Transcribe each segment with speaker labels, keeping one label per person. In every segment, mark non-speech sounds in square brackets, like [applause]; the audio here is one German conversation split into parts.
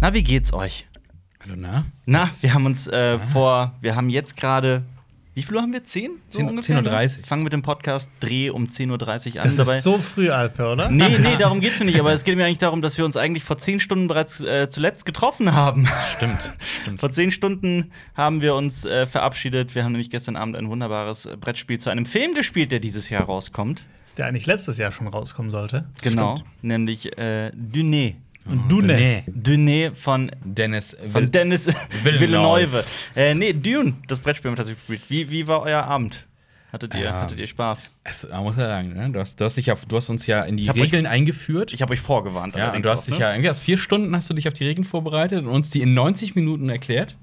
Speaker 1: Na, wie geht's euch?
Speaker 2: Hallo, na?
Speaker 1: Na, wir haben uns
Speaker 3: Ah.
Speaker 1: äh, vor, wir haben jetzt gerade, wie viel Uhr haben wir? Zehn? So
Speaker 2: 10
Speaker 1: ungefähr, ne?
Speaker 2: 10:30.
Speaker 1: Fangen mit dem Podcast Dreh um 10.30 Uhr an.
Speaker 3: Das
Speaker 2: Hm.
Speaker 1: dabei.
Speaker 3: ist so früh, Alpe, oder?
Speaker 1: nee, nee, darum geht's
Speaker 3: [laughs]
Speaker 1: mir nicht. Aber es geht mir eigentlich darum, dass wir uns eigentlich vor zehn Stunden bereits äh, zuletzt getroffen haben. [laughs]
Speaker 2: Stimmt, stimmt.
Speaker 1: Vor zehn Stunden haben wir uns äh, verabschiedet. Wir haben nämlich gestern Abend ein wunderbares äh, Brettspiel zu einem Film gespielt, der dieses Jahr rauskommt.
Speaker 3: Der eigentlich letztes Jahr schon rauskommen sollte.
Speaker 1: Genau, nämlich äh, Dunet.
Speaker 3: Und du ne.
Speaker 2: Mhm. Nee,
Speaker 1: Dunet von
Speaker 2: Dennis will.
Speaker 1: Von Dennis
Speaker 2: Villeneuve.
Speaker 1: Villeneuve. Äh, nee, Dune, das Brettspiel haben wir tatsächlich gespielt. Wie, wie war euer Abend? Hattet ihr,
Speaker 2: Ja.
Speaker 1: hattet ihr Spaß?
Speaker 2: Es, man muss ja sagen, ne? du, hast, du, hast dich ja, du hast uns ja in die
Speaker 1: Ich hab
Speaker 2: Regeln eingeführt.
Speaker 1: Ich habe euch vorgewarnt.
Speaker 2: ja, und
Speaker 1: allerdings
Speaker 2: du hast
Speaker 1: auch,
Speaker 2: dich
Speaker 1: ne?
Speaker 2: ja irgendwie aus vier Stunden hast du dich auf die Regeln vorbereitet und uns die in 90 Minuten erklärt.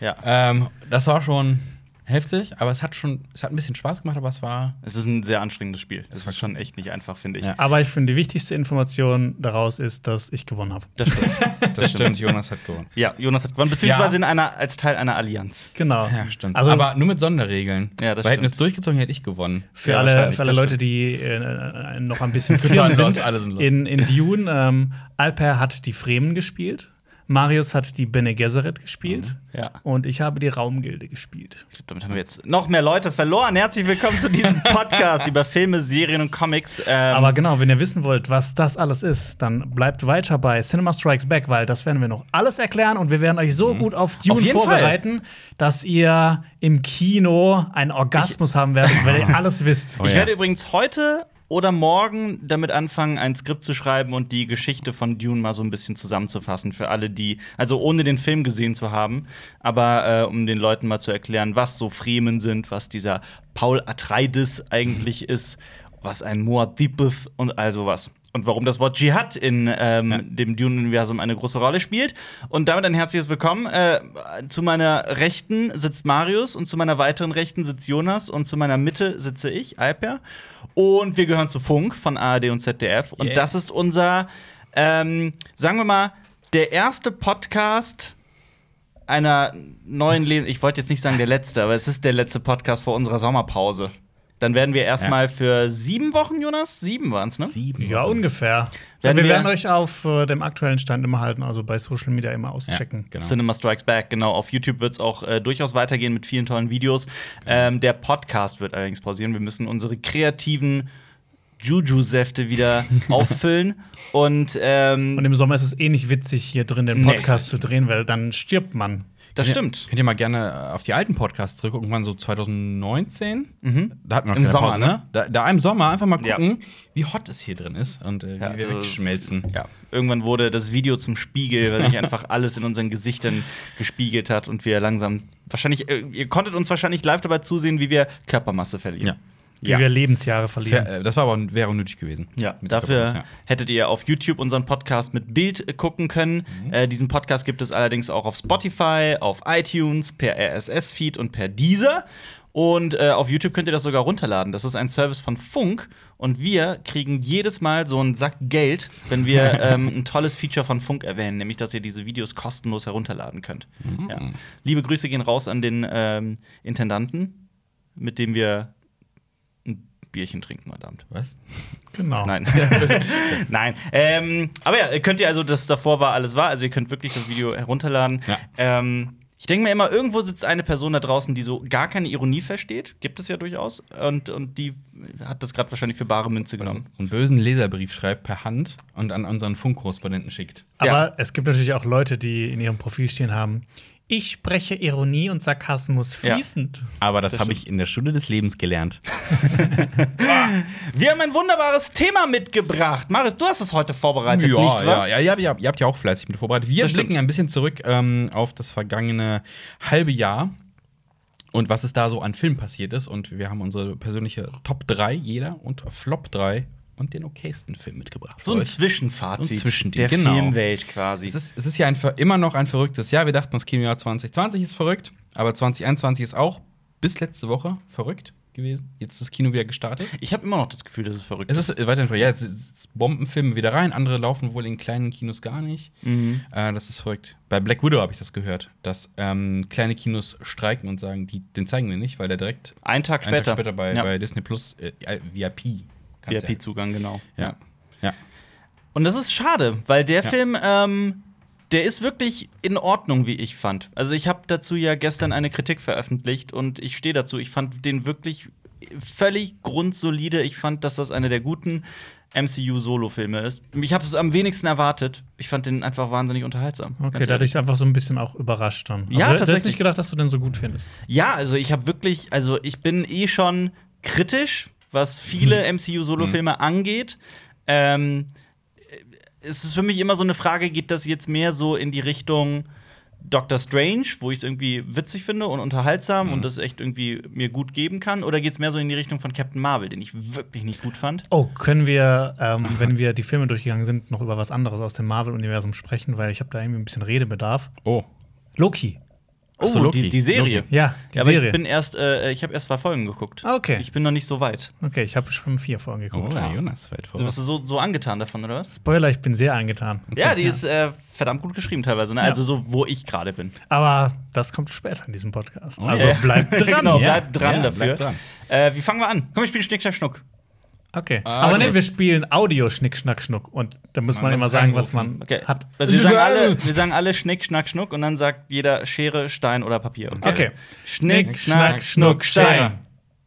Speaker 1: ja.
Speaker 2: Ähm, das war schon heftig, aber es hat schon, es hat ein bisschen Spaß gemacht, aber
Speaker 1: [laughs]
Speaker 2: es war.
Speaker 1: Es ist ein sehr anstrengendes Spiel. Es
Speaker 2: war
Speaker 1: ist schon echt nicht einfach, finde ich.
Speaker 2: Ja.
Speaker 3: Aber ich finde, die wichtigste Information daraus ist, dass ich gewonnen habe.
Speaker 1: Das
Speaker 2: [laughs]
Speaker 1: stimmt.
Speaker 2: Das stimmt, Jonas hat gewonnen.
Speaker 1: ja, Jonas hat gewonnen, beziehungsweise
Speaker 2: Ja.
Speaker 1: in einer, als Teil einer Allianz.
Speaker 3: Genau.
Speaker 2: Ja, stimmt.
Speaker 3: Also
Speaker 2: aber nur mit Sonderregeln.
Speaker 1: Ja, das
Speaker 2: Wir hätten
Speaker 1: stimmt.
Speaker 2: es durchgezogen, hätte ich gewonnen.
Speaker 3: für
Speaker 1: Ja,
Speaker 3: alle,
Speaker 1: wahrscheinlich,
Speaker 3: für alle
Speaker 1: das
Speaker 3: Leute, die äh, äh, noch ein bisschen
Speaker 2: Total
Speaker 3: firm
Speaker 2: los,
Speaker 3: sind,
Speaker 2: alle sind los.
Speaker 3: in, in Dune, ähm, Alper hat die Fremen gespielt, Marius hat die Bene Gesserit gespielt
Speaker 1: Mhm. Ja.
Speaker 3: und ich habe die Raumgilde gespielt.
Speaker 1: Ich glaub, Damit haben wir jetzt noch mehr Leute verloren. Herzlich willkommen zu
Speaker 2: [laughs]
Speaker 1: diesem Podcast über Filme, Serien und Comics. Ähm,
Speaker 3: Aber genau, wenn ihr wissen wollt, was das alles ist, dann bleibt weiter bei Cinema Strikes Back, weil das werden wir noch alles erklären und wir werden euch so gut auf Dune
Speaker 1: jeden
Speaker 3: vorbereiten, dass ihr im Kino einen Orgasmus haben werdet, weil ihr alles wisst.
Speaker 2: Oh,
Speaker 1: ich
Speaker 2: ja.
Speaker 1: werde übrigens heute oder morgen damit anfangen, ein Skript zu schreiben und die Geschichte von Dune mal so ein bisschen zusammenzufassen für alle, die, also ohne den Film gesehen zu haben, aber äh, um den Leuten mal zu erklären, was so Fremen sind, was dieser Paul Atreides eigentlich ist, was ein Muad'Dibith und all sowas. Und warum das Wort Dschihad in ähm, dem Dune-Universum eine große Rolle spielt. Und damit ein herzliches Willkommen. Äh, zu meiner Rechten sitzt Marius und zu meiner weiteren Rechten sitzt Jonas und zu meiner Mitte sitze ich, Alper. Und wir gehören zu Funk von ARD und ZDF. Und
Speaker 2: Yeah.
Speaker 1: das ist unser, ähm, sagen wir mal, der erste Podcast einer neuen Leben. Ich wollte jetzt nicht sagen der letzte, aber es ist der letzte Podcast vor unserer Sommerpause. Dann werden wir erstmal für sieben Wochen, Jonas? Sieben waren es, ne?
Speaker 2: Sieben.
Speaker 3: Ja, ungefähr.
Speaker 1: Werden
Speaker 3: wir,
Speaker 1: wir-
Speaker 3: werden euch auf äh, dem aktuellen Stand immer halten, also bei Social Media immer auschecken.
Speaker 2: genau.
Speaker 1: Cinema Strikes Back, genau. Auf YouTube wird es auch äh, durchaus weitergehen mit vielen tollen Videos. Ähm, der Podcast wird allerdings pausieren. Wir müssen unsere kreativen Juju-Säfte wieder auffüllen. Und
Speaker 3: Und
Speaker 1: ähm,
Speaker 3: im Sommer ist es eh nicht witzig, hier drin den
Speaker 1: Nee.
Speaker 3: Podcast zu drehen, weil dann stirbt man.
Speaker 1: das
Speaker 2: Könnt ihr-
Speaker 1: stimmt.
Speaker 2: Könnt ihr mal gerne äh, auf die alten Podcasts zurückgucken, irgendwann so 2019. Da hatten
Speaker 1: Mhm. Im
Speaker 2: wir noch keine
Speaker 1: Sommer,
Speaker 2: Pause,
Speaker 1: ne?
Speaker 2: Da, da im Sommer einfach mal
Speaker 1: Ja.
Speaker 2: gucken, wie hot es hier drin ist und äh, wie
Speaker 1: Ja,
Speaker 2: wir
Speaker 1: also-
Speaker 2: wegschmelzen.
Speaker 1: Ja, irgendwann wurde das Video zum Spiegel, weil sich
Speaker 2: [laughs]
Speaker 1: einfach alles in unseren Gesichtern gespiegelt hat und wir langsam wahrscheinlich, äh, ihr konntet uns wahrscheinlich live dabei zusehen, wie wir Körpermasse verlieren.
Speaker 2: Ja.
Speaker 3: Wie wir Lebensjahre
Speaker 2: Das,
Speaker 3: verlieren.
Speaker 2: wär, äh, das war aber wäre unnötig gewesen.
Speaker 1: Ja,
Speaker 2: Mit der
Speaker 1: dafür
Speaker 2: Doppelpass,
Speaker 1: hättet ihr auf YouTube unseren Podcast mit Bild äh, gucken können. Äh, diesen Podcast gibt es allerdings auch auf Spotify, auf iTunes, per RSS-Feed und per Deezer. Und äh, auf YouTube könnt ihr das sogar runterladen. Das ist ein Service von Funk. Und wir kriegen jedes Mal so einen Sack Geld, wenn wir ähm, ein tolles Feature von Funk erwähnen, nämlich dass ihr diese Videos kostenlos herunterladen könnt. Ja. Liebe Grüße gehen raus an den ähm, Intendanten, mit dem wir ein Bierchen trinken heute Abend.
Speaker 2: ja. Was?
Speaker 3: Genau.
Speaker 1: Nein. [laughs] Nein. Ähm, aber ja, könnt ihr also, das davor war alles wahr. Also ihr könnt wirklich das Video herunterladen.
Speaker 2: Ja.
Speaker 1: Ähm, ich denke mir immer, irgendwo sitzt eine Person da draußen, die so gar keine Ironie versteht. Gibt es ja durchaus. Und, und die hat das gerade wahrscheinlich für bare Münze
Speaker 2: Also,
Speaker 1: genommen.
Speaker 2: so einen bösen Leserbrief schreibt per Hand und an unseren Funkkorrespondenten schickt.
Speaker 3: Aber
Speaker 1: Ja.
Speaker 3: es gibt natürlich auch Leute, die in ihrem Profil stehen haben. Ich spreche Ironie und Sarkasmus
Speaker 1: Ja.
Speaker 3: fließend.
Speaker 2: Aber das habe ich in der Schule des Lebens gelernt. Also.
Speaker 1: Wir haben ein wunderbares Thema mitgebracht. Maris, du hast es heute vorbereitet,
Speaker 2: ja,
Speaker 1: nicht wahr?
Speaker 2: ja, ja, ihr habt- ihr habt, ihr habt ja auch fleißig mit vorbereitet. Wir
Speaker 1: Das stimmt.
Speaker 2: blicken ein bisschen zurück ähm, auf das vergangene halbe Jahr und was es da so an Filmen passiert ist. Und wir haben unsere persönliche Top 3 jeder und Flop 3 und den okaysten Film mitgebracht.
Speaker 1: So ein
Speaker 2: Es
Speaker 1: Zwischenfazit
Speaker 2: So ein Zwischending,
Speaker 1: der
Speaker 2: genau.
Speaker 1: Filmwelt quasi.
Speaker 2: ist, es ist ja ein, ver- immer noch ein verrücktes Jahr. Wir dachten, das Kinojahr 2020 ist verrückt, aber 2021 ist auch bis letzte Woche verrückt gewesen. Jetzt ist das Kino wieder gestartet.
Speaker 1: ich habe immer noch das Gefühl, dass es verrückt
Speaker 2: Es ist äh, weiterhin verrückt. Ja, jetzt jetzt bomben Filme wieder rein, andere laufen wohl in kleinen Kinos gar nicht. Äh, das ist verrückt. Bei Black Widow habe ich das gehört, dass ähm, kleine Kinos streiken und sagen, die, den zeigen wir nicht, weil der direkt
Speaker 1: Ein Tag
Speaker 2: einen
Speaker 1: später.
Speaker 2: Tag später bei,
Speaker 1: ja.
Speaker 2: bei Disney Plus äh, äh, VIP kannst
Speaker 1: VIP-Zugang, genau.
Speaker 2: Ja. ja. ja.
Speaker 1: Und das ist schade, weil der
Speaker 2: Ja.
Speaker 1: Film, ähm, Der ist wirklich in Ordnung, wie ich fand. Also ich habe dazu ja gestern eine Kritik veröffentlicht und ich stehe dazu. Ich fand den wirklich völlig grundsolide. Ich fand, dass das einer der guten MCU-Solo-Filme ist. Ich habe es am wenigsten erwartet. Ich fand den einfach wahnsinnig unterhaltsam.
Speaker 3: Okay,
Speaker 1: Ganz
Speaker 3: da hat
Speaker 1: ehrlich.
Speaker 3: dich einfach so ein bisschen auch überrascht dann.
Speaker 1: Ja,
Speaker 3: du hättest
Speaker 1: tatsächlich.
Speaker 3: nicht gedacht, dass du den so gut findest.
Speaker 1: Ja, also ich habe wirklich, also ich bin eh schon kritisch, was
Speaker 2: Mhm.
Speaker 1: viele MCU-Solo-Filme angeht. Ähm, es ist für mich immer so eine Frage, geht das jetzt mehr so in die Richtung Doctor Strange, wo ich es irgendwie witzig finde und unterhaltsam
Speaker 2: Mhm.
Speaker 1: und das echt irgendwie mir gut geben kann, oder geht es mehr so in die Richtung von Captain Marvel, den ich wirklich nicht gut fand?
Speaker 3: Oh, können wir, [laughs] ähm, wenn wir die Filme durchgegangen sind, noch über was anderes aus dem Marvel-Universum sprechen, weil ich habe da irgendwie ein bisschen Redebedarf.
Speaker 2: Oh.
Speaker 3: Loki.
Speaker 2: Ach so, Loki.
Speaker 1: Oh, die, die Serie.
Speaker 2: Loki.
Speaker 3: Ja, die
Speaker 1: Ja, aber
Speaker 3: Serie.
Speaker 1: ich bin erst, äh, ich habe erst zwei Folgen geguckt.
Speaker 3: Ah, okay.
Speaker 1: Ich bin noch nicht so weit.
Speaker 3: okay, ich habe schon vier Folgen geguckt.
Speaker 2: Oh, der Jonas weit
Speaker 1: Also,
Speaker 2: vor.
Speaker 1: bist du so, so angetan davon, oder was?
Speaker 3: Oh. Spoiler, ich bin sehr angetan.
Speaker 1: Ja, die ist äh, verdammt gut geschrieben teilweise. Ne? Also so, wo ich gerade bin.
Speaker 3: Aber das kommt später in diesem Podcast.
Speaker 2: Oh,
Speaker 3: Also
Speaker 2: ja.
Speaker 1: [laughs]
Speaker 3: [laughs] bleibt dran.
Speaker 1: genau,
Speaker 2: Ja.
Speaker 1: bleib dran
Speaker 2: Ja,
Speaker 1: dafür.
Speaker 2: bleib dran.
Speaker 1: Äh, wie fangen wir an? Komm, ich spiele Schnick, Schnack, Schnuck.
Speaker 3: Okay.
Speaker 2: Ah,
Speaker 3: Aber
Speaker 2: okay.
Speaker 3: ne, wir spielen Audio Schnick Schnack Schnuck und da muss man,
Speaker 2: Man
Speaker 3: immer
Speaker 2: muss
Speaker 3: sagen, was
Speaker 2: anrufen.
Speaker 3: man
Speaker 1: Okay.
Speaker 3: hat.
Speaker 1: Also, wir, sagen alle, wir sagen alle Schnick, Schnack, Schnuck und dann sagt jeder Schere, Stein oder Papier.
Speaker 3: Okay.
Speaker 1: Schnick, Schnack, Schnuck, Stein.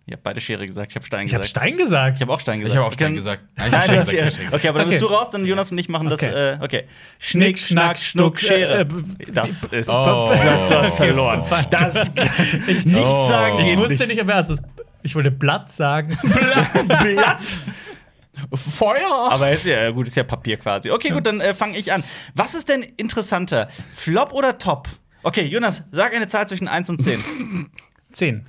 Speaker 1: Ich habe beide Schere gesagt, ich habe Stein
Speaker 3: Ich habe
Speaker 1: gesagt.
Speaker 3: Stein gesagt.
Speaker 1: Ich habe auch Stein
Speaker 2: Ich
Speaker 1: gesagt.
Speaker 2: habe auch Stein
Speaker 1: Kann- [laughs]
Speaker 2: gesagt.
Speaker 1: Nein, du hast Schere. Okay, aber dann bist
Speaker 3: Okay.
Speaker 1: du raus, dann Jonas und ich machen das.
Speaker 3: Okay.
Speaker 1: Äh, okay. Schnick, Schnack, Schnuck,
Speaker 3: Äh, äh,
Speaker 1: Schere.
Speaker 3: b-
Speaker 1: Das ist.
Speaker 2: Oh.
Speaker 1: Das hast du hast verloren. Das ich nicht
Speaker 2: Oh.
Speaker 1: sagen.
Speaker 3: Oh. Ich
Speaker 1: geht
Speaker 3: wusste nicht, ob er es ist. Ich wollte Blatt sagen.
Speaker 1: Blatt.
Speaker 2: Feuer!
Speaker 1: Aber ist ja gut, ist ja Papier quasi. Okay, gut, dann äh, fange ich an. Was ist denn interessanter? Flop oder Top? Okay, Jonas, sag eine Zahl zwischen 1 und
Speaker 2: [laughs]
Speaker 1: 10.
Speaker 3: Zehn.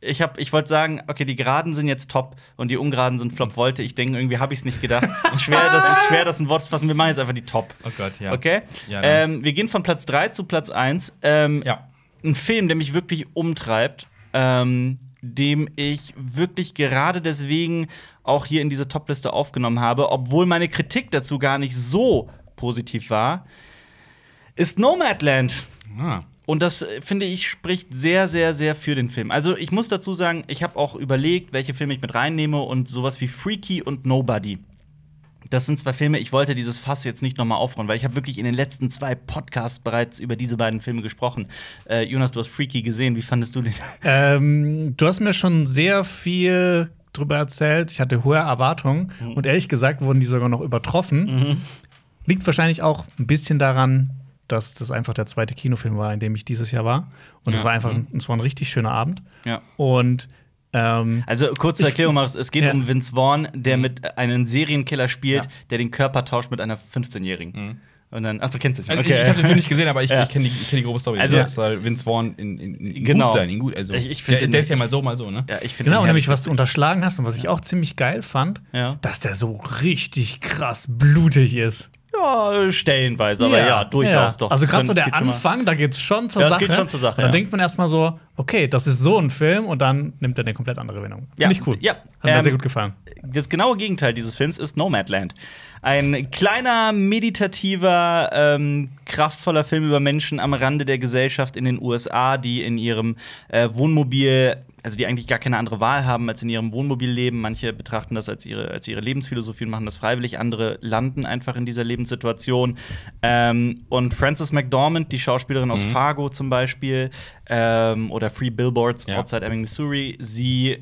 Speaker 1: ich hab, ich wollte sagen, okay, die Geraden sind jetzt top und die Ungeraden sind Flop. Wollte ich denken, irgendwie habe ich es nicht
Speaker 2: [laughs]
Speaker 1: gedacht. es ist schwer, das ist schwer, das in Wort zu fassen. Wir machen jetzt einfach die Top.
Speaker 2: Oh Gott, ja.
Speaker 1: Okay?
Speaker 2: Ja, dann-
Speaker 1: ähm, wir gehen von Platz 3 zu Platz 1. Ähm,
Speaker 2: Ja.
Speaker 1: ein Film, der mich wirklich umtreibt, ähm, dem ich wirklich gerade deswegen auch hier in diese Topliste aufgenommen habe, obwohl meine Kritik dazu gar nicht so positiv war, ist Nomadland.
Speaker 2: Ah.
Speaker 1: Und das äh, finde ich spricht sehr, sehr, sehr für den Film. Also ich muss dazu sagen, ich habe auch überlegt, welche Filme ich mit reinnehme und sowas wie Freaky und Nobody. Das sind zwei Filme, ich wollte dieses Fass jetzt nicht nochmal aufrollen, weil ich habe wirklich in den letzten zwei Podcasts bereits über diese beiden Filme gesprochen. Äh, Jonas, du hast Freaky gesehen, wie fandest du den?
Speaker 3: Ähm, du hast mir schon sehr viel drüber erzählt. Ich hatte hohe Erwartungen und ehrlich gesagt wurden die sogar noch übertroffen. Liegt wahrscheinlich auch ein bisschen daran, dass das einfach der zweite Kinofilm war, in dem ich dieses Jahr war. Und es
Speaker 1: Ja.
Speaker 3: war einfach ein, es war ein richtig schöner Abend.
Speaker 1: Ja.
Speaker 3: Und ähm,
Speaker 1: Also kurz zur
Speaker 3: Ich-
Speaker 1: Erklärung, Marius, es geht
Speaker 3: Ja.
Speaker 1: um Vince Vaughn, der mit äh, einem Serienkiller spielt,
Speaker 2: Ja.
Speaker 1: der den Körper tauscht mit einer 15-Jährigen. Und dann, ach, du kennst den schon.
Speaker 2: Also ich, ich habe den Film nicht gesehen, [laughs] aber ich,
Speaker 1: Ja.
Speaker 2: ich kenne die, ich kenn die grobe Story.
Speaker 1: Also-
Speaker 2: das soll Vince Vaughn in, in, in
Speaker 1: Genau.
Speaker 2: gut sein, in gut. Also
Speaker 1: Ich- ich find
Speaker 2: der,
Speaker 1: den-
Speaker 2: der ist ja mal so, mal so, ne?
Speaker 1: ja, ich find
Speaker 3: genau,
Speaker 1: den
Speaker 3: nämlich
Speaker 1: herrlich.
Speaker 3: was du unterschlagen hast und was ich auch ziemlich geil fand,
Speaker 1: Ja.
Speaker 3: dass der so richtig krass blutig ist.
Speaker 1: Ja, äh, stellenweise, aber ja, durchaus
Speaker 3: ja.
Speaker 1: doch.
Speaker 3: Also
Speaker 1: Das können-
Speaker 3: gerade so
Speaker 1: es
Speaker 3: der
Speaker 1: geht schon mal-
Speaker 3: Anfang, da geht's schon zur
Speaker 1: Ja, es
Speaker 3: Sache.
Speaker 1: geht schon zur Sache,
Speaker 3: Und dann
Speaker 1: ja.
Speaker 3: denkt man erstmal so, okay, das ist so ein Film und dann nimmt er eine komplett andere Wendung.
Speaker 1: Ja,
Speaker 3: Finde ich cool.
Speaker 1: ja.
Speaker 3: Hat
Speaker 1: Ähm,
Speaker 3: mir sehr gut gefallen.
Speaker 1: Das genaue Gegenteil dieses Films ist Nomadland. Ein kleiner, meditativer, ähm, kraftvoller Film über Menschen am Rande der Gesellschaft in den USA, die in ihrem äh, Wohnmobil, also die eigentlich gar keine andere Wahl haben, als in ihrem Wohnmobil leben. Manche betrachten das als ihre, als ihre Lebensphilosophie und machen das freiwillig. Andere landen einfach in dieser Lebenssituation. Ähm, und Frances McDormand, die Schauspielerin aus Fargo zum Beispiel, ähm, oder Free Billboards
Speaker 2: Ja.
Speaker 1: Outside Ebbing, Missouri, sie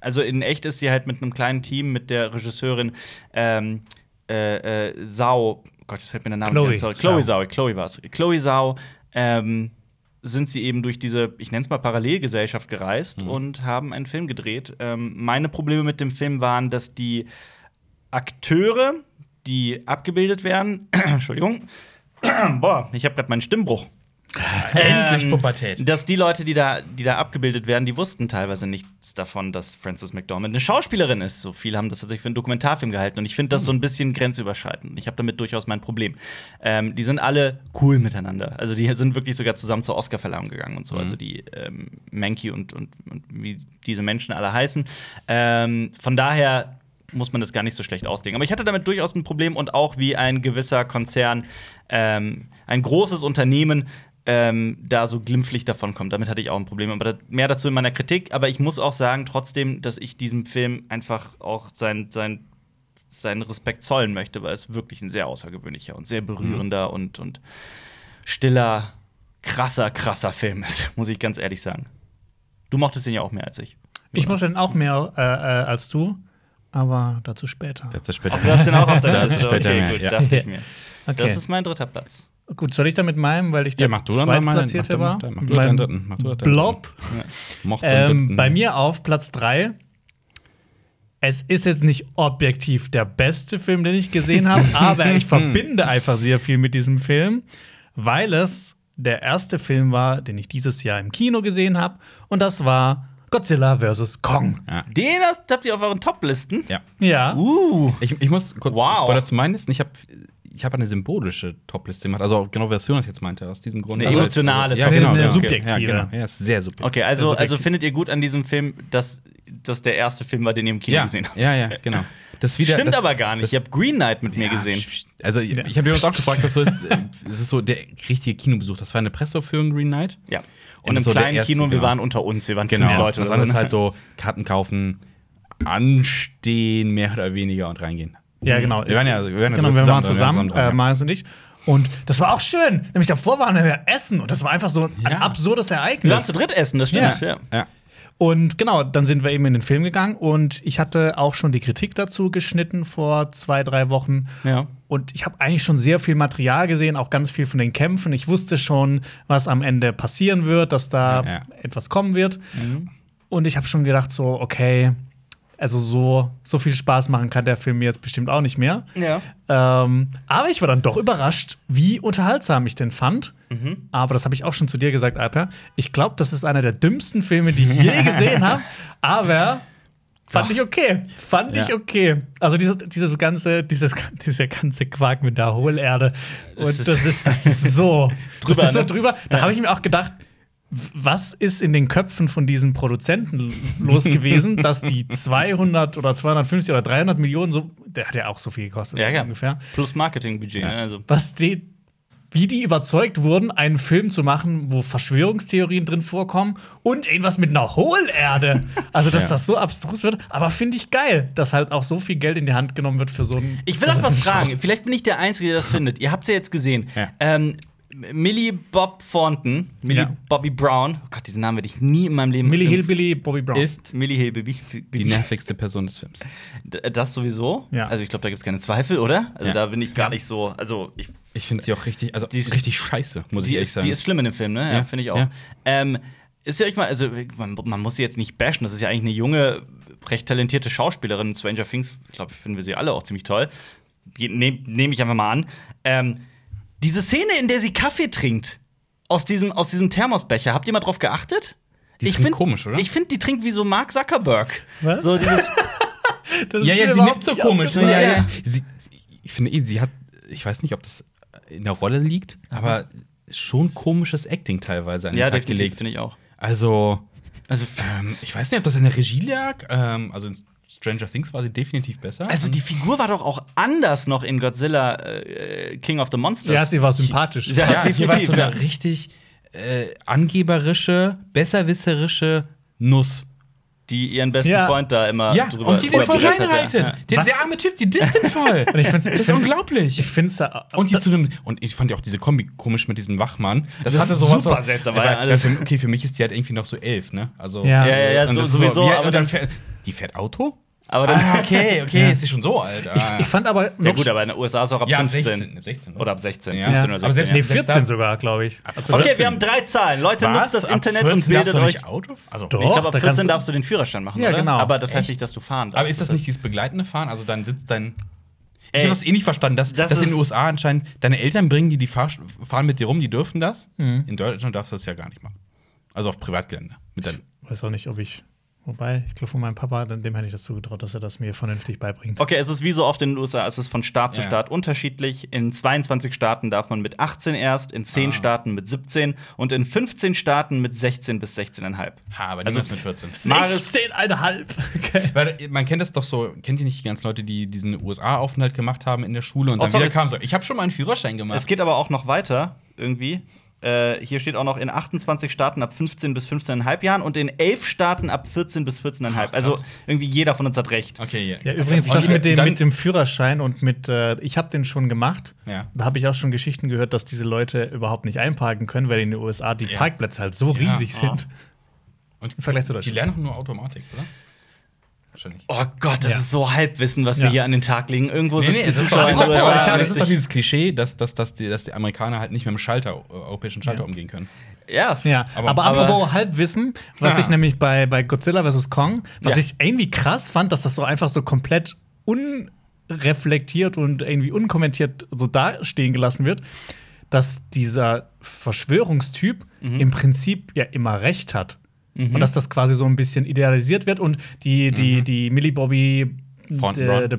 Speaker 1: also in echt ist sie halt mit einem kleinen Team, mit der Regisseurin ähm, äh, äh, Sau, Gott, jetzt fällt mir der Name
Speaker 3: Chloe
Speaker 1: wieder zurück.
Speaker 3: Zhao.
Speaker 1: Chloe Sau, Chloe war's. Chloe Sau, ähm, sind sie eben durch diese, ich nenne es mal Parallelgesellschaft gereist und haben einen Film gedreht. Ähm, meine Probleme mit dem Film waren, dass die Akteure, die abgebildet werden, [clears throat] Entschuldigung, boah, ich habe gerade meinen Stimmbruch
Speaker 2: Endlich
Speaker 1: ähm,
Speaker 2: Pubertät.
Speaker 1: dass die Leute, die da, die da abgebildet werden, die wussten teilweise nichts davon, dass Frances McDormand eine Schauspielerin ist. So viele haben das tatsächlich für einen Dokumentarfilm gehalten. Und ich finde das so ein bisschen grenzüberschreitend. Ich habe damit durchaus mein Problem. Ähm, die sind alle cool miteinander. Also die sind wirklich sogar zusammen zur Oscarverleihung gegangen
Speaker 2: Mhm.
Speaker 1: und so. Also die ähm, Mankey und, und, und wie diese Menschen alle heißen. Ähm, von daher muss man das gar nicht so schlecht auslegen. Aber ich hatte damit durchaus ein Problem und auch wie ein gewisser Konzern, ähm, ein großes Unternehmen, ähm, da so glimpflich davonkommt. Damit hatte ich auch ein Problem. Aber da- mehr dazu in meiner Kritik. Aber ich muss auch sagen, trotzdem, dass ich diesem Film einfach auch sein, sein seinen Respekt zollen möchte, weil es wirklich ein sehr außergewöhnlicher und sehr berührender
Speaker 2: Mhm.
Speaker 1: und, und stiller, krasser, krasser Film ist, [laughs] muss ich ganz ehrlich sagen. Du mochtest ihn ja auch mehr als ich.
Speaker 3: Ich mochte den auch mehr äh, äh, als du, aber dazu später.
Speaker 2: Das ist später.
Speaker 1: Du hast den auch auf
Speaker 2: [laughs] Da
Speaker 1: der
Speaker 2: hat sich
Speaker 1: Liste.
Speaker 2: später
Speaker 1: Okay,
Speaker 2: mehr,
Speaker 1: gut,
Speaker 2: ja.
Speaker 1: dachte
Speaker 2: [laughs]
Speaker 1: ich mir.
Speaker 3: Okay.
Speaker 1: Das ist mein dritter Platz.
Speaker 3: Gut, soll ich dann mit meinem, weil ich
Speaker 2: Ja,
Speaker 3: der
Speaker 2: mach du dann mal meinen.
Speaker 3: Zweitplatzierte
Speaker 2: Mach
Speaker 3: war?
Speaker 2: du- mach du- mach du deinen
Speaker 3: Mein
Speaker 2: dritten. Mach du deinen dritten.
Speaker 3: Blood.
Speaker 2: Mocht
Speaker 3: Ähm,
Speaker 2: Mhm.
Speaker 3: bei mir auf Platz 3. Es ist jetzt nicht objektiv der beste Film, den ich
Speaker 2: [laughs]
Speaker 3: gesehen habe, aber ich verbinde einfach sehr viel mit diesem Film, weil es der erste Film war, den ich dieses Jahr im Kino gesehen habe. Und das war Godzilla vs. Kong.
Speaker 1: Den hast, habt ihr auf euren Top-Listen.
Speaker 2: Ja.
Speaker 3: Ja.
Speaker 1: Uh.
Speaker 2: Ich, ich muss kurz
Speaker 1: Wow.
Speaker 2: Spoiler zu meinen Listen. Ich habe ich hab eine symbolische Topliste gemacht. Also genau, Version, was ich jetzt meinte. Aus diesem Grund.
Speaker 1: Eine emotionale
Speaker 2: ja,
Speaker 1: Top-
Speaker 2: genau,
Speaker 3: Eine
Speaker 2: ja, okay.
Speaker 3: subjektive.
Speaker 2: Ja, genau. ja, ist sehr subjektiv.
Speaker 1: Okay, also,
Speaker 2: Sehr
Speaker 1: also
Speaker 2: subjektiv.
Speaker 1: findet ihr gut an diesem Film, dass das der erste Film war, den ihr im Kino
Speaker 2: ja,
Speaker 1: gesehen habt.
Speaker 2: Ja, ja, genau. Das ist wieder,
Speaker 1: Stimmt
Speaker 2: das,
Speaker 1: aber gar nicht.
Speaker 2: das-
Speaker 1: Ich habe Green Knight mit mir
Speaker 2: Ja,
Speaker 1: gesehen.
Speaker 2: sch- sch- Also, ich, ich habe übrigens auch gefragt, was so ist. äh, Es ist so der richtige Kinobesuch. Das war eine Presseaufführung Green Knight.
Speaker 1: Ja.
Speaker 2: Und
Speaker 1: In einem
Speaker 2: so der
Speaker 1: kleinen
Speaker 2: erste,
Speaker 1: Kino und wir
Speaker 2: genau.
Speaker 1: waren unter uns. Wir waren
Speaker 2: Genau.
Speaker 1: fünf Leute.
Speaker 2: das
Speaker 1: oder
Speaker 2: andere ist
Speaker 1: ne?
Speaker 2: halt so: Karten kaufen, anstehen, mehr oder weniger und reingehen.
Speaker 3: Ja, genau.
Speaker 2: Wir waren ja, also, wir waren ja
Speaker 3: genau,
Speaker 2: so zusammen,
Speaker 3: wir
Speaker 2: ne?
Speaker 3: waren zusammen,
Speaker 2: dran, ja.
Speaker 3: äh, Marius und ich. Und das war auch schön. Nämlich davor waren wir essen und das war einfach so ein
Speaker 2: Ja.
Speaker 3: absurdes
Speaker 1: Wir waren
Speaker 3: Ereignis.
Speaker 1: zu dritt essen, das
Speaker 3: äh,
Speaker 1: stimmt. Ja.
Speaker 2: Ja.
Speaker 3: Und genau, dann sind wir eben in den Film gegangen und ich hatte auch schon die Kritik dazu geschnitten vor zwei, drei Wochen.
Speaker 1: Ja.
Speaker 3: Und ich habe eigentlich schon sehr viel Material gesehen, auch ganz viel von den Kämpfen. Ich wusste schon, was am Ende passieren wird, dass da
Speaker 2: Ja.
Speaker 3: etwas kommen wird. Und ich habe schon gedacht, so, okay, also so, so viel Spaß machen kann der Film mir jetzt bestimmt auch nicht mehr.
Speaker 1: Ja.
Speaker 3: Ähm, aber ich war dann doch überrascht, wie unterhaltsam ich den fand.
Speaker 1: Mhm.
Speaker 3: Aber das habe ich auch schon zu dir gesagt, Alper. Ich glaube, das ist einer der dümmsten Filme, die ich
Speaker 1: [laughs]
Speaker 3: je gesehen habe. Aber fand ich okay. Fand
Speaker 2: Ja.
Speaker 3: ich okay. Also dieses, dieses ganze, dieses, dieser ganze Quark mit der Hohlerde. Und
Speaker 1: ist-
Speaker 3: das ist, das ist
Speaker 1: [laughs]
Speaker 3: so
Speaker 1: Drüber,
Speaker 3: Das ist so
Speaker 1: ne?
Speaker 3: drüber. Da habe ich mir auch gedacht, w- was ist in den Köpfen von diesen Produzenten
Speaker 2: [laughs]
Speaker 3: los gewesen, dass die 200 oder 250 oder 300 Millionen so, der hat ja auch so viel gekostet
Speaker 1: Ja, ja.
Speaker 3: ungefähr.
Speaker 1: Plus Marketingbudget.
Speaker 2: Ja.
Speaker 1: Ne? Also.
Speaker 3: Was die, wie die überzeugt wurden, einen Film zu machen, wo Verschwörungstheorien drin vorkommen und irgendwas mit einer Hohlerde. Also, dass
Speaker 2: Ja.
Speaker 3: das so abstrus wird, aber finde ich geil, dass halt auch so viel Geld in die Hand genommen wird für so einen.
Speaker 1: Ich will auch was fragen. Vielleicht bin ich der Einzige, der das findet. Ihr habt es ja jetzt gesehen.
Speaker 2: Ja.
Speaker 1: Ähm, Millie Bob Thornton, Millie
Speaker 3: Ja.
Speaker 1: Bobby Brown. Oh Gott, diesen Namen werde ich nie in meinem Leben.
Speaker 3: Millie Hillbilly, Bobby Brown.
Speaker 2: Ist
Speaker 1: Millie Hillbilly.
Speaker 2: die nervigste Person des Films.
Speaker 1: D- Das sowieso.
Speaker 3: Ja.
Speaker 1: Also ich glaube, da gibt es keine Zweifel, oder? Also
Speaker 2: Ja.
Speaker 1: da bin ich gar nicht so. Also ich,
Speaker 2: Ich finde sie auch richtig, also
Speaker 1: Die ist-
Speaker 2: richtig scheiße, muss ich
Speaker 1: die,
Speaker 2: ehrlich
Speaker 1: ist,
Speaker 2: sagen.
Speaker 1: die ist schlimm in dem Film, ne? Ja,
Speaker 2: Ja,
Speaker 1: finde ich auch.
Speaker 2: ja.
Speaker 1: Ähm, ist ja euch mal, also man, man muss sie jetzt nicht bashen. Das ist ja eigentlich eine junge, recht talentierte Schauspielerin. Stranger Things, ich glaube, finden wir sie alle auch ziemlich toll. ne, Nehme nehm ich einfach mal an. Ähm, diese Szene, in der sie Kaffee trinkt aus diesem aus diesem Thermosbecher, habt ihr mal drauf geachtet?
Speaker 2: Die
Speaker 1: ich
Speaker 2: trinkt
Speaker 1: find-
Speaker 2: komisch, oder?
Speaker 1: Ich finde, die trinkt wie so Mark Zuckerberg.
Speaker 3: Was?
Speaker 1: So dieses,
Speaker 3: Das ist
Speaker 2: ja,
Speaker 3: mir
Speaker 2: ja, sie
Speaker 3: überhaupt
Speaker 2: nimmt so
Speaker 3: nicht
Speaker 2: komisch. Ne?
Speaker 3: aufgefallen.
Speaker 2: Ja,
Speaker 1: Ja,
Speaker 2: ja.
Speaker 1: ja.
Speaker 2: Sie, ich finde eh, sie hat, ich weiß nicht, ob das in der Rolle liegt, aber schon komisches Acting teilweise an den
Speaker 1: ja,
Speaker 2: Tag
Speaker 1: definitiv,
Speaker 2: gelegt.
Speaker 1: finde ich auch.
Speaker 2: Also,
Speaker 1: Also
Speaker 2: ähm, ich weiß nicht, ob das in der Regie lag. Ähm, also in Stranger Things war sie definitiv besser.
Speaker 1: Also die Figur war doch auch anders noch in Godzilla äh, King of the Monsters.
Speaker 3: Ja, sie war sympathisch.
Speaker 1: Ja.
Speaker 2: ja, hier war es so
Speaker 1: definitiv,
Speaker 2: eine richtig äh, angeberische, besserwisserische Nuss.
Speaker 1: die ihren besten
Speaker 3: Ja.
Speaker 1: Freund da immer
Speaker 2: Ja,
Speaker 1: drüber
Speaker 2: und die den voll
Speaker 1: drüber hat,
Speaker 2: reinreitet.
Speaker 1: Ja.
Speaker 2: Der,
Speaker 3: Was-
Speaker 2: der arme Typ, die disst den voll.
Speaker 3: Und ich find's-
Speaker 2: das ist
Speaker 3: find's-
Speaker 2: unglaublich.
Speaker 3: Ich finde es da.
Speaker 2: Und die zu dem und ich fand ja auch diese Kombi komisch mit diesem Wachmann.
Speaker 1: Das ist super
Speaker 2: so-
Speaker 1: seltsam,
Speaker 2: weil,
Speaker 1: weil
Speaker 2: weil
Speaker 1: alles-
Speaker 2: für, okay, für mich ist die halt irgendwie noch so elf, ne? Also
Speaker 3: Ja.
Speaker 1: Ja, ja, ja,
Speaker 2: und
Speaker 1: so,
Speaker 2: das ist
Speaker 1: sowieso,
Speaker 2: wie-
Speaker 1: aber
Speaker 2: und dann
Speaker 1: dann,
Speaker 2: fährt, die fährt Auto?
Speaker 1: aber dann
Speaker 2: ah, okay, okay, ist sie schon so alt.
Speaker 3: Ich,
Speaker 2: Ah,
Speaker 3: ich fand aber.
Speaker 1: Ja
Speaker 3: Noch
Speaker 1: gut, aber in den USA ist auch ab
Speaker 2: ja, ab
Speaker 1: 15
Speaker 2: 16, ab 16
Speaker 1: oder ab 16,
Speaker 2: Ja.
Speaker 1: 15
Speaker 3: Ja.
Speaker 1: oder 16.
Speaker 2: Aber selbst
Speaker 1: ja.
Speaker 3: nee,
Speaker 2: selbst
Speaker 3: 14
Speaker 2: da-
Speaker 3: sogar, glaube ich. Also,
Speaker 2: Ab
Speaker 1: Okay,
Speaker 2: 14.
Speaker 1: wir haben drei Zahlen. Leute,
Speaker 2: Was?
Speaker 1: nutzt das
Speaker 2: Ab
Speaker 1: Internet
Speaker 2: 14
Speaker 1: und
Speaker 2: darfst
Speaker 1: bildet
Speaker 2: du
Speaker 1: euch.
Speaker 2: nicht Auto? Also,
Speaker 3: Doch.
Speaker 1: Ich glaube, ab
Speaker 3: da kannst
Speaker 1: 14
Speaker 3: du-
Speaker 1: darfst du den Führerschein machen,
Speaker 3: Ja,
Speaker 1: oder?
Speaker 3: genau.
Speaker 1: Aber das heißt
Speaker 2: Echt?
Speaker 1: nicht, dass du fahren darfst.
Speaker 2: Aber ist das nicht dieses begleitende Fahren? Also dann sitzt dein Ich
Speaker 1: Ey.
Speaker 2: habe das eh nicht verstanden, dass,
Speaker 1: Das
Speaker 2: dass in
Speaker 1: ist-
Speaker 2: den USA anscheinend deine Eltern bringen die, die Fahr fahren mit dir rum, die dürfen das.
Speaker 1: Mhm.
Speaker 2: In Deutschland darfst du das ja gar nicht machen. Also auf Privatgelände. Mit deinen
Speaker 3: weiß auch nicht, ob ich. Wobei, ich glaube, von meinem Papa, dann dem hätte ich das zugetraut, dass er das mir vernünftig beibringt.
Speaker 1: Okay, es ist wie so oft in den USA, es ist von Staat zu
Speaker 2: Ja.
Speaker 1: Staat unterschiedlich. In 22 Staaten darf man mit 18 erst, in 10
Speaker 2: Ah.
Speaker 1: Staaten mit 17 und in 15 Staaten mit 16 bis 16,5.
Speaker 2: Ha, aber
Speaker 1: Also-
Speaker 2: niemals mit 14.
Speaker 1: Maris-
Speaker 3: 16,5.
Speaker 2: Weil man kennt das doch so, kennt ihr nicht die ganzen Leute, die diesen USA-Aufenthalt gemacht haben in der Schule und
Speaker 1: Oh,
Speaker 2: dann
Speaker 1: sorry,
Speaker 2: wieder
Speaker 1: es-
Speaker 2: kamen so, ich habe schon mal einen Führerschein
Speaker 1: Es
Speaker 2: gemacht.
Speaker 1: geht aber auch noch weiter irgendwie. Äh, hier steht auch noch in 28 Staaten ab 15 bis 15,5 Jahren und in 11 Staaten ab 14 bis 14,5. Also irgendwie jeder von uns hat recht.
Speaker 2: Okay, ja.
Speaker 3: Ja, übrigens,
Speaker 2: Und
Speaker 3: das mit dem,
Speaker 2: dann-
Speaker 3: mit dem Führerschein und mit, äh, ich habe den schon gemacht.
Speaker 2: Ja.
Speaker 3: Da habe ich auch schon Geschichten gehört, dass diese Leute überhaupt nicht einparken können, weil in den USA die
Speaker 2: Ja.
Speaker 3: Parkplätze halt so
Speaker 2: Ja,
Speaker 3: riesig
Speaker 1: ja.
Speaker 3: sind.
Speaker 2: Und
Speaker 3: Im Vergleich
Speaker 2: die
Speaker 3: zu Deutschland.
Speaker 2: lernen doch nur Automatik, oder? Wahrscheinlich.
Speaker 1: Oh Gott, das
Speaker 3: Ja.
Speaker 1: ist so Halbwissen, was wir
Speaker 3: Ja.
Speaker 1: hier an den Tag legen. Irgendwo sitzen
Speaker 2: es ist doch,
Speaker 1: Zuschauer in den
Speaker 3: aber
Speaker 1: USA.
Speaker 3: ich hab-
Speaker 2: das ist doch dieses Klischee, dass, dass, dass, die, dass die Amerikaner halt nicht mit dem Schalter, äh, europäischen Schalter
Speaker 3: Ja.
Speaker 2: umgehen können.
Speaker 1: ja.
Speaker 3: Ja,
Speaker 2: Aber-
Speaker 3: aber, apropos Halbwissen, was
Speaker 2: Ja.
Speaker 3: ich nämlich bei, bei Godzilla vs. Kong, was
Speaker 1: Ja.
Speaker 3: ich irgendwie krass fand, dass das so einfach so komplett unreflektiert und irgendwie unkommentiert so dastehen gelassen wird, dass dieser Verschwörungstyp im Prinzip ja immer recht hat. Und dass das quasi so ein bisschen idealisiert wird und die, die, die Millie Bobby
Speaker 2: Von
Speaker 3: de,
Speaker 2: Ron-
Speaker 3: de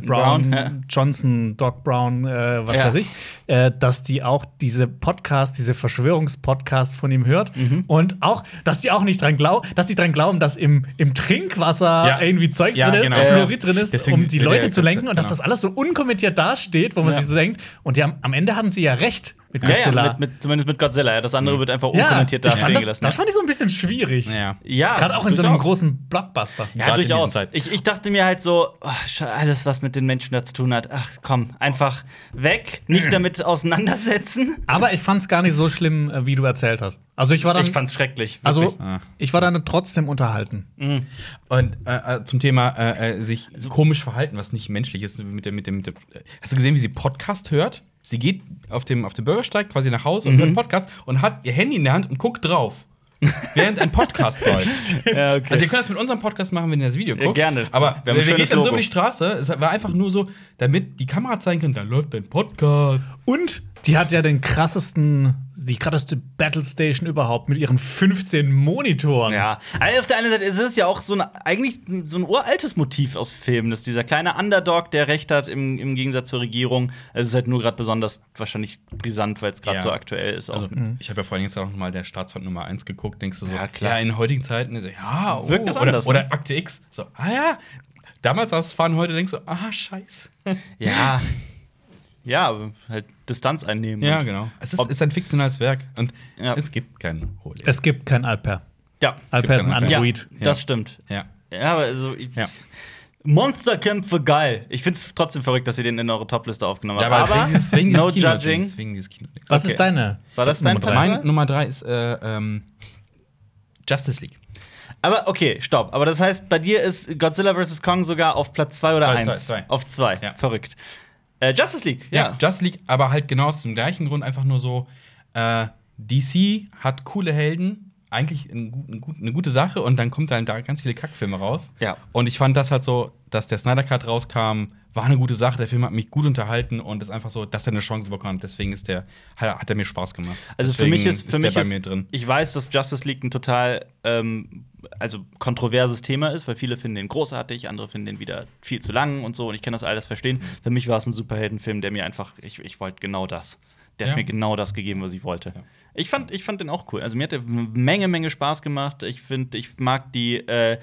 Speaker 1: Brown,
Speaker 3: Brown,
Speaker 1: ja.
Speaker 3: Johnson, Doc Brown, äh, was
Speaker 1: Ja.
Speaker 3: weiß ich, äh, dass die auch diese Podcasts, diese Verschwörungspodcasts von ihm hört
Speaker 1: Mhm.
Speaker 3: und auch, dass die auch nicht dran glauben, dass die dran glauben, dass im, im Trinkwasser
Speaker 2: Ja.
Speaker 3: irgendwie Zeugs
Speaker 2: Ja,
Speaker 3: drin ist,
Speaker 2: genau.
Speaker 3: Fluorid drin ist,
Speaker 2: Deswegen
Speaker 3: um die
Speaker 2: wird
Speaker 3: Leute
Speaker 2: der
Speaker 3: zu lenken und dass
Speaker 2: Konzept,
Speaker 3: das alles so unkommentiert dasteht, wo man
Speaker 1: genau. Ja.
Speaker 3: sich so denkt, und die haben, am Ende hatten sie ja recht mit
Speaker 1: Ja, ja,
Speaker 3: Godzilla. Mhm.
Speaker 1: mit, mit, zumindest mit Godzilla. ja. Das andere wird einfach
Speaker 3: Ja,
Speaker 1: unkommentiert
Speaker 3: ich
Speaker 1: da
Speaker 3: fand
Speaker 1: stehen
Speaker 3: das,
Speaker 1: gelassen.
Speaker 3: das fand ich so ein bisschen schwierig.
Speaker 2: Naja.
Speaker 1: ja,
Speaker 3: Gerade auch in so einem
Speaker 1: durchaus.
Speaker 3: großen Blockbuster.
Speaker 1: Ja,
Speaker 2: Gerade in
Speaker 1: durchaus.
Speaker 2: diesen Zeiten.
Speaker 1: Ich, ich dachte mir halt so, oh, sche- alles, was mit den Menschen da zu tun hat, ach komm, einfach weg,
Speaker 3: [clears throat]
Speaker 1: nicht damit auseinandersetzen.
Speaker 3: Aber ich fand es gar nicht so schlimm, äh, wie du erzählt hast. Also ich war dann,
Speaker 1: Ich fand's schrecklich.
Speaker 3: also
Speaker 2: Ah.
Speaker 3: ich war dann trotzdem unterhalten.
Speaker 2: Und äh, äh, zum Thema äh, äh, sich komisch verhalten, was nicht menschlich ist, mit der, mit dem, mit der, hast du gesehen, wie sie Podcast hört? Sie geht auf dem, auf dem Bürgersteig quasi nach Hause und hört Podcast und hat ihr Handy in der Hand und guckt [laughs] drauf. während ein Podcast läuft.
Speaker 1: Ja, okay.
Speaker 2: Also ihr könnt das mit unserem Podcast machen, wenn ihr das Video
Speaker 1: Ja,
Speaker 2: guckt.
Speaker 1: gerne.
Speaker 2: Aber
Speaker 1: Wir
Speaker 2: wir,
Speaker 1: haben ein
Speaker 2: wir gehen
Speaker 1: schönes
Speaker 2: dann so
Speaker 1: Logo.
Speaker 2: über die Straße. Es war einfach nur so, damit die Kamera zeigen kann, da läuft ein Podcast.
Speaker 3: Und die hat ja den krassesten, die krasseste Battle Station überhaupt mit ihren 15 Monitoren.
Speaker 1: Ja, also auf der einen Seite ist es ja auch so ein, eigentlich so ein uraltes Motiv aus Filmen, dass dieser kleine Underdog, der Recht hat im, im Gegensatz zur Regierung. Es ist halt nur gerade besonders wahrscheinlich brisant, weil es gerade
Speaker 2: Ja.
Speaker 1: so aktuell ist. Auch.
Speaker 2: Also, ich habe ja vorhin jetzt auch noch mal der Staatsfeind Nummer 1 geguckt, denkst du so,
Speaker 1: Mhm. Ja, klar.
Speaker 2: in heutigen Zeiten ist er, ja, oh,
Speaker 1: Wirkt das
Speaker 2: oder,
Speaker 1: anders, ne?
Speaker 2: oder Akte X, so, ah ja, damals war es fahren, heute denkst du,
Speaker 1: [laughs]
Speaker 2: ah, scheiße.
Speaker 1: ja. Ja, aber halt Distanz einnehmen.
Speaker 2: Ja,
Speaker 1: und-
Speaker 2: genau. Es ist,
Speaker 1: Ob-
Speaker 2: ist ein fiktionales Werk und
Speaker 1: Ja.
Speaker 2: es gibt keinen Holy.
Speaker 3: Es gibt kein Alper.
Speaker 1: Ja,
Speaker 3: Alper ist ein
Speaker 2: kein Alper.
Speaker 1: ja,
Speaker 3: Android.
Speaker 1: das stimmt.
Speaker 2: ja.
Speaker 1: Ja, aber also. Ich,
Speaker 2: Ja.
Speaker 1: Monsterkämpfe geil. Ich find's trotzdem verrückt, dass ihr den in eure Topliste aufgenommen habt.
Speaker 2: aber wegen dieses, wegen dieses
Speaker 1: no
Speaker 2: Kino
Speaker 1: judging.
Speaker 2: Wegen dieses Kino
Speaker 3: Was
Speaker 1: okay.
Speaker 3: ist deine?
Speaker 1: War das dein
Speaker 3: Nummer drei?
Speaker 1: Platz?
Speaker 2: Mein Nummer 3 ist äh, ähm, Justice League.
Speaker 1: Aber okay, stopp. Aber das heißt, bei dir ist Godzilla vs. Kong sogar auf Platz 2 oder
Speaker 2: Zwei,
Speaker 1: 1?
Speaker 2: zwei, zwei.
Speaker 1: Auf 2.
Speaker 2: Ja.
Speaker 1: Verrückt. Äh, Justice League,
Speaker 2: Ja,
Speaker 1: ja.
Speaker 2: Just League, aber halt genau aus dem gleichen Grund, einfach nur so, äh, DC hat coole Helden, eigentlich ein gut, ein gut, eine gute Sache und dann kommt dann da ganz viele Kackfilme raus.
Speaker 1: Ja.
Speaker 2: Und ich fand das halt so, dass der Snyder Cut rauskam, war eine gute Sache, der Film hat mich gut unterhalten und ist einfach so, dass er eine Chance bekommt, deswegen ist der, hat, hat er mir Spaß gemacht.
Speaker 1: Also für
Speaker 2: Deswegen
Speaker 1: mich ist, für
Speaker 2: der
Speaker 1: mich
Speaker 2: bei
Speaker 1: ist,
Speaker 2: mir drin.
Speaker 1: ich weiß, dass Justice League ein total, ähm, also kontroverses Thema ist, weil viele finden den großartig, andere finden den wieder viel zu lang und so. Und ich kann das alles verstehen.
Speaker 2: Mhm.
Speaker 1: Für mich war es ein Superheldenfilm, der mir einfach, ich, ich wollte genau das. Der
Speaker 2: Ja.
Speaker 1: hat mir genau das gegeben, was ich wollte.
Speaker 2: Ja.
Speaker 1: Ich fand, ich fand den auch cool. Also mir hat der eine Menge, Menge Spaß gemacht. Ich finde, ich mag die, äh,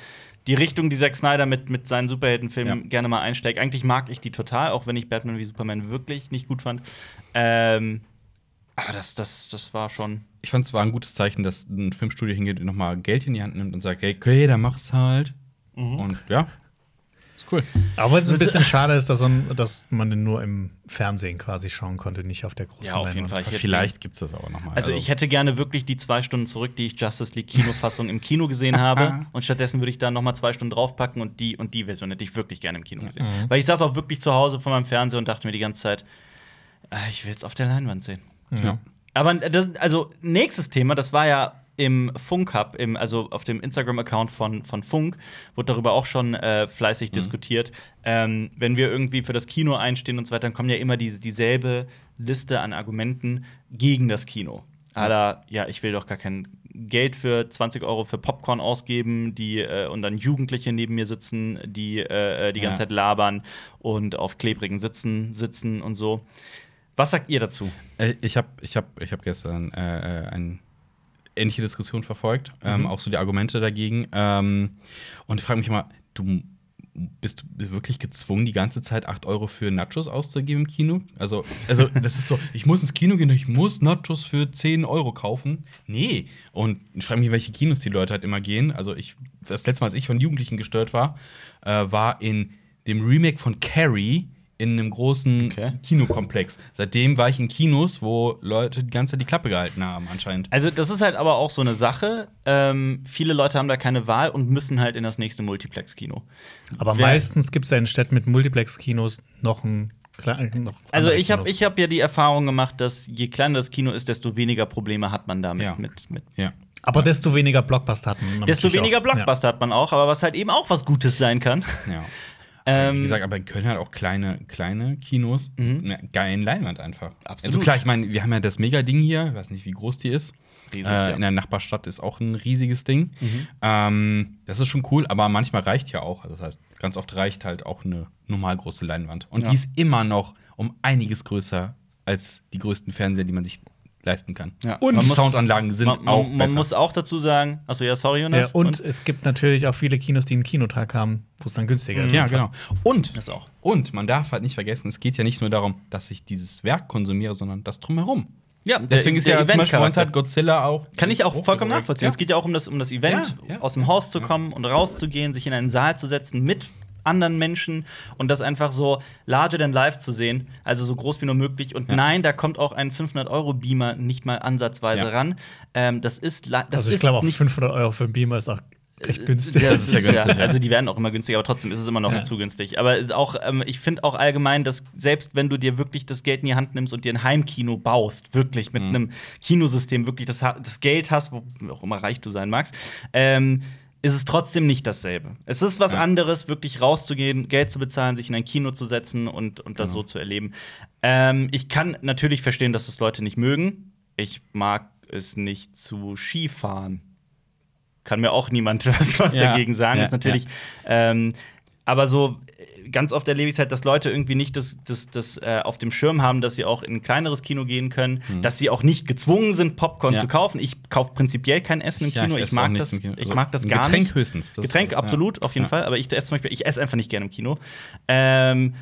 Speaker 1: die Richtung, die Zack Snyder mit, mit seinen Superheldenfilmen
Speaker 2: Ja.
Speaker 1: gerne mal einsteigt. Eigentlich mag ich die total, auch wenn ich Batman wie Superman wirklich nicht gut fand. Ähm, aber das, das, das war schon.
Speaker 2: Ich fand es war ein gutes Zeichen, dass ein Filmstudio hingeht und nochmal Geld in die Hand nimmt und sagt, hey, okay, dann mach's halt.
Speaker 1: Mhm.
Speaker 2: Und ja, ist cool.
Speaker 3: Auch wenn es ein bisschen schade ist, dass man, dass man den nur im Fernsehen quasi schauen konnte, nicht auf der großen
Speaker 1: Ja, auf jeden Fall.
Speaker 3: Leinwand.
Speaker 1: Ich hätte-
Speaker 2: Vielleicht gibt's das auch nochmal.
Speaker 1: Also, ich hätte gerne wirklich die zwei Stunden zurück, die ich Justice League Kinofassung im Kino gesehen habe. Und stattdessen würde ich dann noch mal zwei Stunden draufpacken und die und die Version hätte ich wirklich gerne im Kino gesehen. Weil ich saß auch wirklich zu Hause vor meinem Fernseher und dachte mir die ganze Zeit, ah, ich will es auf der Leinwand sehen.
Speaker 2: ja.
Speaker 1: Aber das, also nächstes Thema, das war ja im Funk Hub, im, also auf dem Instagram-Account von, von Funk, wurde darüber auch schon äh, fleißig
Speaker 2: Mhm.
Speaker 1: diskutiert. Ähm, wenn wir irgendwie für das Kino einstehen und so weiter, dann kommen ja immer diese dieselbe Liste an Argumenten gegen das Kino. Aller, ja, ich will doch gar kein Geld für 20 Euro für Popcorn ausgeben, die äh, und dann Jugendliche neben mir sitzen, die äh, die ganze
Speaker 2: Ja.
Speaker 1: Zeit labern und auf klebrigen Sitzen sitzen und so. Was sagt ihr dazu?
Speaker 2: Äh, Ich habe ich hab, ich hab gestern äh, äh, eine ähnliche Diskussion verfolgt, ähm, auch so die Argumente dagegen. Ähm, und ich frage mich immer, du bist du wirklich gezwungen, die ganze Zeit 8 Euro für Nachos auszugeben im Kino? Also, also das ist so, ich muss ins Kino gehen, ich muss Nachos für 10 Euro kaufen. Nee. Und ich frage mich, in welche Kinos die Leute halt immer gehen. Also, ich, das letzte Mal, als ich von Jugendlichen gestört war, äh, war in dem Remake von Carrie in einem großen
Speaker 1: Okay.
Speaker 2: Kinokomplex. Seitdem war ich in Kinos, wo Leute die ganze Zeit die Klappe gehalten haben, anscheinend.
Speaker 1: Also, das ist halt aber auch so eine Sache. Ähm, viele Leute haben da keine Wahl und müssen halt in das nächste Multiplex-Kino.
Speaker 3: Aber
Speaker 1: Wer-
Speaker 3: meistens gibt es ja in Städten mit Multiplex-Kinos noch ein kleinen.
Speaker 1: Also, ich habe ich hab ja die Erfahrung gemacht, dass je kleiner das Kino ist, desto weniger Probleme hat man damit.
Speaker 2: Ja.
Speaker 1: Mit, mit.
Speaker 2: Ja.
Speaker 3: Aber desto weniger Blockbuster hat man.
Speaker 1: Desto
Speaker 3: natürlich auch.
Speaker 1: weniger
Speaker 3: Ja.
Speaker 1: Blockbuster hat man auch, aber was halt eben auch was Gutes sein
Speaker 2: [laughs]
Speaker 1: kann.
Speaker 2: ja.
Speaker 1: Ähm,
Speaker 2: Äh,
Speaker 1: Mhm.
Speaker 2: Wie gesagt, aber in Köln hat auch kleine, kleine Kinos mit einer geilen Leinwand einfach.
Speaker 1: Absolut.
Speaker 2: Also klar, ich meine, wir haben ja das Mega-Ding hier, ich weiß nicht, wie groß die ist.
Speaker 1: Riesig,
Speaker 2: äh,
Speaker 1: ja. Mhm.
Speaker 2: In der Nachbarstadt ist auch ein riesiges Ding. Ähm, das ist schon cool, aber manchmal reicht ja auch. Also das heißt, ganz oft reicht halt auch eine normal große Leinwand. Und
Speaker 1: Ja.
Speaker 2: die ist immer noch um einiges größer als die größten Fernseher, die man sich leisten kann.
Speaker 1: Ja.
Speaker 2: Und
Speaker 1: Man
Speaker 2: die
Speaker 1: muss-
Speaker 2: Soundanlagen sind
Speaker 1: man, man,
Speaker 2: auch
Speaker 1: man
Speaker 2: besser.
Speaker 1: muss auch dazu sagen, achso, ja, sorry,
Speaker 3: Ja,
Speaker 1: Jonas.
Speaker 3: und, es gibt natürlich auch viele Kinos, die einen Kinotag haben, wo es dann günstiger ist.
Speaker 2: Ja, genau. Und,
Speaker 1: Das auch.
Speaker 2: und man darf halt nicht vergessen, es geht ja nicht nur darum, dass ich dieses Werk konsumiere, sondern das drumherum.
Speaker 1: ja, der-
Speaker 2: Deswegen ist
Speaker 1: der
Speaker 2: ja zum Beispiel bei uns
Speaker 1: Eventcharakter.
Speaker 2: halt Godzilla auch.
Speaker 1: Kann ich auch vollkommen nachvollziehen.
Speaker 2: Ja.
Speaker 1: Es geht ja auch um das, um das Event,
Speaker 2: Ja, ja.
Speaker 1: aus dem Haus zu kommen und rauszugehen, sich in einen Saal zu setzen mit anderen Menschen und das einfach so larger than life zu sehen, also so groß wie nur möglich. Und
Speaker 2: Ja.
Speaker 1: nein, da kommt auch ein 500-Euro-Beamer nicht mal ansatzweise
Speaker 2: Ja.
Speaker 1: ran. Ähm, das ist, la- das
Speaker 3: also ich
Speaker 1: ist
Speaker 3: glaube auch
Speaker 1: nicht
Speaker 3: 500 Euro für einen Beamer ist auch recht günstig.
Speaker 1: das ist ja
Speaker 3: [laughs]
Speaker 1: günstig.
Speaker 2: ja.
Speaker 1: Also die werden auch immer günstiger, aber trotzdem ist es immer noch
Speaker 3: Ja.
Speaker 1: zu günstig. Aber es ist auch, ähm, ich finde auch allgemein, dass selbst wenn du dir wirklich das Geld in die Hand nimmst und dir ein Heimkino baust, wirklich mit einem Kinosystem wirklich das, Ha- das Geld hast, wo auch immer reich du sein magst, ähm, ist es trotzdem nicht dasselbe. Es ist was
Speaker 2: Ja.
Speaker 1: anderes, wirklich rauszugehen, Geld zu bezahlen, sich in ein Kino zu setzen und, und das so zu erleben. Ähm, ich kann natürlich verstehen, dass das Leute nicht mögen. Ich mag es nicht zu Skifahren kann mir auch niemand [laughs] was, was
Speaker 2: Ja.
Speaker 1: dagegen sagen.
Speaker 2: Ja,
Speaker 1: ist natürlich. Ähm, aber so äh, ganz oft erlebe ich es halt, dass Leute irgendwie nicht das, das, das äh, auf dem Schirm haben, dass sie auch in ein kleineres Kino gehen können, dass sie auch nicht gezwungen sind, Popcorn
Speaker 2: Hm. Ja.
Speaker 1: zu kaufen. Ich kaufe prinzipiell kein Essen im
Speaker 2: Ja,
Speaker 1: um Kino. ich,
Speaker 2: esse auch
Speaker 1: mag
Speaker 2: nichts
Speaker 1: das,
Speaker 2: im Kino.
Speaker 1: ich
Speaker 2: Also,
Speaker 1: mag das
Speaker 2: ein
Speaker 1: gar
Speaker 2: Getränk
Speaker 1: nicht.
Speaker 2: höchstens. Das ist
Speaker 1: Getränk,
Speaker 2: alles, ja.
Speaker 1: absolut, auf jeden
Speaker 2: Ja.
Speaker 1: Fall. Aber ich esse zum Beispiel, ich esse einfach nicht gerne im Kino. Ähm,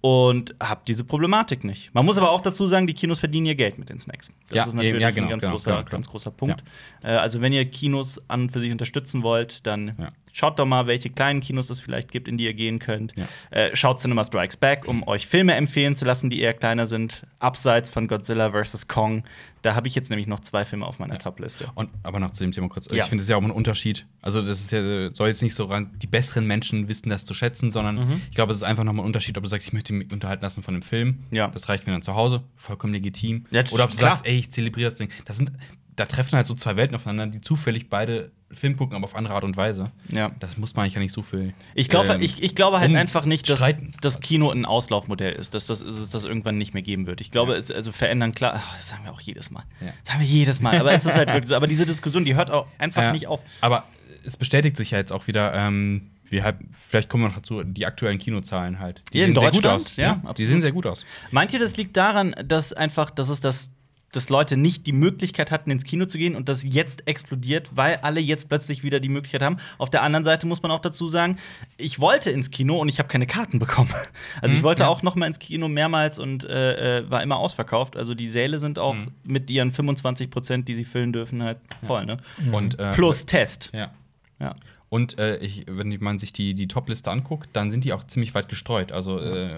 Speaker 1: und habe diese Problematik nicht. Man muss aber auch dazu sagen, die Kinos verdienen ihr Geld mit den Snacks. Das
Speaker 2: Ja,
Speaker 1: ist natürlich
Speaker 2: eben, ja, genau,
Speaker 1: ein ganz,
Speaker 2: genau,
Speaker 1: großer,
Speaker 2: genau, genau.
Speaker 1: ganz großer Punkt. Äh, also, wenn ihr Kinos an und für sich unterstützen wollt, dann
Speaker 2: Ja.
Speaker 1: schaut doch mal, welche kleinen Kinos es vielleicht gibt, in die ihr gehen könnt.
Speaker 2: Ja.
Speaker 1: Äh, schaut Cinema Strikes Back, um euch Filme empfehlen zu lassen, die eher kleiner sind, abseits von Godzilla vs. Kong. Da habe ich jetzt nämlich noch zwei Filme auf meiner Top-Liste.
Speaker 2: Und, aber noch zu dem Thema kurz. Also
Speaker 1: Ja.
Speaker 2: Ich finde es ja auch ein Unterschied. Also, das ist ja, soll jetzt nicht so ran, die besseren Menschen wissen das zu schätzen, sondern
Speaker 1: Mhm.
Speaker 2: ich glaube, es ist einfach nochmal ein Unterschied, ob du sagst, ich möchte mich unterhalten lassen von einem Film.
Speaker 1: Ja.
Speaker 2: Das reicht mir dann zu Hause, vollkommen legitim.
Speaker 1: Ja, das-
Speaker 2: Oder ob du
Speaker 1: klar.
Speaker 2: sagst, ey, ich zelebriere das Ding. Das sind, da treffen halt so zwei Welten aufeinander, die zufällig beide Film gucken, aber auf andere Art und Weise.
Speaker 1: Ja.
Speaker 2: Das muss man eigentlich gar nicht so viel.
Speaker 1: Ich glaube,
Speaker 2: ähm,
Speaker 1: ich, ich glaube halt
Speaker 2: um-
Speaker 1: einfach nicht, dass
Speaker 2: streiten.
Speaker 1: das Kino ein Auslaufmodell ist, dass das, dass es das irgendwann nicht mehr geben wird. Ich glaube, es also verändern klar, ach, das sagen wir auch jedes Mal.
Speaker 2: Ja.
Speaker 1: Das sagen wir jedes Mal. Aber es ist
Speaker 2: [laughs]
Speaker 1: halt wirklich so. Aber diese Diskussion, die hört auch einfach
Speaker 2: Ja,
Speaker 1: nicht auf.
Speaker 2: Aber es bestätigt sich ja jetzt auch wieder, ähm, wir halt, vielleicht kommen wir noch dazu, die aktuellen Kinozahlen halt. Die
Speaker 1: Hier in
Speaker 2: gut
Speaker 1: Deutschland?
Speaker 2: aus.
Speaker 1: Ja, absolut.
Speaker 2: die sehen sehr gut aus.
Speaker 1: Meint ihr, das liegt daran, dass einfach, dass es das dass Leute nicht die Möglichkeit hatten, ins Kino zu gehen und das jetzt explodiert, weil alle jetzt plötzlich wieder die Möglichkeit haben. Auf der anderen Seite muss man auch dazu sagen, ich wollte ins Kino und ich habe keine Karten bekommen. [laughs] Also ich wollte auch noch mal ins Kino mehrmals und äh, äh, war immer ausverkauft. Also die Säle sind auch mit ihren 25 Prozent, die sie füllen dürfen, halt voll. Ne?
Speaker 2: Und, äh,
Speaker 1: Plus Test.
Speaker 2: Ja.
Speaker 1: Ja.
Speaker 2: Und äh, ich, wenn man sich die, die Top-Liste anguckt, dann sind die auch ziemlich weit gestreut. Also äh,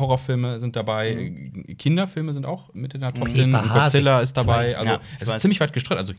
Speaker 2: Horrorfilme sind dabei, äh, Kinderfilme sind auch mit in der Top drin,
Speaker 3: Peter
Speaker 2: und
Speaker 3: Hase.
Speaker 2: Godzilla ist dabei.
Speaker 1: Mhm. Zwei.
Speaker 2: Also
Speaker 1: Ja, ich
Speaker 2: es
Speaker 1: weiß.
Speaker 2: ist ziemlich weit gestreut. Also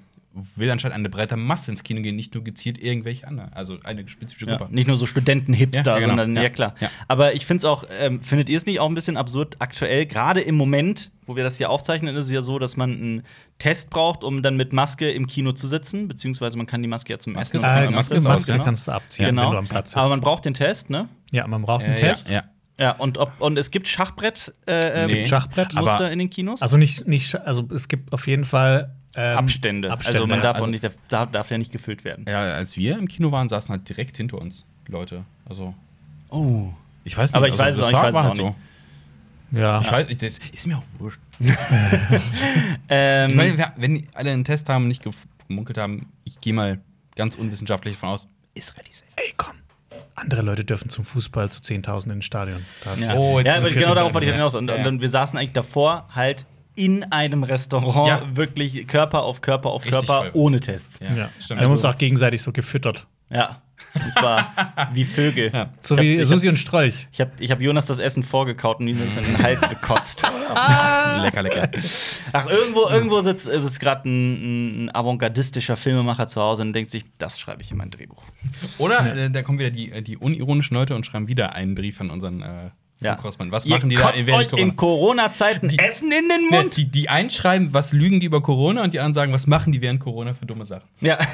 Speaker 2: will anscheinend eine breite Masse ins Kino gehen, nicht nur gezielt irgendwelche anderen. Also eine spezifische
Speaker 1: Ja,
Speaker 2: Gruppe.
Speaker 1: nicht nur so Studenten-Hipster,
Speaker 2: Ja, ja, genau.
Speaker 1: sondern ja,
Speaker 2: Ja,
Speaker 1: klar.
Speaker 2: ja.
Speaker 1: Aber ich finde es auch, ähm, findet ihr es nicht auch ein bisschen absurd aktuell? Gerade im Moment, wo wir das hier aufzeichnen, ist es ja so, dass man einen Test braucht, um dann mit Maske im Kino zu sitzen, beziehungsweise man kann die Maske ja zum Essen
Speaker 2: Maske ist
Speaker 1: und
Speaker 2: auch-
Speaker 1: alles
Speaker 3: Äh,
Speaker 2: Maske
Speaker 1: andere.
Speaker 3: Maske,
Speaker 2: ist aus, genau.
Speaker 3: kannst du abziehen,
Speaker 1: genau.
Speaker 3: wenn du am Platz sitzt.
Speaker 1: Aber man braucht den Test, ne?
Speaker 3: ja, man braucht einen
Speaker 2: Äh,
Speaker 3: Test.
Speaker 2: Ja, ja.
Speaker 1: Ja, und, ob, und es gibt Schachbrett, äh,
Speaker 2: Es gibt
Speaker 1: ähm,
Speaker 3: Schachbrett,
Speaker 1: Muster
Speaker 2: aber-
Speaker 1: in den Kinos.
Speaker 3: Also nicht, nicht, also es gibt auf jeden Fall ähm,
Speaker 1: Abstände.
Speaker 3: Abstände.
Speaker 1: Also man darf auch
Speaker 2: Also-
Speaker 1: nicht, darf, darf ja nicht gefüllt werden.
Speaker 2: Ja, als wir im Kino waren, saßen halt direkt hinter uns Leute. Also,
Speaker 1: Oh.
Speaker 2: ich weiß nicht.
Speaker 1: Aber ich
Speaker 2: also,
Speaker 1: weiß es
Speaker 2: das
Speaker 1: auch nicht, ich
Speaker 2: war-
Speaker 1: weiß es
Speaker 2: war
Speaker 1: auch
Speaker 2: so.
Speaker 1: nicht.
Speaker 3: ja.
Speaker 2: Ich weiß, ich, das ist mir auch wurscht.
Speaker 1: Ähm,
Speaker 2: Ich
Speaker 1: Mhm.
Speaker 2: meine, wer- wenn alle einen Test haben und nicht gef- gemunkelt haben, ich gehe mal ganz unwissenschaftlich davon aus, ist relativ safe.
Speaker 3: Ey, komm. andere Leute dürfen zum Fußball zu 10.000 ins Stadion. Da hab ich-
Speaker 1: Ja,
Speaker 2: Oh, jetzt
Speaker 1: ja
Speaker 2: ist
Speaker 1: aber
Speaker 2: es
Speaker 1: genau
Speaker 2: jetzt
Speaker 1: darauf wollte ich
Speaker 3: ja.
Speaker 1: hinaus. Und,
Speaker 2: Ja, ja.
Speaker 1: und dann, wir saßen eigentlich davor halt in einem Restaurant,
Speaker 2: Ja.
Speaker 1: wirklich Körper auf Körper auf
Speaker 2: Richtig
Speaker 1: Körper
Speaker 2: vollkommen.
Speaker 1: ohne Tests.
Speaker 2: Ja,
Speaker 3: Ja.
Speaker 2: stimmt.
Speaker 3: Wir haben uns
Speaker 2: Also-
Speaker 3: auch gegenseitig so gefüttert.
Speaker 1: Ja. Und zwar wie Vögel.
Speaker 2: Ja.
Speaker 3: So
Speaker 1: Ich hab-
Speaker 3: wie
Speaker 1: ich
Speaker 3: Susi
Speaker 1: hab-
Speaker 3: und Strolch.
Speaker 1: Ich habe ich hab Jonas das Essen vorgekaut und ihm ist in den Hals
Speaker 2: [laughs]
Speaker 1: gekotzt.
Speaker 2: äh, Lecker, lecker.
Speaker 1: Ach, irgendwo, irgendwo sitzt, sitzt gerade ein, ein avantgardistischer Filmemacher zu Hause und denkt sich, das schreibe ich in mein Drehbuch.
Speaker 2: Oder äh, da kommen wieder die, äh, die unironischen Leute und schreiben wieder einen Brief an unseren äh,
Speaker 1: Ja.
Speaker 2: Korrespondenten. Was
Speaker 1: Ihr
Speaker 2: machen die da
Speaker 1: kotzt euch in Corona-Zeiten Essen in den
Speaker 2: Ne,
Speaker 1: Mund?
Speaker 2: die, die einschreiben, was lügen die über Corona und die anderen sagen, was machen die während Corona für dumme Sachen.
Speaker 1: Ja. [laughs]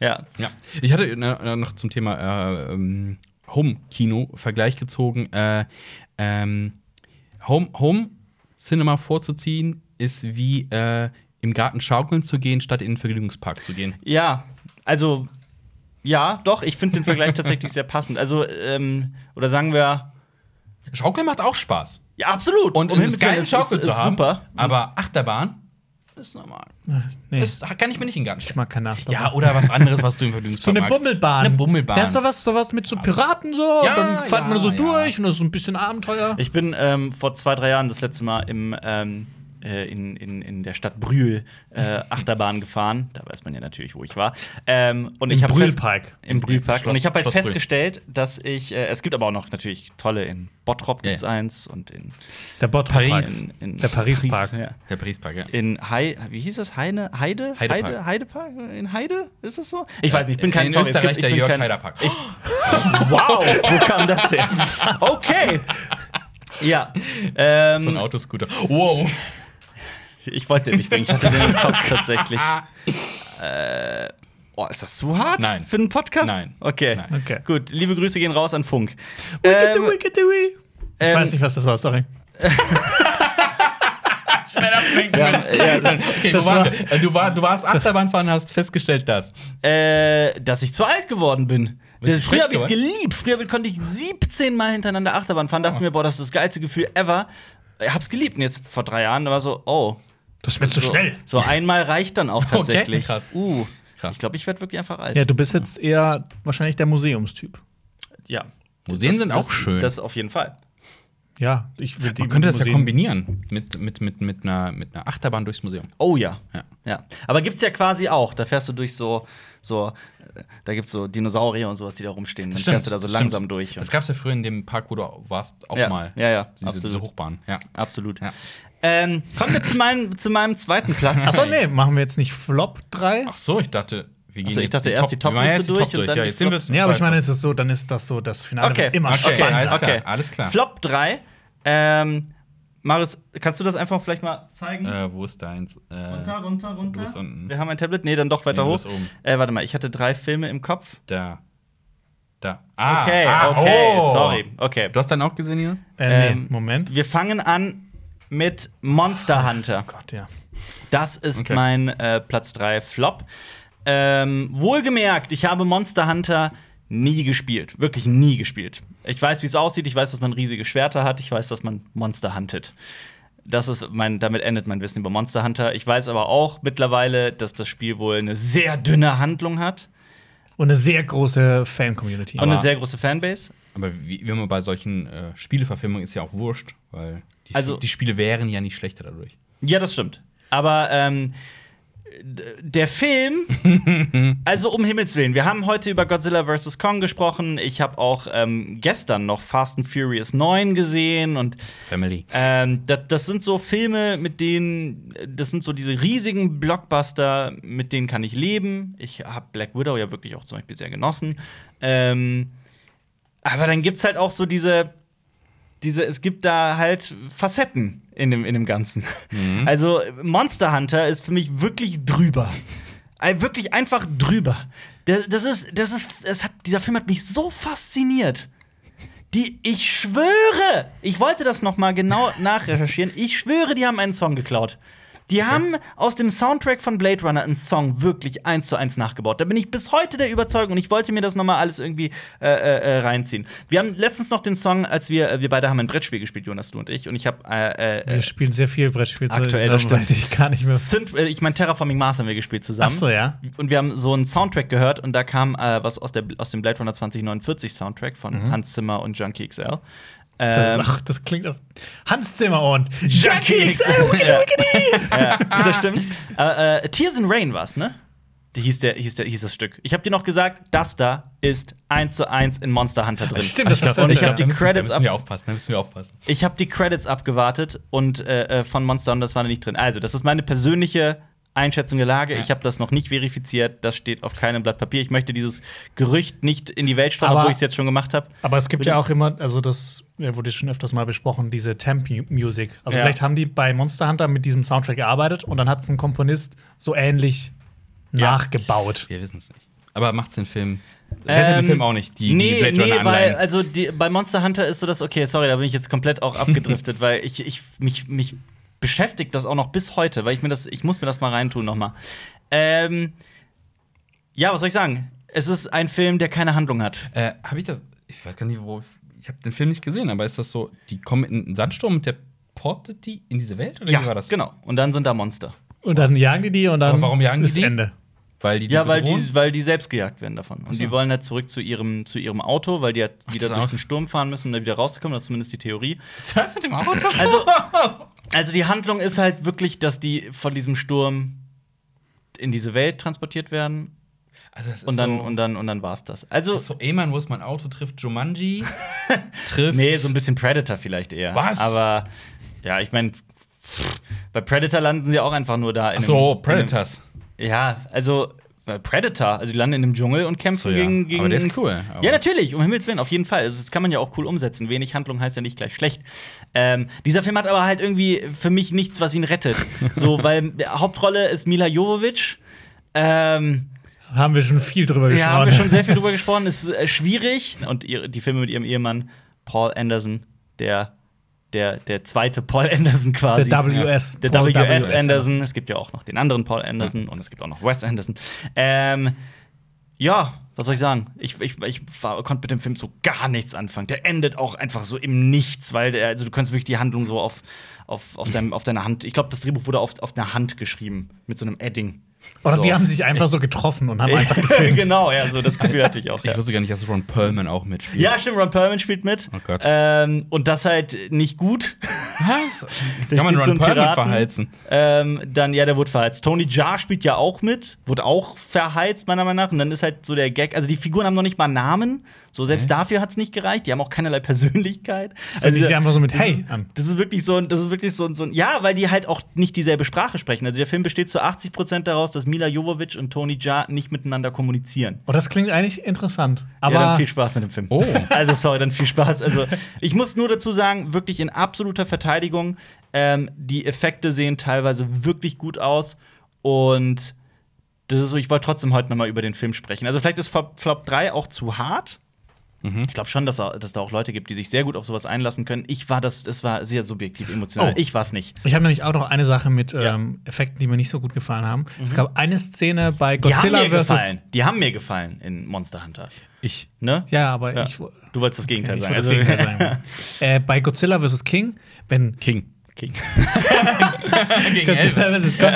Speaker 1: ja.
Speaker 2: Ja. Ich hatte äh, noch zum Thema äh, ähm, Home-Kino-Vergleich gezogen. Äh, ähm, Home, Home Cinema vorzuziehen ist wie äh, im Garten schaukeln zu gehen, statt in den Vergnügungspark zu gehen.
Speaker 1: Ja, also ja, doch, ich finde den
Speaker 2: [laughs]
Speaker 1: Vergleich tatsächlich sehr passend. Also, ähm, oder sagen wir,
Speaker 2: Schaukeln macht auch Spaß.
Speaker 1: ja, absolut.
Speaker 2: Und um
Speaker 1: Himmels
Speaker 2: es geil
Speaker 1: Willen,
Speaker 2: eine Schaukel
Speaker 1: ist,
Speaker 2: zu
Speaker 1: ist
Speaker 2: haben.
Speaker 1: Super.
Speaker 2: Aber Achterbahn ist normal.
Speaker 3: Nee,
Speaker 2: Das kann ich mir nicht in den Garten
Speaker 3: ich
Speaker 2: stellen.
Speaker 3: mag keine Achterbahn.
Speaker 2: Ja, oder was anderes, was du im Vergnügungspark
Speaker 3: So eine
Speaker 2: magst.
Speaker 3: Bummelbahn.
Speaker 2: Eine Bummelbahn. Also,
Speaker 3: Das ist doch was, so was mit so Piraten so.
Speaker 2: Ja,
Speaker 3: und dann fährt man so
Speaker 2: ja,
Speaker 3: durch und das ist so ein bisschen Abenteuer.
Speaker 1: Ich bin ähm, vor zwei, drei Jahren das letzte Mal im, ähm, äh, in, in, in der Stadt Brühl äh, Achterbahn gefahren. Da weiß man ja natürlich, wo ich war. Ähm, und ich hab fest- Im Brühlpark.
Speaker 2: Schloss-
Speaker 1: und ich habe halt
Speaker 2: Schloss Brühl.
Speaker 1: festgestellt, dass ich, äh, es gibt aber auch noch natürlich tolle in Bottrop gibt's
Speaker 2: Ja,
Speaker 1: eins und in,
Speaker 3: Der Bottrop
Speaker 2: Paris.
Speaker 1: in, in
Speaker 3: Der Paris-Park.
Speaker 1: ja.
Speaker 2: Der Paris-Park, ja.
Speaker 1: In Hei, wie hieß das? Heine, Heide?
Speaker 2: Heidepark.
Speaker 1: Heide, Heidepark? In Heide? Ist es so? Äh, Ich weiß nicht, ich bin
Speaker 2: In
Speaker 1: kein sorry, es
Speaker 2: Österreich
Speaker 1: gibt- ich
Speaker 2: der
Speaker 1: bin
Speaker 2: Jörg
Speaker 1: kein-
Speaker 2: Haiderpark.
Speaker 1: Wow, [laughs] wo kam das her? Okay. Ja.
Speaker 2: so
Speaker 1: Ähm,
Speaker 2: ein Autoscooter. Wow.
Speaker 1: ich wollte den nicht bringen, ich hatte den im [laughs] Kopf tatsächlich. Äh, oh, ist das zu hart?
Speaker 2: Nein.
Speaker 1: Für einen Podcast?
Speaker 2: Nein.
Speaker 1: Okay.
Speaker 2: Nein.
Speaker 3: Okay.
Speaker 1: Gut, liebe Grüße gehen raus an Funk. Ähm,
Speaker 3: Wickedewee. Ich
Speaker 1: ähm,
Speaker 3: weiß nicht, was das war, sorry.
Speaker 1: ja, ja, das,
Speaker 2: Okay,
Speaker 3: Das
Speaker 2: wo waren
Speaker 3: war-
Speaker 2: wir? Äh, du, war, du warst Achterbahnfahren, hast festgestellt, dass.
Speaker 1: äh, dass ich zu alt geworden bin.
Speaker 2: Bist du
Speaker 1: Das, früher habe ich es
Speaker 2: schlecht
Speaker 1: geliebt. Früher konnte ich 17 Mal hintereinander Achterbahn fahren.
Speaker 2: Ah.
Speaker 1: Dachte mir, boah, das ist das geilste Gefühl ever. Ich hab's geliebt. Und jetzt vor drei Jahren war so, oh.
Speaker 3: Das ist mir zu
Speaker 1: so, So einmal reicht dann auch
Speaker 2: [laughs] Okay,
Speaker 1: tatsächlich.
Speaker 2: krass.
Speaker 1: Uh,
Speaker 2: Krass.
Speaker 1: ich glaube, ich werde wirklich einfach alt.
Speaker 3: Ja, du bist jetzt eher wahrscheinlich der Museumstyp.
Speaker 1: Ja.
Speaker 2: Museen
Speaker 1: das,
Speaker 2: sind
Speaker 1: das,
Speaker 2: auch schön.
Speaker 1: Das auf jeden Fall.
Speaker 3: Ja, ich würde
Speaker 2: Man könnte das ja kombinieren mit, mit, mit, mit, einer, mit einer Achterbahn durchs Museum.
Speaker 1: Oh ja.
Speaker 2: Ja.
Speaker 1: Ja. Aber gibt's ja quasi auch. Da fährst du durch so, so äh, da gibt's so Dinosaurier und sowas, die da rumstehen. Dann fährst du da so
Speaker 2: stimmt.
Speaker 1: langsam durch.
Speaker 2: Das
Speaker 1: Und,
Speaker 2: gab es ja früher in dem Park, wo du auch warst, auch
Speaker 1: Ja,
Speaker 2: mal.
Speaker 1: ja, ja,
Speaker 2: Diese, diese
Speaker 1: absolut.
Speaker 2: Hochbahn. Ja.
Speaker 1: absolut.
Speaker 2: Ja.
Speaker 1: Ähm, kommen wir zu meinem, zu meinem zweiten Platz.
Speaker 3: Achso, nee, machen wir jetzt nicht Flop 3.
Speaker 2: Ach so, ich dachte, wir gehen
Speaker 1: so, ich
Speaker 2: jetzt
Speaker 1: dachte erst die
Speaker 2: wir machen
Speaker 1: Top-Liste
Speaker 2: jetzt die
Speaker 1: durch
Speaker 2: Top
Speaker 1: und
Speaker 2: durch.
Speaker 1: dann
Speaker 2: Ja,
Speaker 1: die
Speaker 2: jetzt sind wir
Speaker 1: Flop-
Speaker 2: zum
Speaker 3: Ja, aber ich
Speaker 2: zweiten.
Speaker 3: meine, es ist so, dann ist das so, das Finale
Speaker 1: Okay.
Speaker 3: wird immer
Speaker 2: Okay,
Speaker 3: spannender.
Speaker 2: alles klar.
Speaker 1: okay.
Speaker 2: alles klar.
Speaker 1: Flop 3. Ähm, Maris, kannst du das einfach vielleicht mal zeigen?
Speaker 2: Äh, wo ist deins? Äh,
Speaker 1: runter, runter, runter.
Speaker 2: du bist unten.
Speaker 1: Wir haben ein Tablet. Nee, dann doch weiter
Speaker 2: Nee, du
Speaker 1: hoch.
Speaker 2: bist oben.
Speaker 1: Äh, warte mal, ich hatte drei Filme im Kopf.
Speaker 2: Da. Da. Ah,
Speaker 1: Okay,
Speaker 2: ah,
Speaker 1: okay,
Speaker 2: oh.
Speaker 1: sorry. Okay.
Speaker 2: Du hast deinen auch gesehen, Jonas?
Speaker 3: Äh, nee,
Speaker 1: Ähm,
Speaker 3: Moment.
Speaker 1: Wir fangen an mit Monster
Speaker 2: Oh
Speaker 1: Hunter.
Speaker 3: Gott, ja.
Speaker 1: Das ist
Speaker 2: Okay.
Speaker 1: mein äh, Platz 3 Flop. Ähm, wohlgemerkt, ich habe Monster Hunter nie gespielt. Wirklich nie gespielt. Ich weiß, wie es aussieht. Ich weiß, dass man riesige Schwerter hat. Ich weiß, dass man Monster huntet. Das ist mein, damit endet mein Wissen über Monster Hunter. Ich weiß aber auch mittlerweile, dass das Spiel wohl eine sehr dünne Handlung hat
Speaker 3: Und eine sehr große Fan-Community.
Speaker 1: und eine
Speaker 2: Aber-
Speaker 1: sehr große Fanbase.
Speaker 2: Aber wie, wie immer bei solchen äh, Spieleverfilmungen ist ja auch wurscht, weil die,
Speaker 1: Also-
Speaker 2: die Spiele wären ja nicht schlechter dadurch.
Speaker 1: Ja, das stimmt. Aber ähm, d- der Film, also um Himmels Willen, wir haben heute über Godzilla vs. Kong gesprochen. Ich habe auch ähm, gestern noch Fast and Furious 9 gesehen und
Speaker 2: Family.
Speaker 1: ähm, das, das sind so Filme, mit denen, das sind so diese riesigen Blockbuster, mit denen kann ich leben. Ich habe Black Widow ja wirklich auch zum Beispiel sehr genossen. Ähm, aber dann gibt's halt auch so diese, diese, es gibt da halt Facetten in dem, in dem Ganzen. Also Monster Hunter ist für mich wirklich drüber. Ein- Wirklich einfach drüber. Das, das ist, das ist, das hat, dieser Film hat mich so fasziniert. Die, ich
Speaker 3: [laughs]
Speaker 1: schwöre, ich wollte das noch mal genau nachrecherchieren. Ich schwöre, die haben einen Song geklaut. Die haben aus dem Soundtrack von Blade Runner einen Song wirklich eins zu eins nachgebaut. Da bin ich bis heute der Überzeugung und ich wollte mir das nochmal alles irgendwie äh, äh, reinziehen. Wir haben letztens noch den Song, als wir, äh, wir beide haben ein Brettspiel gespielt, Jonas, du und ich, und ich habe äh, äh,
Speaker 3: Wir spielen sehr viel Brettspiel
Speaker 1: aktuell, das
Speaker 3: zusammen,
Speaker 1: stimmt.
Speaker 3: weiß ich gar nicht mehr.
Speaker 1: Synth, äh, ich meine, Terraforming Mars haben wir gespielt zusammen.
Speaker 3: Ach so, ja.
Speaker 1: Und wir haben so einen Soundtrack gehört und da kam äh, was aus, der, aus dem Blade Runner 2049 Soundtrack von Hans Zimmer und Junkie XL.
Speaker 3: Mhm. Das,
Speaker 1: Ähm,
Speaker 3: ist auch, das klingt auch. Hans Zimmer und
Speaker 1: Junkie
Speaker 3: Jackie
Speaker 1: XL,
Speaker 3: XL,
Speaker 1: wickedy,
Speaker 3: wickedy, wickedy.
Speaker 1: ja, das stimmt. Äh, äh, Tears in Rain war's, ne? Die hieß, der, hieß, der, hieß das Stück. Ich habe dir noch gesagt, das da ist eins zu eins in Monster Hunter drin.
Speaker 3: Stimmt, das
Speaker 2: Also ich glaub,
Speaker 3: hast du
Speaker 2: ich
Speaker 1: hab
Speaker 2: glaub,
Speaker 1: die
Speaker 2: da müssen,
Speaker 1: Credits
Speaker 2: da müssen wir aufpassen, da müssen wir aufpassen.
Speaker 1: Ich habe die Credits abgewartet und äh, äh, von Monster und das war da nicht drin. Also, das ist meine persönliche Einschätzung der Lage. Ich habe das noch nicht verifiziert. Das steht auf keinem Blatt Papier. Ich möchte dieses Gerücht nicht in die Welt streuen,
Speaker 3: Aber-
Speaker 1: obwohl ich es jetzt schon gemacht habe.
Speaker 3: Aber es gibt ja auch immer, also das ja, wurde schon öfters mal besprochen, diese Temp-Music. Also
Speaker 1: Ja.
Speaker 3: vielleicht haben die bei Monster Hunter mit diesem Soundtrack gearbeitet und dann hat es ein Komponist so ähnlich
Speaker 1: Ja.
Speaker 3: nachgebaut.
Speaker 2: Wir wissen es nicht. Aber macht's den Film. Rettet den Film auch nicht, die,
Speaker 1: Ähm, nee,
Speaker 2: die Blade
Speaker 1: nee,
Speaker 2: Runner
Speaker 1: weil
Speaker 2: Anleihen.
Speaker 1: also die, bei Monster Hunter ist so das okay, sorry, da bin ich jetzt komplett
Speaker 2: [laughs]
Speaker 1: auch abgedriftet, weil ich, ich mich, mich beschäftigt das auch noch bis heute, weil ich mir das ich muss mir das mal reintun nochmal. Ähm, ja, was soll ich sagen? Es ist ein Film, der keine Handlung hat.
Speaker 2: Äh, habe ich das? Ich weiß gar nicht, wo. Ich habe den Film nicht gesehen, aber ist das so? Die kommen in einen Sandsturm und der portet die in diese Welt? Oder wie war das?
Speaker 1: genau. Und dann sind da Monster.
Speaker 3: Und dann jagen die die und dann
Speaker 2: Aber warum jagen die
Speaker 3: ist
Speaker 2: die?
Speaker 3: Ende.
Speaker 2: Weil die, die
Speaker 1: Ja, weil
Speaker 2: bedrohen?
Speaker 1: die, weil die selbst gejagt werden davon. Und die
Speaker 2: so.
Speaker 1: wollen halt zurück zu ihrem, zu ihrem Auto, weil die halt wieder
Speaker 2: das
Speaker 1: durch
Speaker 2: Auto.
Speaker 1: den Sturm fahren müssen, um da wieder rauszukommen. Das ist zumindest die Theorie.
Speaker 2: Das mit dem [laughs] Auto?
Speaker 1: Also, also die Handlung ist halt wirklich, dass die von diesem Sturm in diese Welt transportiert werden.
Speaker 2: Also, das ist
Speaker 1: Und dann,
Speaker 2: so,
Speaker 1: und dann, und dann war's das. Also,
Speaker 2: das ist so Eman, wo es mein Auto
Speaker 1: [laughs]
Speaker 2: trifft, Jumanji trifft.
Speaker 1: nee, so ein bisschen Predator vielleicht eher.
Speaker 2: Was?
Speaker 1: Aber, ja, ich meine, bei Predator landen sie auch einfach nur da. in
Speaker 2: Ach so,
Speaker 1: einem-
Speaker 2: Predators.
Speaker 1: In einem, ja, also. äh, Predator, also die landen in einem Dschungel und kämpfen
Speaker 2: So, ja.
Speaker 1: gegen, gegen.
Speaker 2: Aber der ist cool. Aber-
Speaker 1: Ja, natürlich, um Himmels Willen, auf jeden Fall. Also, das kann man ja auch cool umsetzen. Wenig Handlung heißt ja nicht gleich schlecht. Ähm, dieser Film hat aber halt irgendwie für mich nichts, was ihn
Speaker 2: [laughs]
Speaker 1: rettet. so, weil die Hauptrolle ist Mila Jovovich. Ähm,
Speaker 3: Haben wir schon viel drüber
Speaker 1: ja, haben
Speaker 3: gesprochen.
Speaker 1: wir schon sehr viel drüber gesprochen. Ist äh, schwierig. Und ihre, die Filme mit ihrem Ehemann Paul Anderson, der, der, der zweite Paul Anderson quasi.
Speaker 3: [laughs] der WS.
Speaker 1: Der
Speaker 3: Paul
Speaker 1: W.S.
Speaker 3: W.S.
Speaker 1: Anderson. Es gibt ja auch noch den anderen Paul Anderson und es gibt auch noch Wes Anderson. Ähm, ja, was soll ich sagen? Ich, ich, ich war, konnte mit dem Film so gar nichts anfangen. Der endet auch einfach so im Nichts, weil der, also du kannst wirklich die Handlung so auf, auf, auf, deinem, auf deiner Hand. Ich glaube, das Drehbuch wurde auf, auf einer Hand geschrieben mit so einem Edding.
Speaker 3: Oder
Speaker 1: so.
Speaker 3: die haben sich einfach so getroffen und
Speaker 1: [laughs]
Speaker 3: haben einfach gefilmt.
Speaker 1: genau, ja, so das Gefühl hatte ich auch.
Speaker 2: Ich
Speaker 1: Ja.
Speaker 2: wusste gar nicht, dass Ron Perlman auch mitspielt.
Speaker 1: Ja, stimmt, Ron Perlman spielt mit.
Speaker 2: Oh Gott.
Speaker 1: Ähm, und das halt nicht gut. [laughs]
Speaker 2: Was?
Speaker 1: Der spielt so
Speaker 2: Kann man
Speaker 1: einen
Speaker 2: Ron Perlman
Speaker 1: Piraten.
Speaker 2: verheizen?
Speaker 1: Ähm, dann, ja, der wurde verheizt. Tony Jaa spielt ja auch mit, wurde auch verheizt, meiner Meinung nach. Und dann ist halt so der Gag. Also, die Figuren haben noch nicht mal Namen. So, selbst
Speaker 2: Echt?
Speaker 1: dafür hat's nicht gereicht. Die haben auch keinerlei Persönlichkeit.
Speaker 3: Also, die einfach so mit
Speaker 1: das
Speaker 3: Hey
Speaker 1: ist,
Speaker 3: an.
Speaker 1: Das ist wirklich so ein, das ist wirklich so ein, so ein, ja, weil die halt auch nicht dieselbe Sprache sprechen. Also, der Film besteht zu 80 Prozent daraus, dass Mila Jovovich und Tony Jaa nicht miteinander kommunizieren.
Speaker 3: Und Oh, das klingt eigentlich interessant. Aber
Speaker 1: ja, dann viel Spaß mit dem Film.
Speaker 2: Oh.
Speaker 1: [laughs] Also, sorry, dann viel Spaß. Also, ich muss nur dazu sagen, wirklich in absoluter Verteidigung, ähm, die Effekte sehen teilweise wirklich gut aus. Und das ist so, ich wollte trotzdem heute noch mal über den Film sprechen. Also, vielleicht ist Flop, Flop 3 auch zu hart.
Speaker 3: Mhm.
Speaker 1: Ich glaube schon, dass, er- dass da auch Leute gibt, die sich sehr gut auf sowas einlassen können. Ich war das, das war sehr subjektiv emotional.
Speaker 3: Oh.
Speaker 1: Ich war es nicht.
Speaker 3: ich habe nämlich auch noch eine Sache mit
Speaker 1: Ja. Mhm.
Speaker 3: ähm, Effekten, die mir nicht so gut gefallen haben. Es gab eine Szene bei
Speaker 1: Die haben
Speaker 3: Godzilla
Speaker 1: mir
Speaker 3: vs.
Speaker 1: gefallen. Die haben mir gefallen in Monster Hunter.
Speaker 2: Ich.
Speaker 1: Ne?
Speaker 3: Ja, aber
Speaker 1: Ja.
Speaker 3: ich. wo-
Speaker 1: Du wolltest das Gegenteil
Speaker 3: ich
Speaker 1: sagen.
Speaker 3: wollte das
Speaker 1: Also-
Speaker 3: Gegenteil
Speaker 1: [laughs]
Speaker 3: sagen. äh, bei Godzilla vs. King, wenn
Speaker 2: King.
Speaker 1: Okay. [laughs]
Speaker 2: Gegen
Speaker 3: Godzilla vs. Kong,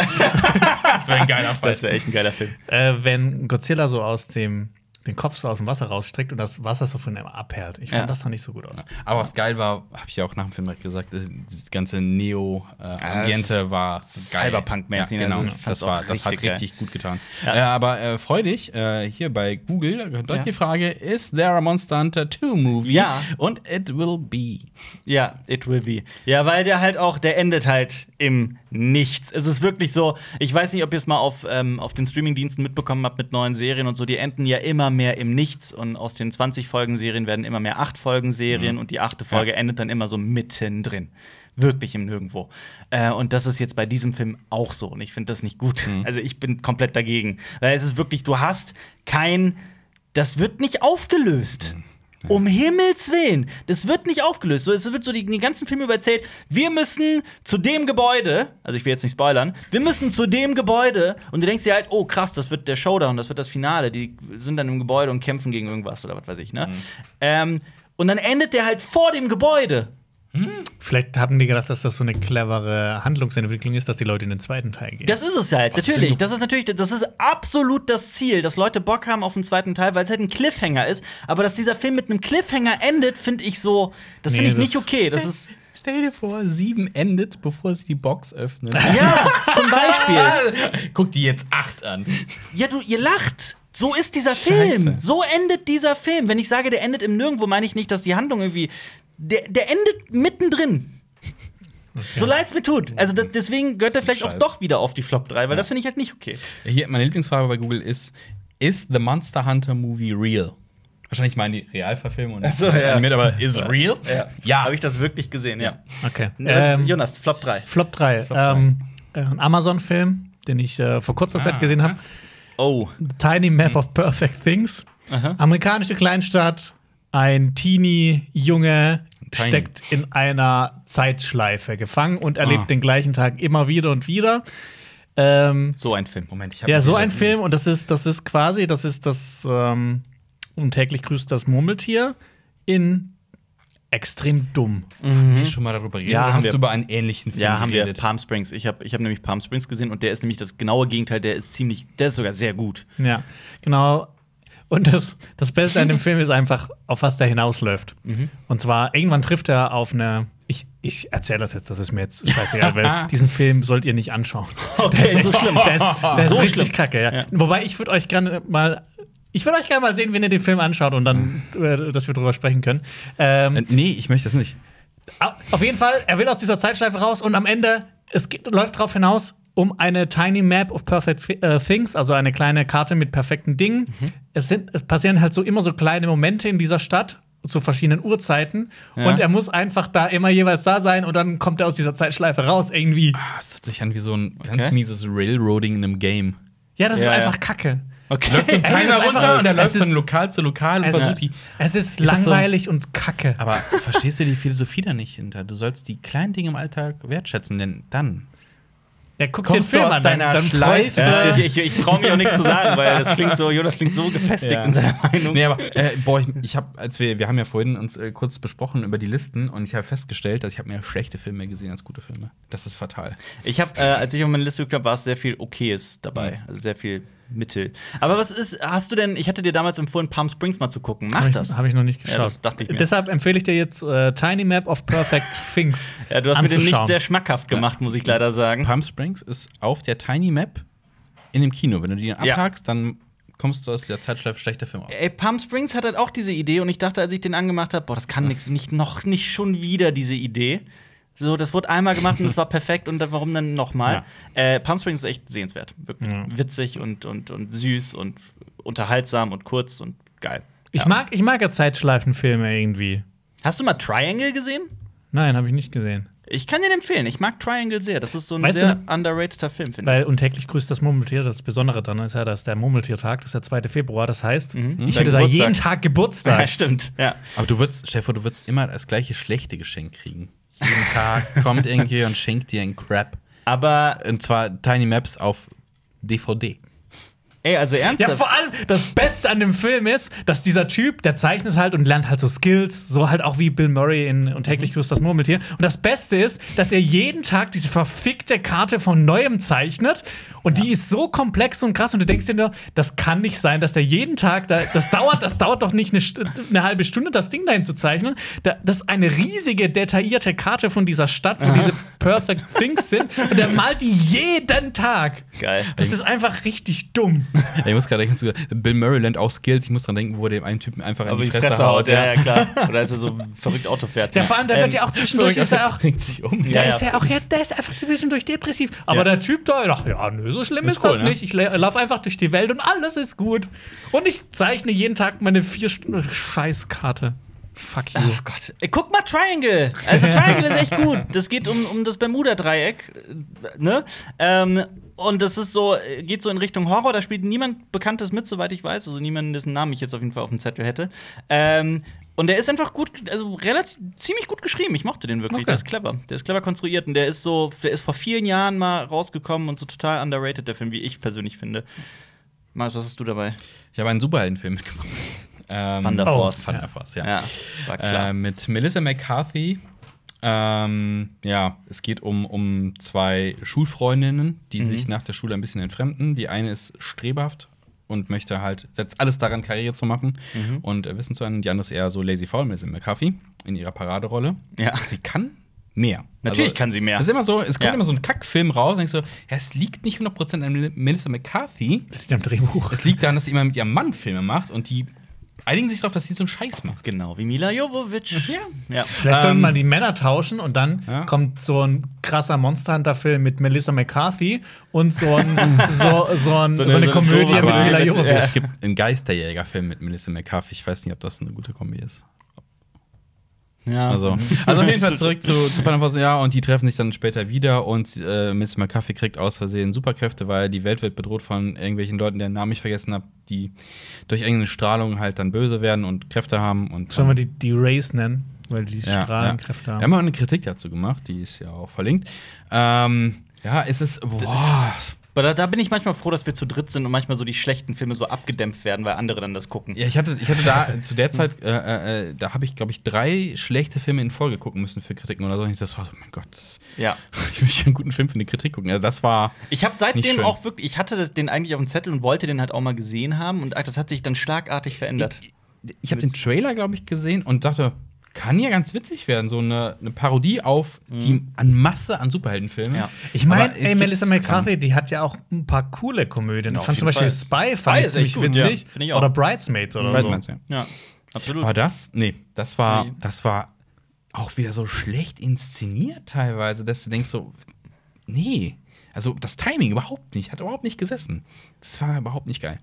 Speaker 2: Das wäre
Speaker 1: [laughs]
Speaker 2: ein geiler
Speaker 1: Das wäre echt ein geiler Film.
Speaker 3: äh, wenn Godzilla so aus dem den Kopf so aus dem Wasser rausstreckt und das Wasser so von ihm abperlt. Ich fand
Speaker 1: Ja.
Speaker 3: das sah nicht so gut aus.
Speaker 2: Aber was geil war, habe ich ja auch nach dem Film direkt gesagt, das- das ganze Neo-Ambiente
Speaker 1: das ist-
Speaker 2: war
Speaker 1: das ist
Speaker 2: geil.
Speaker 1: Cyberpunk-mäßig,
Speaker 2: Ja, genau.
Speaker 1: also ich fand's
Speaker 2: Das, war,
Speaker 1: auch
Speaker 2: das hat
Speaker 1: richtig
Speaker 2: richtig gut getan. Äh, aber äh, freu dich, äh, hier bei Google da gehört direkt
Speaker 1: Ja.
Speaker 2: die Frage: Is there a Monster Hunter 2 Movie?
Speaker 1: Ja.
Speaker 2: Und it will be.
Speaker 1: Ja, it will be. Ja, weil der halt auch, der endet halt im Nichts. Es ist wirklich so, ich weiß nicht, ob ihr es mal auf, ähm, auf den Streamingdiensten mitbekommen habt mit neuen Serien und so, die enden ja immer mehr im Nichts und aus den 20 Folgen Serien werden immer mehr 8 Folgen Serien und die achte Folge endet dann immer so mittendrin. Wirklich im Nirgendwo. Äh, und das ist jetzt bei diesem Film auch so und ich finde das nicht gut. Also ich bin komplett dagegen. Weil es ist wirklich, du hast kein, das wird nicht aufgelöst. Um Himmels Willen, das wird nicht aufgelöst. So, Es wird so die, die ganzen Filme über erzählt, wir müssen zu dem Gebäude, also ich will jetzt nicht spoilern, wir müssen zu dem Gebäude und du denkst dir halt, oh krass, das wird der Showdown, das wird das Finale, die sind dann im Gebäude und kämpfen gegen irgendwas oder was weiß ich, ne? Ähm, und dann endet der halt vor dem Gebäude.
Speaker 3: Vielleicht haben die gedacht, dass das so eine clevere Handlungsentwicklung ist, dass die Leute in den zweiten Teil gehen.
Speaker 1: Das ist es halt,
Speaker 2: Was
Speaker 1: natürlich.
Speaker 2: denn?
Speaker 1: Das ist natürlich, das ist absolut das Ziel, dass Leute Bock haben auf den zweiten Teil, weil es halt ein Cliffhanger ist. Aber dass dieser Film mit einem Cliffhanger endet, finde ich so, das finde
Speaker 3: Nee,
Speaker 1: ich nicht
Speaker 3: das-
Speaker 1: okay. Das ist
Speaker 2: Stell dir vor, sieben endet, bevor sie die Box
Speaker 1: [laughs]
Speaker 2: öffnet.
Speaker 1: ja zum Beispiel.
Speaker 2: Guck die jetzt acht an.
Speaker 1: Ja, du, ihr lacht. So ist dieser
Speaker 2: Scheiße.
Speaker 1: Film. So endet dieser Film. Wenn ich sage, der endet im Nirgendwo, meine ich nicht, dass die Handlung irgendwie. Der, der endet mittendrin. So leid es mir tut. Also das, deswegen gehört er vielleicht
Speaker 2: Scheiße.
Speaker 1: auch doch wieder auf die Flop 3, weil das finde ich halt nicht okay.
Speaker 2: Hier, meine Lieblingsfrage bei Google ist: Ist The Monster Hunter Movie real? Wahrscheinlich meinen die Realverfilmung und
Speaker 1: so, ja.
Speaker 2: animiert, aber is it real?
Speaker 1: Habe ich das wirklich gesehen, ja.
Speaker 3: Okay.
Speaker 1: Also,
Speaker 3: Ähm,
Speaker 1: Jonas, Flop 3.
Speaker 3: Flop 3.
Speaker 2: drei.
Speaker 3: Ähm, äh, ein Amazon-Film, den ich äh, vor
Speaker 1: Ah,
Speaker 3: kurzer Zeit gesehen habe.
Speaker 1: Oh.
Speaker 3: The Tiny
Speaker 2: Mhm.
Speaker 3: Map of Perfect Things. Amerikanische Kleinstadt. Ein Teenie-Junge
Speaker 2: Tiny.
Speaker 3: steckt in einer Zeitschleife gefangen und erlebt
Speaker 2: Ah.
Speaker 3: den gleichen Tag immer wieder und wieder. Ähm,
Speaker 1: So ein Film.
Speaker 2: Moment, ich habe
Speaker 3: ja, so ein Film und das ist, das ist quasi, das ist das ähm, und täglich grüßt das Murmeltier in extrem dumm.
Speaker 2: schon mal darüber reden.
Speaker 1: Ja,
Speaker 2: oder
Speaker 1: haben
Speaker 2: hast
Speaker 1: wir.
Speaker 2: du über einen ähnlichen Film
Speaker 1: Ja, haben wir
Speaker 2: geredet?
Speaker 1: Palm Springs. Ich habe ich hab nämlich Palm Springs gesehen und der ist nämlich das genaue Gegenteil. Der ist ziemlich, der ist sogar sehr gut.
Speaker 3: Ja, genau. Und das, das Beste an dem Film ist einfach, auf was da hinausläuft.
Speaker 1: Mhm.
Speaker 3: Und zwar, irgendwann trifft er auf eine. Ich, ich erzähle das jetzt, das ist mir jetzt
Speaker 1: [laughs]
Speaker 3: scheißegal, weil diesen Film sollt ihr nicht anschauen.
Speaker 1: Oh, Okay,
Speaker 3: [laughs] der ist
Speaker 1: so
Speaker 3: echt-
Speaker 1: schlimm.
Speaker 3: Der ist,
Speaker 1: [laughs]
Speaker 3: der ist
Speaker 1: So
Speaker 3: richtig
Speaker 1: schlimm.
Speaker 3: kacke, ja. Wobei ich würde euch gerne mal. Ich würde euch gerne mal sehen, wenn ihr den Film anschaut und dann, äh, dass wir drüber sprechen können. Ähm,
Speaker 2: Äh, nee, ich möchte das nicht.
Speaker 3: Au- Ah, Auf jeden Fall, er will aus dieser Zeitschleife raus und am Ende, es geht, läuft drauf hinaus um eine Tiny Map of Perfect Thi- äh, Things, also eine kleine Karte mit perfekten Dingen. Es, sind, es passieren halt so immer so kleine Momente in dieser Stadt zu verschiedenen Uhrzeiten und er muss einfach da immer jeweils da sein und dann kommt er aus dieser Zeitschleife raus irgendwie.
Speaker 2: Ah, Es hört sich an wie so ein ganz mieses Railroading in einem Game.
Speaker 3: Ja, das
Speaker 1: Ja,
Speaker 3: ist
Speaker 1: ja.
Speaker 3: einfach Kacke.
Speaker 1: Okay.
Speaker 2: Läuft
Speaker 1: [laughs]
Speaker 2: so ein
Speaker 3: Es ist
Speaker 2: Timer
Speaker 3: einfach-
Speaker 2: runter und er
Speaker 3: es
Speaker 2: läuft von
Speaker 3: ist-
Speaker 2: Lokal zu Lokal und
Speaker 3: Es,
Speaker 2: versucht die.
Speaker 3: Also, es ist
Speaker 2: das so-
Speaker 3: langweilig und Kacke.
Speaker 2: Aber verstehst du die Philosophie da nicht hinter? Du sollst die kleinen Dinge im Alltag wertschätzen, denn dann
Speaker 3: Ja, guck
Speaker 2: Kommst du aus deiner
Speaker 3: freust du-
Speaker 2: Schleife?
Speaker 1: Ja, ich ich, ich traue mir auch nichts zu sagen, weil das klingt so, Jonas klingt so gefestigt
Speaker 2: Ja.
Speaker 1: in seiner Meinung.
Speaker 2: Nee, aber äh, boah, ich, ich habe, als wir, wir haben ja vorhin uns äh, kurz besprochen über die Listen und ich habe festgestellt, dass ich habe mehr schlechte Filme gesehen als gute Filme. Das ist fatal.
Speaker 1: Ich habe, äh, als ich auf meine Liste geguckt habe, war es sehr viel Okayes dabei. Also sehr viel Mittel. Aber was ist, hast du denn, ich hatte dir damals empfohlen, Palm Springs mal zu gucken. Mach das.
Speaker 3: Habe ich noch nicht
Speaker 1: Ja,
Speaker 3: geschaut.
Speaker 1: das dachte ich mir.
Speaker 3: Deshalb empfehle ich dir jetzt äh, Tiny Map
Speaker 1: [laughs]
Speaker 3: of Perfect Things.
Speaker 1: Ja, du hast mir den nicht
Speaker 3: anzuschauen.
Speaker 1: sehr schmackhaft gemacht, muss ich leider sagen.
Speaker 2: Palm Springs ist auf der Tiny Map in dem Kino. Wenn du die
Speaker 1: Ja.
Speaker 2: abhakst, dann kommst du aus der Zeitschleife schlechter Film raus.
Speaker 1: Ey, Palm Springs hat halt auch diese Idee und ich dachte, als ich den angemacht habe, boah, das kann nichts, nicht noch nicht schon wieder diese Idee. So, das wurde einmal gemacht und es war
Speaker 3: [laughs]
Speaker 1: perfekt und dann, warum dann nochmal? Äh, Palm Springs ist echt sehenswert, wirklich witzig und, und, und süß und unterhaltsam und kurz und geil.
Speaker 3: Ich mag, ich mag ja Zeitschleifenfilme irgendwie.
Speaker 1: Hast du mal Triangle gesehen?
Speaker 3: Nein, habe ich nicht gesehen.
Speaker 1: Ich kann den empfehlen. Ich mag Triangle sehr. Das ist so ein
Speaker 3: Weißt du
Speaker 1: sehr
Speaker 3: ne-
Speaker 1: underrateder Film, finde ich.
Speaker 3: Weil und täglich grüßt das Murmeltier. Das Besondere daran ist ja, dass der Murmeltiertag, das ist der 2. Februar, das heißt, ich
Speaker 1: Mhm. Dein
Speaker 3: hätte da
Speaker 1: Geburtstag.
Speaker 3: jeden Tag
Speaker 1: [laughs] Ja,
Speaker 3: Geburtstag.
Speaker 1: stimmt. Ja.
Speaker 2: Aber du würdest, stell dir vor, du würdest immer das gleiche schlechte Geschenk kriegen. Jeden Tag kommt irgendwie und schenkt dir einen Crap.
Speaker 1: Aber, äh,
Speaker 2: Und zwar Tiny Maps auf DVD.
Speaker 1: ey, also
Speaker 3: Ja,
Speaker 1: ernsthaft.
Speaker 3: vor allem das Beste an dem Film ist, dass dieser Typ, der zeichnet halt und lernt halt so Skills, so halt auch wie Bill Murray in Und täglich grüßt das Murmeltier. Und das Beste ist, dass er jeden Tag diese verfickte Karte von Neuem zeichnet. Und die ist so komplex und krass. Und du denkst dir nur, das kann nicht sein, dass der jeden Tag, da, das dauert, das dauert doch nicht eine, St- eine halbe Stunde, das Ding dahin zu zeichnen. Da, das ist eine riesige, detaillierte Karte von dieser Stadt, wo diese Perfect Things sind. Und er malt die jeden Tag.
Speaker 1: Geil.
Speaker 3: Das ist einfach richtig dumm.
Speaker 2: Ja, Ich muss gerade denken, sogar Bill Murray lernt auch Skills. Ich muss dran denken, wo er dem einen Typen einfach in
Speaker 1: Aber
Speaker 2: die, Fresse, haut.
Speaker 1: ja, ja, klar. Oder als er so
Speaker 3: [laughs]
Speaker 1: verrückt Ähm, Auto fährt.
Speaker 3: Ja, vor allem, da wird
Speaker 2: Ähm,
Speaker 3: ja auch zwischendurch ist er auch.
Speaker 2: bringt sich um.
Speaker 1: ja.
Speaker 3: Da ist er auch, ja, der ist einfach zwischendurch depressiv. Aber
Speaker 2: Ja.
Speaker 3: der Typ da, ach ja, nö, so schlimm ist,
Speaker 2: Ist cool,
Speaker 3: das
Speaker 2: ne?
Speaker 3: nicht. Ich la- laufe einfach durch die Welt und alles ist gut. Und ich zeichne jeden Tag meine vier Stunden Scheißkarte. Fuck you.
Speaker 1: Oh Gott. Ey, guck mal Triangle. Also Triangle ist echt gut. Das geht um, um das Bermuda-Dreieck. äh, Ne? Ähm, und das ist so, äh, geht so in Richtung Horror. Da spielt niemand Bekanntes mit, soweit ich weiß. Also niemand, dessen Namen ich jetzt auf jeden Fall auf dem Zettel hätte. Ähm, Und der ist einfach gut, also relativ ziemlich gut geschrieben. Ich mochte den wirklich.
Speaker 2: Okay.
Speaker 1: Der ist clever. Der ist clever konstruiert und der ist so, der ist vor vielen Jahren mal rausgekommen und so total underrated, der Film, wie ich persönlich finde. Mars, was hast du dabei?
Speaker 2: Ich habe einen Superheldenfilm mitgebracht. Ähm,
Speaker 1: Van der Ähm,
Speaker 3: Oh,
Speaker 1: Force.
Speaker 2: Van der Force, ja.
Speaker 1: war klar.
Speaker 2: äh, mit Melissa McCarthy. Ähm, ja, es geht um, um zwei Schulfreundinnen,
Speaker 1: Mhm.
Speaker 2: die sich nach der Schule ein bisschen entfremden. Die eine ist strebehaft und möchte halt, setzt alles daran, Karriere zu machen
Speaker 1: Mhm.
Speaker 2: und äh, Wissen zu einem. Die andere ist eher so lazy faul, Melissa McCarthy, in ihrer Paraderolle.
Speaker 1: Ja.
Speaker 2: Sie kann mehr.
Speaker 1: Natürlich kann sie mehr.
Speaker 2: Das ist immer so, es kommt
Speaker 1: Ja.
Speaker 2: immer so ein Kackfilm raus und ich so, ja, es liegt nicht 100% an Mel- Melissa McCarthy.
Speaker 3: Das liegt am Drehbuch.
Speaker 2: Es liegt daran, dass sie immer mit ihrem Mann Filme macht und die einigen sich darauf, dass sie so einen Scheiß macht.
Speaker 1: genau, wie Mila Jovovich.
Speaker 2: Ja.
Speaker 1: ja.
Speaker 3: Vielleicht sollen
Speaker 2: Ähm,
Speaker 3: mal die Männer tauschen und dann
Speaker 2: Ja.
Speaker 3: kommt so ein krasser Monster Hunter Film mit Melissa McCarthy und so, ein, [laughs] so, so, ein,
Speaker 1: eine-
Speaker 3: so, eine,
Speaker 1: so eine
Speaker 3: Komödie
Speaker 1: doofe
Speaker 3: mit
Speaker 1: Komödie
Speaker 3: Mila
Speaker 1: mit-
Speaker 3: Jovovich.
Speaker 1: Ja.
Speaker 2: Es gibt einen Geisterjäger-Film mit Melissa McCarthy. Ich weiß nicht, ob das eine gute Kombi ist.
Speaker 3: Ah.
Speaker 1: ja.
Speaker 2: Also, also auf jeden Fall zurück zu, zu Final Fantasy, ja, und die treffen sich dann später wieder und äh, Melissa McCarthy kriegt aus Versehen Superkräfte, weil die Welt wird bedroht von irgendwelchen Leuten, deren Namen ich vergessen habe, die durch irgendeine Strahlung halt dann böse werden und Kräfte haben und.
Speaker 3: Sollen wir die, die Race nennen, weil die
Speaker 2: Ja,
Speaker 3: Strahlenkräfte
Speaker 2: ja. Wir
Speaker 3: haben.
Speaker 2: haben auch eine Kritik dazu gemacht, die ist ja auch verlinkt. Ähm, ja, es ist. Boah,
Speaker 1: Aber da, da bin ich manchmal froh, dass wir zu dritt sind und manchmal so die schlechten Filme so abgedämpft werden, weil andere dann das gucken.
Speaker 2: Ja, ich hatte, ich
Speaker 1: [laughs]
Speaker 2: hatte da zu der Zeit, äh, äh, da habe ich, glaube ich, drei schlechte Filme in Folge gucken müssen für Kritiken oder so. Und ich- das war so, mein Gott, das,
Speaker 1: Ja.
Speaker 2: [laughs] ich möchte einen guten Film für eine Kritik gucken. Also, das war.
Speaker 1: Ich habe
Speaker 2: Nicht
Speaker 1: seitdem
Speaker 2: schön.
Speaker 1: auch wirklich, ich hatte das, den eigentlich auf dem Zettel und wollte den halt auch mal gesehen haben und das hat sich dann schlagartig verändert.
Speaker 2: Ich habe den Trailer, glaube ich, gesehen und dachte, kann ja ganz witzig werden. So eine, eine Parodie auf die an Masse an Superheldenfilmen.
Speaker 1: Mhm. Ja.
Speaker 3: Ich meine,
Speaker 2: Aber
Speaker 3: ey,
Speaker 2: gibt's
Speaker 3: Melissa
Speaker 2: kaum.
Speaker 3: McCarthy, die hat ja auch ein paar coole Komödien.
Speaker 1: Ja,
Speaker 3: ich
Speaker 1: auf
Speaker 3: fand zum
Speaker 1: jeden
Speaker 3: Beispiel
Speaker 1: Fall.
Speaker 3: Spy,
Speaker 1: Spy
Speaker 3: fand ich
Speaker 1: ist echt
Speaker 3: ziemlich
Speaker 1: gut, ja.
Speaker 3: witzig.
Speaker 1: Find ich auch.
Speaker 3: Oder Bridesmaids oder
Speaker 2: Batman,
Speaker 3: so.
Speaker 2: ja.
Speaker 1: Ja, absolut.
Speaker 2: Aber das, nee, das war,
Speaker 1: Hm. Nee.
Speaker 2: das war auch wieder so schlecht inszeniert teilweise, dass du denkst so, nee, also das Timing überhaupt nicht, hat überhaupt nicht gesessen. Das war überhaupt nicht geil.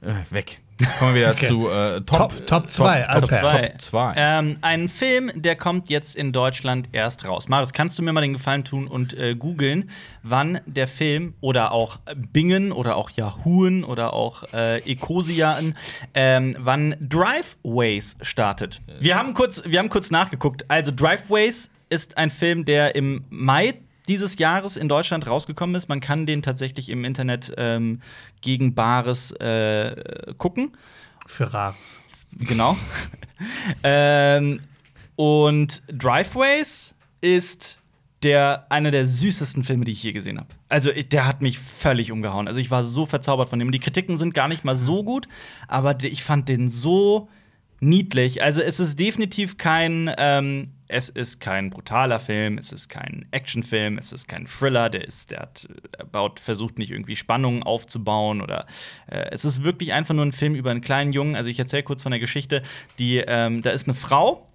Speaker 2: Äh, weg. Kommen wir wieder
Speaker 3: Okay.
Speaker 2: zu äh, Top,
Speaker 3: Top- Top zwei,
Speaker 2: Top
Speaker 3: Alper.
Speaker 2: 2. Top 2.
Speaker 1: Ähm, ein Film, der kommt jetzt in Deutschland erst raus. Marius, kannst du mir mal den Gefallen tun und äh, googeln, wann der Film oder auch Bingen oder auch Yahooen oder auch äh, Ecosiaen, ähm, wann Driveways startet? Wir haben, kurz, wir haben kurz nachgeguckt. Also, Driveways ist ein Film, der im Mai dieses Jahres in Deutschland rausgekommen ist. Man kann den tatsächlich im Internet ähm, gegen Bares äh, gucken.
Speaker 3: Für Rares.
Speaker 1: Genau. [laughs] ähm, und Driveways ist der, einer der süßesten Filme, die ich je gesehen habe. Also, ich- der hat mich völlig umgehauen. Also, ich war so verzaubert von dem. Die Kritiken sind gar nicht mal so gut, aber d- ich fand den so niedlich. Also, es ist definitiv kein. Ähm, es ist kein brutaler Film, es ist kein Actionfilm, es ist kein Thriller, der ist, der hat äh, baut, versucht nicht irgendwie Spannungen aufzubauen oder äh, es ist wirklich einfach nur ein Film über einen kleinen Jungen. Also ich erzähle kurz von der Geschichte. Die, ähm, da ist eine Frau,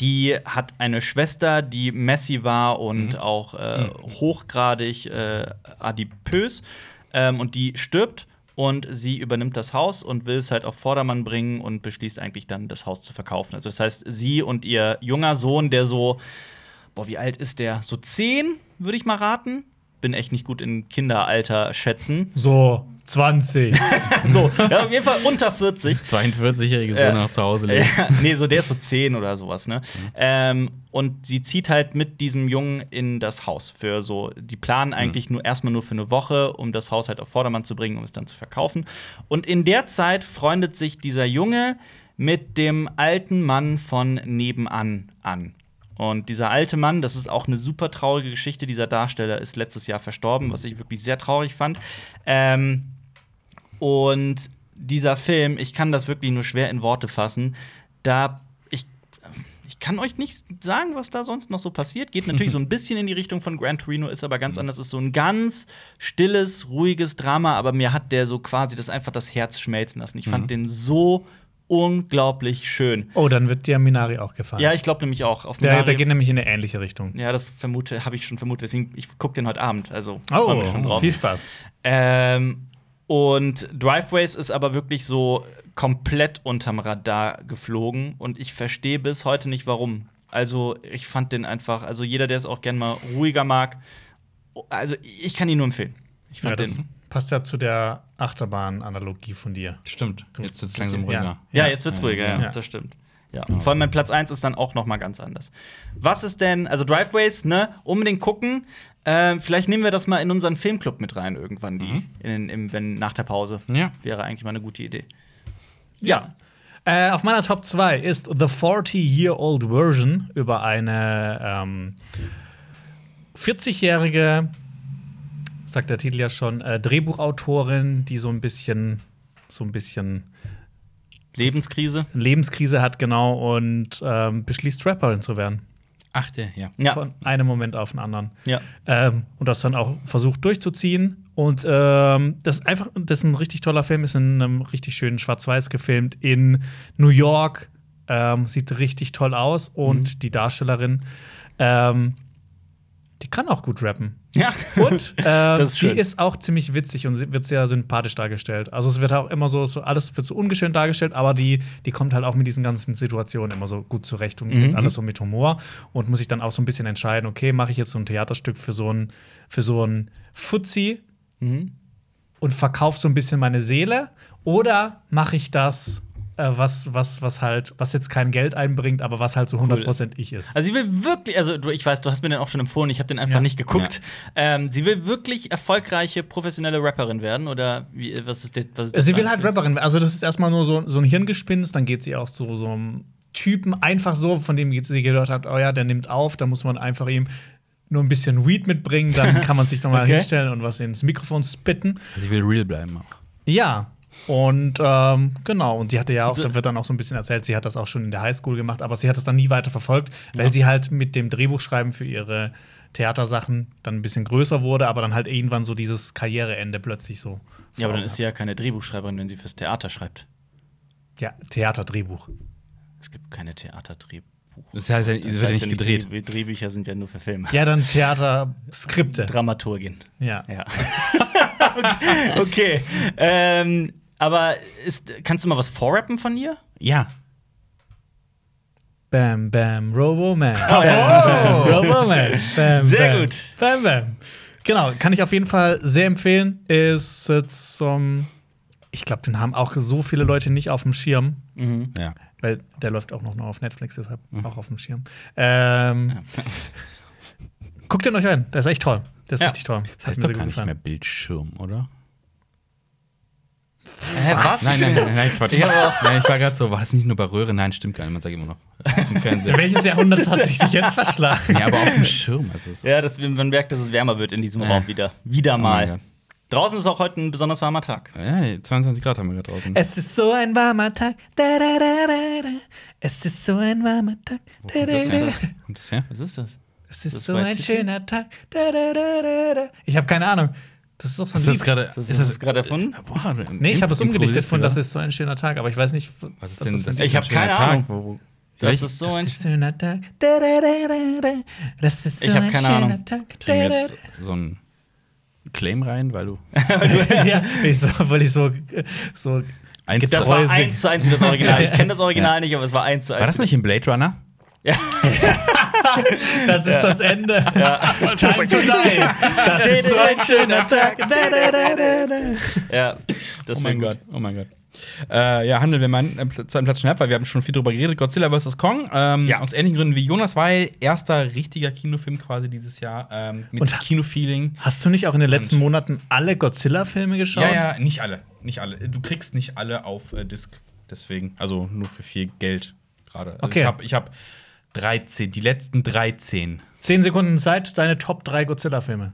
Speaker 1: die hat eine Schwester, die Messi war und auch äh, hochgradig äh, adipös. Ähm, und die stirbt und sie übernimmt das Haus und will es halt auf Vordermann bringen und beschließt eigentlich dann, das Haus zu verkaufen. Also das heißt, sie und ihr junger Sohn, der so, boah, wie alt ist der? So zehn, würde ich mal raten. Bin echt nicht gut in Kinderalter schätzen.
Speaker 3: [laughs] So
Speaker 1: [laughs]
Speaker 3: 20.
Speaker 1: So, ja, auf jeden Fall unter 40.
Speaker 2: 42-jährige Sohn
Speaker 1: Ja.
Speaker 2: noch zu Hause leben. Mhm.
Speaker 1: Ja, Äh, [laughs] nee, so der ist so 10 oder sowas, ne? Ähm, und sie zieht halt mit diesem Jungen in das Haus für so, die planen
Speaker 2: Mhm.
Speaker 1: eigentlich nur erstmal nur für eine Woche, um das Haus halt auf Vordermann zu bringen, um es dann zu verkaufen. Und in der Zeit freundet sich dieser Junge mit dem alten Mann von nebenan an. Und dieser alte Mann, das ist auch eine super traurige Geschichte, dieser Darsteller ist letztes Jahr verstorben,
Speaker 2: Mhm.
Speaker 1: was ich wirklich sehr traurig fand. Ähm, und dieser Film, ich kann das wirklich nur schwer in Worte fassen, da ich ich kann euch nicht sagen, was da sonst noch so passiert. Geht natürlich
Speaker 3: [laughs]
Speaker 1: so ein bisschen in die Richtung von Gran Torino, ist aber
Speaker 3: Mhm.
Speaker 1: ganz anders. Ist so ein ganz stilles, ruhiges Drama, aber mir hat der so quasi das einfach das Herz schmelzen lassen. Ich
Speaker 3: Mhm.
Speaker 1: fand den so unglaublich schön.
Speaker 3: Oh, dann wird dir Minari auch gefallen.
Speaker 1: Ja, ich glaube nämlich auch. Auf
Speaker 3: Ah. der, der
Speaker 1: Minari-
Speaker 3: geht nämlich in eine ähnliche Richtung.
Speaker 1: ja, das vermute, habe ich schon vermutet. Deswegen, ich gucke den heute Abend. Also, ich freu
Speaker 3: Oh,
Speaker 1: mich schon drauf.
Speaker 3: viel Spaß.
Speaker 1: Ähm, und Driveways ist aber wirklich so komplett unterm Radar geflogen und ich verstehe bis heute nicht warum. Also, ich fand den einfach, also jeder, der es auch gern mal ruhiger mag, also ich kann ihn nur empfehlen. Ich
Speaker 3: Ja,
Speaker 1: fand
Speaker 3: das
Speaker 1: den.
Speaker 3: passt ja zu der Achterbahn-Analogie von dir.
Speaker 2: Stimmt. Jetzt wird es langsam
Speaker 3: Ja.
Speaker 2: ruhiger. Äh,
Speaker 1: Ja, jetzt wird's ruhiger, ja,
Speaker 3: Ja.
Speaker 1: das stimmt. Ja. Und vor allem mein Platz 1 ist dann auch noch mal ganz anders. Was ist denn, also Driveways, ne, unbedingt gucken. Ähm, vielleicht nehmen wir das mal in unseren Filmclub mit rein irgendwann, die,
Speaker 2: Mhm.
Speaker 1: in, im, wenn, nach der Pause.
Speaker 2: Ja.
Speaker 1: Wäre eigentlich mal eine gute Idee. Ja.
Speaker 3: Äh, auf meiner Top 2 ist The 40-Year-Old Version über eine ähm, 40-jährige, sagt der Titel ja schon, äh, Drehbuchautorin, die so ein bisschen, so ein bisschen
Speaker 1: Lebenskrise.
Speaker 3: Lebenskrise hat, genau, und ähm, beschließt, Rapperin zu werden.
Speaker 2: Ach, der, ja.
Speaker 1: Ja.
Speaker 3: Von einem Moment auf den anderen.
Speaker 1: ja.
Speaker 3: Ähm, und das dann auch versucht durchzuziehen. Und ähm, das ist einfach, das ist ein richtig toller Film, ist in einem richtig schönen Schwarz-Weiß gefilmt in New York. Ähm, sieht richtig toll aus. Und die Darstellerin, ähm, die kann auch gut rappen.
Speaker 1: Ja.
Speaker 3: Und ähm,
Speaker 1: Das ist
Speaker 3: die
Speaker 1: schön.
Speaker 3: ist auch ziemlich witzig und sie- wird sehr sympathisch dargestellt. Also es wird auch immer so, so alles wird so ungeschön dargestellt, aber die, die kommt halt auch mit diesen ganzen Situationen immer so gut zurecht
Speaker 1: Mhm.
Speaker 3: und nimmt alles so mit Humor und muss sich dann auch so ein bisschen entscheiden, okay, mache ich jetzt so ein Theaterstück für so ein für so ein Fuzzi
Speaker 1: Mhm.
Speaker 3: und verkaufe so ein bisschen meine Seele oder mache ich das äh, was was was halt was jetzt kein Geld einbringt, aber was halt so 100% ich ist.
Speaker 1: Also sie will wirklich, also du, ich weiß, du hast mir den auch schon empfohlen, ich habe den einfach
Speaker 3: Ja.
Speaker 1: nicht geguckt. Ähm, sie will wirklich erfolgreiche professionelle Rapperin werden oder wie, was ist der? Was ist der
Speaker 3: Sie will
Speaker 1: Plan?
Speaker 3: halt Rapperin werden. Also, das ist erstmal nur so, so ein Hirngespinst, dann geht sie auch zu so einem Typen, einfach so, von dem sie gehört hat, oh ja, der nimmt auf, da muss man einfach ihm nur ein bisschen Weed mitbringen,
Speaker 1: [laughs]
Speaker 3: dann kann man sich doch mal
Speaker 1: Okay.
Speaker 3: hinstellen und was ins Mikrofon spitten.
Speaker 2: Also ich will real bleiben auch.
Speaker 3: Ja. Und ähm, genau, und die hatte ja auch,
Speaker 1: So-
Speaker 3: da wird dann auch so ein bisschen erzählt, sie hat das auch schon in der Highschool gemacht, aber sie hat es dann nie weiter verfolgt, weil sie halt mit dem Drehbuchschreiben für ihre Theatersachen dann ein bisschen größer wurde, aber dann halt irgendwann so dieses Karriereende plötzlich so.
Speaker 1: Ja, aber dann
Speaker 3: vor Augen
Speaker 1: ist sie ja keine Drehbuchschreiberin, wenn sie fürs Theater schreibt.
Speaker 3: hat. ja Theaterdrehbuch.
Speaker 1: Es gibt keine Theaterdrehbuch.
Speaker 2: Das heißt, ja- das wird ja nicht gedreht.
Speaker 1: Dreh- Drehbücher sind ja nur für Filme.
Speaker 3: Ja, dann Theaterskripte.
Speaker 1: Dramaturgin.
Speaker 3: Ja.
Speaker 1: Ja. okay. okay. Ähm, aber ist, kannst du mal was vorrappen von ihr?
Speaker 2: Ja.
Speaker 3: Bam, bam, Roboman. Bam, bam, Roboman. Bam,
Speaker 1: Sehr
Speaker 3: bam.
Speaker 1: gut.
Speaker 3: Bam, bam. Genau, kann ich auf jeden Fall sehr empfehlen. Ist jetzt, ähm, ich glaube, den haben auch so viele Leute nicht auf dem Schirm,
Speaker 2: Ja.
Speaker 3: weil der läuft auch noch nur auf Netflix, deshalb auch auf dem Schirm. Ähm, guckt den euch an, der ist echt toll. Der ist
Speaker 1: Ja.
Speaker 3: richtig toll.
Speaker 2: Das heißt
Speaker 3: Hat
Speaker 2: doch gar
Speaker 3: mir sehr gut
Speaker 2: nicht mehr
Speaker 3: gefallen.
Speaker 2: Bildschirm, oder?
Speaker 1: Hä, was?
Speaker 2: Nein, nein, nein, nein, Quatsch. nein, ich war gerade so, war das nicht nur bei Röhre? Nein, stimmt gar nicht. Man sagt immer noch äh, zum
Speaker 1: [laughs]
Speaker 2: Fernseher.
Speaker 3: Welches Jahrhundert hat sich jetzt verschlagen?
Speaker 2: ja, aber auf dem Schirm. Also, es-
Speaker 1: Ja, das, man merkt, dass es wärmer wird in diesem
Speaker 2: Äh.
Speaker 1: Raum wieder. Wieder
Speaker 2: Oh
Speaker 1: mal.
Speaker 2: mein Gott.
Speaker 1: Draußen ist auch heute ein besonders warmer Tag.
Speaker 2: ja, 22 Grad haben wir gerade
Speaker 1: Äh,
Speaker 2: draußen.
Speaker 3: Es ist so ein warmer Tag. Da, da, da, da, da. Es ist so ein warmer Tag. Da,
Speaker 2: Kommt
Speaker 3: da,
Speaker 2: das
Speaker 1: äh,
Speaker 3: da.
Speaker 2: her? Kommt das her?
Speaker 1: Was ist das?
Speaker 3: Es ist
Speaker 1: Das
Speaker 3: so
Speaker 1: war
Speaker 3: ein
Speaker 1: Tizi?
Speaker 3: schöner Tag. Da, da, da, da, da. Ich habe keine Ahnung. Das ist doch so ein
Speaker 2: Hast du das
Speaker 3: Lied.
Speaker 2: gerade.
Speaker 1: Ist das, das gerade erfunden?
Speaker 2: Äh, Boah, du-
Speaker 3: Nee, ich habe es
Speaker 2: improvisierst
Speaker 3: umgedichtet
Speaker 2: du
Speaker 3: von Das
Speaker 2: gerade?
Speaker 3: ist so ein schöner Tag, aber ich weiß nicht,
Speaker 2: Was ist denn
Speaker 3: das für ein
Speaker 2: das?
Speaker 3: Lied
Speaker 1: Ich hab
Speaker 2: ist ein schöner
Speaker 1: keine
Speaker 2: Tag,
Speaker 1: Ahnung.
Speaker 2: wo- wo-
Speaker 1: Das
Speaker 2: Welch-
Speaker 1: ist so
Speaker 3: Das
Speaker 1: ein.
Speaker 3: ist so ein schöner Tag. Da, da, da, da, da. Das ist so
Speaker 1: Ich hab
Speaker 3: ein
Speaker 1: keine
Speaker 3: schöner
Speaker 1: Ahnung.
Speaker 3: Tag.
Speaker 2: Kriegen
Speaker 3: Da,
Speaker 2: wir
Speaker 3: da,
Speaker 2: jetzt so ein Claim rein, weil du.
Speaker 3: da. [laughs] ja, ich so, weil ich so, so
Speaker 2: Eins
Speaker 1: Das
Speaker 2: zu-
Speaker 1: war
Speaker 3: Treu singen.
Speaker 1: eins zu eins wie das Original. Ich kenne das Original nicht, aber es war eins zu
Speaker 2: war
Speaker 1: eins.
Speaker 2: das nicht in Blade Runner?
Speaker 3: Das ist das Ende. Time to die. Das ist so ein schöner Tag. Da, da, da, da, da.
Speaker 1: Ja, das
Speaker 2: Oh
Speaker 1: war
Speaker 2: mein
Speaker 1: gut.
Speaker 2: Gott, oh mein Gott. Äh, ja, handeln wir meinen äh, Pl- zweiten Platz schnell ab, weil wir haben schon viel drüber geredet. Godzilla vs. Kong. Ähm,
Speaker 1: Ja.
Speaker 2: Aus ähnlichen Gründen wie Jonas, weil erster richtiger Kinofilm quasi dieses Jahr ähm, mit
Speaker 3: Und-
Speaker 2: Kinofeeling.
Speaker 3: Hast du nicht auch in den letzten Monaten alle Godzilla-Filme geschaut?
Speaker 2: Ja, ja, nicht alle. Nicht alle. Du kriegst nicht alle auf äh, Disc. Deswegen, also nur für viel Geld gerade. Also
Speaker 3: Okay.
Speaker 2: Ich habe ich hab 13, die letzten 13
Speaker 3: Zehn Sekunden Zeit, deine Top 3 Godzilla-Filme.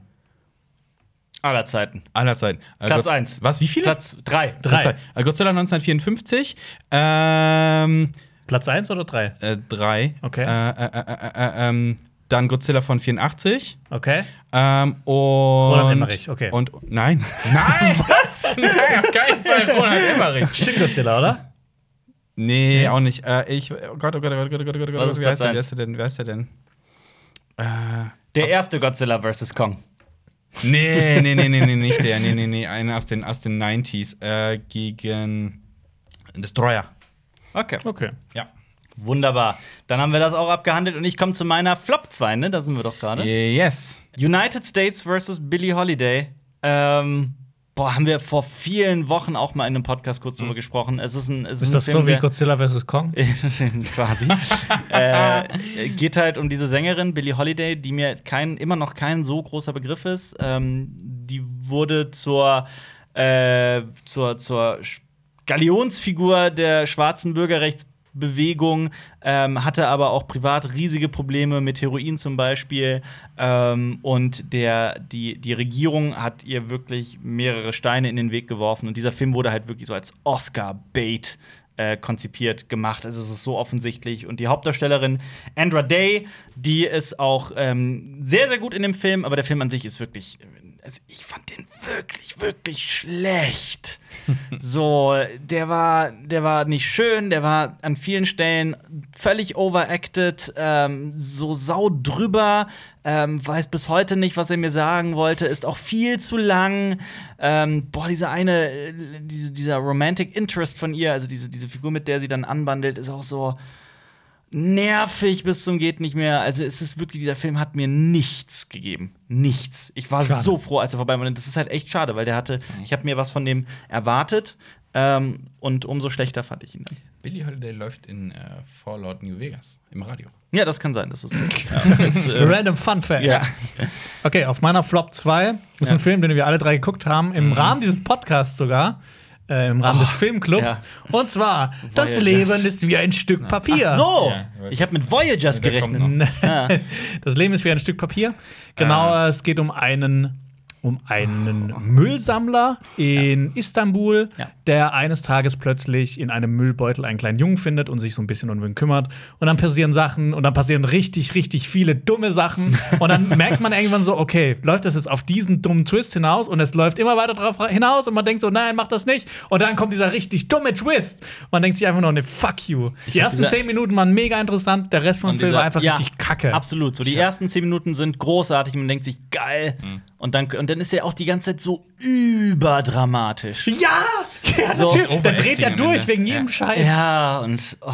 Speaker 1: Aller Zeiten.
Speaker 2: aller Zeiten. Äh,
Speaker 1: Platz
Speaker 2: Gott-
Speaker 1: eins.
Speaker 2: Was, wie viele?
Speaker 1: Platz drei.
Speaker 3: Drei.
Speaker 2: Platz zwei. Äh, Godzilla 1954. Ähm.
Speaker 3: Platz 1 oder 3?
Speaker 2: äh, drei.
Speaker 3: Okay.
Speaker 2: Äh, äh, äh, äh, äh, ähm, dann Godzilla von 84.
Speaker 3: Okay.
Speaker 2: Ähm, und.
Speaker 3: Roland Emmerich, okay.
Speaker 2: Und, nein. [laughs] Nein! Was? [laughs] Nein, auf keinen Fall Roland Emmerich.
Speaker 3: Shin Godzilla, oder?
Speaker 2: Nee, auch nicht. Äh, ich, oh Gott, oh Gott, oh Gott, oh Gott, oh Gott, oh Gott,
Speaker 1: Was ist
Speaker 2: wie
Speaker 1: Platz
Speaker 2: heißt der,
Speaker 1: eins?
Speaker 2: wer ist der denn? Wer ist der denn?
Speaker 1: Der erste Godzilla vs. Kong.
Speaker 2: Nee, nee, nee, nee, nee, nicht der. Nee, nee, nee, einer aus den, aus den 90s. Äh, gegen Destroyer.
Speaker 1: Okay.
Speaker 3: Okay.
Speaker 2: Ja.
Speaker 1: Wunderbar. Dann haben wir das auch abgehandelt und ich komme zu meiner Flop 2, ne? Da sind wir doch gerade.
Speaker 2: Yes.
Speaker 1: United States vs. Billie Holiday. Ähm, Boah, haben wir vor vielen Wochen auch mal in einem Podcast kurz drüber gesprochen. Es ist ein, es
Speaker 3: Ist
Speaker 1: ein
Speaker 3: das
Speaker 1: Film,
Speaker 3: so wie
Speaker 1: der-
Speaker 3: Godzilla vs. Kong?
Speaker 1: [laughs] quasi. äh, geht halt um diese Sängerin Billie Holiday, die mir kein, immer noch kein so großer Begriff ist. Ähm, die wurde zur, äh, zur, zur Sch- Galionsfigur der schwarzen Bürgerrechtsbewegung, ähm, hatte aber auch privat riesige Probleme mit Heroin zum Beispiel. Ähm, und der, die, die Regierung hat ihr wirklich mehrere Steine in den Weg geworfen. Und dieser Film wurde halt wirklich so als Oscar-Bait äh, konzipiert gemacht. Also es ist so offensichtlich. Und die Hauptdarstellerin Andra Day, die ist auch ähm, sehr, sehr gut in dem Film, aber der Film an sich ist wirklich. Also ich fand den wirklich, wirklich schlecht. so, der war, der war nicht schön, der war an vielen Stellen völlig overacted, ähm, so sau drüber, ähm, weiß bis heute nicht, was er mir sagen wollte, ist auch viel zu lang. Ähm, boah, diese eine, äh, diese, dieser Romantic Interest von ihr, also diese, diese Figur, mit der sie dann anbandelt, ist auch so nervig bis zum geht nicht mehr. Also es ist wirklich, dieser Film hat mir nichts gegeben. Nichts. Ich war
Speaker 3: Schade.
Speaker 1: so froh, als er vorbei war. Und das ist halt echt schade, weil der hatte, ich habe mir was von dem erwartet ähm, und umso schlechter fand ich ihn dann.
Speaker 2: Billie Holiday läuft in äh, Fallout New Vegas im Radio.
Speaker 1: Ja, das kann sein. Das ist, ja, das
Speaker 3: [laughs]
Speaker 1: ist äh,
Speaker 3: Random Fun
Speaker 1: [laughs]
Speaker 3: Fact.
Speaker 1: ja.
Speaker 3: Okay, auf meiner Flop 2 ist ein Film, den wir alle drei geguckt haben,
Speaker 1: Mhm.
Speaker 3: im Rahmen dieses Podcasts sogar, äh, im Rahmen
Speaker 1: Oh,
Speaker 3: des Filmclubs. Und zwar: Das
Speaker 1: Voyagers.
Speaker 3: Leben ist wie ein Stück Papier.
Speaker 1: Ach so,
Speaker 2: Ja, aber
Speaker 1: ich habe mit Voyagers
Speaker 2: der kommt
Speaker 1: gerechnet.
Speaker 2: noch.
Speaker 3: [laughs] Das Leben ist wie ein Stück Papier. Genau, äh, es geht um einen, um einen Müllsammler in Istanbul,
Speaker 1: Ja.
Speaker 3: der eines Tages plötzlich in einem Müllbeutel einen kleinen Jungen findet und sich so ein bisschen um ihn kümmert. Und dann passieren Sachen und dann passieren richtig, richtig viele dumme Sachen.
Speaker 1: [laughs]
Speaker 3: Und dann merkt man irgendwann so, okay, läuft das jetzt auf diesen dummen Twist hinaus und es läuft immer weiter drauf hinaus und man denkt so, nein, mach das nicht. Und dann kommt dieser richtig dumme Twist. Man denkt sich einfach nur, ne, fuck you. Die
Speaker 1: hab
Speaker 3: ersten
Speaker 1: dieser-
Speaker 3: zehn Minuten waren mega interessant, der Rest vom
Speaker 1: Und
Speaker 3: Film
Speaker 1: dieser-
Speaker 3: war einfach
Speaker 1: ja,
Speaker 3: richtig kacke.
Speaker 1: Absolut. So die ersten zehn Minuten sind großartig. Man denkt sich geil und dann und dann ist er auch die ganze Zeit so überdramatisch.
Speaker 3: Ja! [laughs] ja
Speaker 1: So.
Speaker 3: natürlich. Der dreht
Speaker 2: Overacting
Speaker 3: ja
Speaker 2: am
Speaker 3: durch
Speaker 2: Ende.
Speaker 3: wegen jedem
Speaker 2: Ja.
Speaker 3: Scheiß.
Speaker 1: Ja und oh.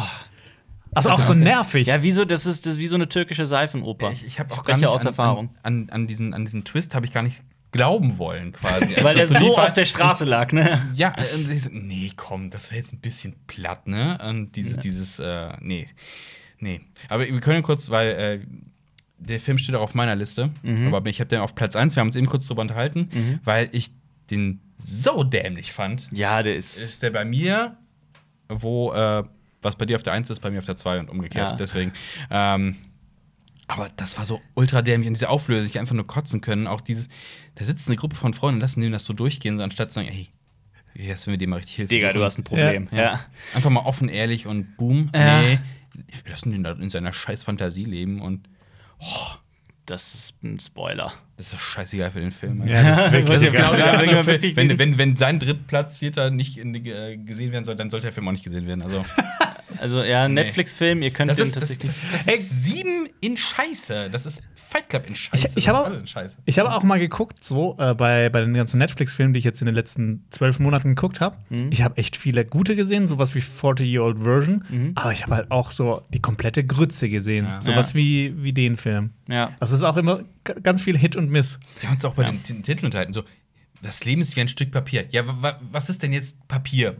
Speaker 3: Also auch so nervig.
Speaker 1: ja, wieso das ist das ist wie so eine türkische Seifenoper.
Speaker 2: Ich, ich habe auch gar
Speaker 1: Spreche
Speaker 2: nicht
Speaker 1: aus
Speaker 2: an,
Speaker 1: Erfahrung.
Speaker 2: An, an, an, diesen, an diesen Twist habe ich gar nicht glauben
Speaker 1: [laughs]
Speaker 2: wollen, quasi. Als
Speaker 1: Weil er
Speaker 2: das
Speaker 1: so
Speaker 2: lief, war-
Speaker 1: auf der Straße lag, ne?
Speaker 2: Ja, äh, und ich so, nee, komm, das wäre jetzt ein bisschen platt, ne? Und dieses, dieses, äh, nee, nee. Aber wir können kurz, weil äh, der Film steht auch auf meiner Liste,
Speaker 1: Mhm.
Speaker 2: aber ich habe den auf Platz 1, wir haben uns eben kurz drüber unterhalten, weil ich den so dämlich fand,
Speaker 1: Ja, der ist.
Speaker 2: ist der bei mir, wo, äh, was bei dir auf der 1 ist, bei mir auf der 2 und umgekehrt,
Speaker 1: Ja.
Speaker 2: deswegen. Ähm, aber das war so ultra dämlich und diese Auflösung, ich einfach nur kotzen können. Auch dieses, da sitzt eine Gruppe von Freunden und lassen denen das so durchgehen, so anstatt zu sagen, ey, jetzt wenn wir dem mal richtig helfen.
Speaker 1: Digga, du hast ein Problem.
Speaker 2: Ja.
Speaker 1: Ja.
Speaker 2: Einfach mal offen, ehrlich und boom.
Speaker 1: Ja.
Speaker 2: Nee, wir lassen den da in seiner scheiß Fantasie leben und
Speaker 1: Das ist ein Spoiler.
Speaker 2: das ist scheißegal für den Film.
Speaker 3: [laughs] Ja, das ist wirklich.
Speaker 1: [laughs] Das ist
Speaker 2: Genau,
Speaker 1: Ja, wenn
Speaker 2: der andere
Speaker 1: man
Speaker 2: Film,
Speaker 1: wirklich
Speaker 2: wenn,
Speaker 1: diesen-
Speaker 2: wenn, wenn sein Drittplatzierter nicht in, äh, gesehen werden soll, dann sollte der Film auch nicht gesehen werden. Also.
Speaker 1: Also ja, Netflix-Film, ihr könnt
Speaker 2: Das
Speaker 1: den
Speaker 2: ist, das, das,
Speaker 1: tatsächlich.
Speaker 2: das
Speaker 3: Ey.
Speaker 2: ist sieben in Scheiße. Das ist Fight Club in Scheiße.
Speaker 3: Ich- ich
Speaker 2: das
Speaker 3: hab
Speaker 2: ist
Speaker 3: auch-
Speaker 2: alles in Scheiße.
Speaker 3: Ich habe auch mal geguckt, so äh, bei, bei den ganzen Netflix-Filmen, die ich jetzt in den letzten zwölf Monaten geguckt habe.
Speaker 1: Mhm.
Speaker 3: Ich habe echt viele gute gesehen, sowas wie 40-Year-Old Version. Aber ich habe halt auch so die komplette Grütze gesehen.
Speaker 2: Ja.
Speaker 3: Sowas
Speaker 1: Mhm. Ja.
Speaker 3: wie, wie den Film.
Speaker 1: ja.
Speaker 3: Das ist auch immer g- ganz viel Hit und Miss.
Speaker 2: Wir haben uns auch bei dem T- Titel unterhalten. So, das Leben ist wie ein Stück Papier. Ja, wa- wa- was ist denn jetzt Papier?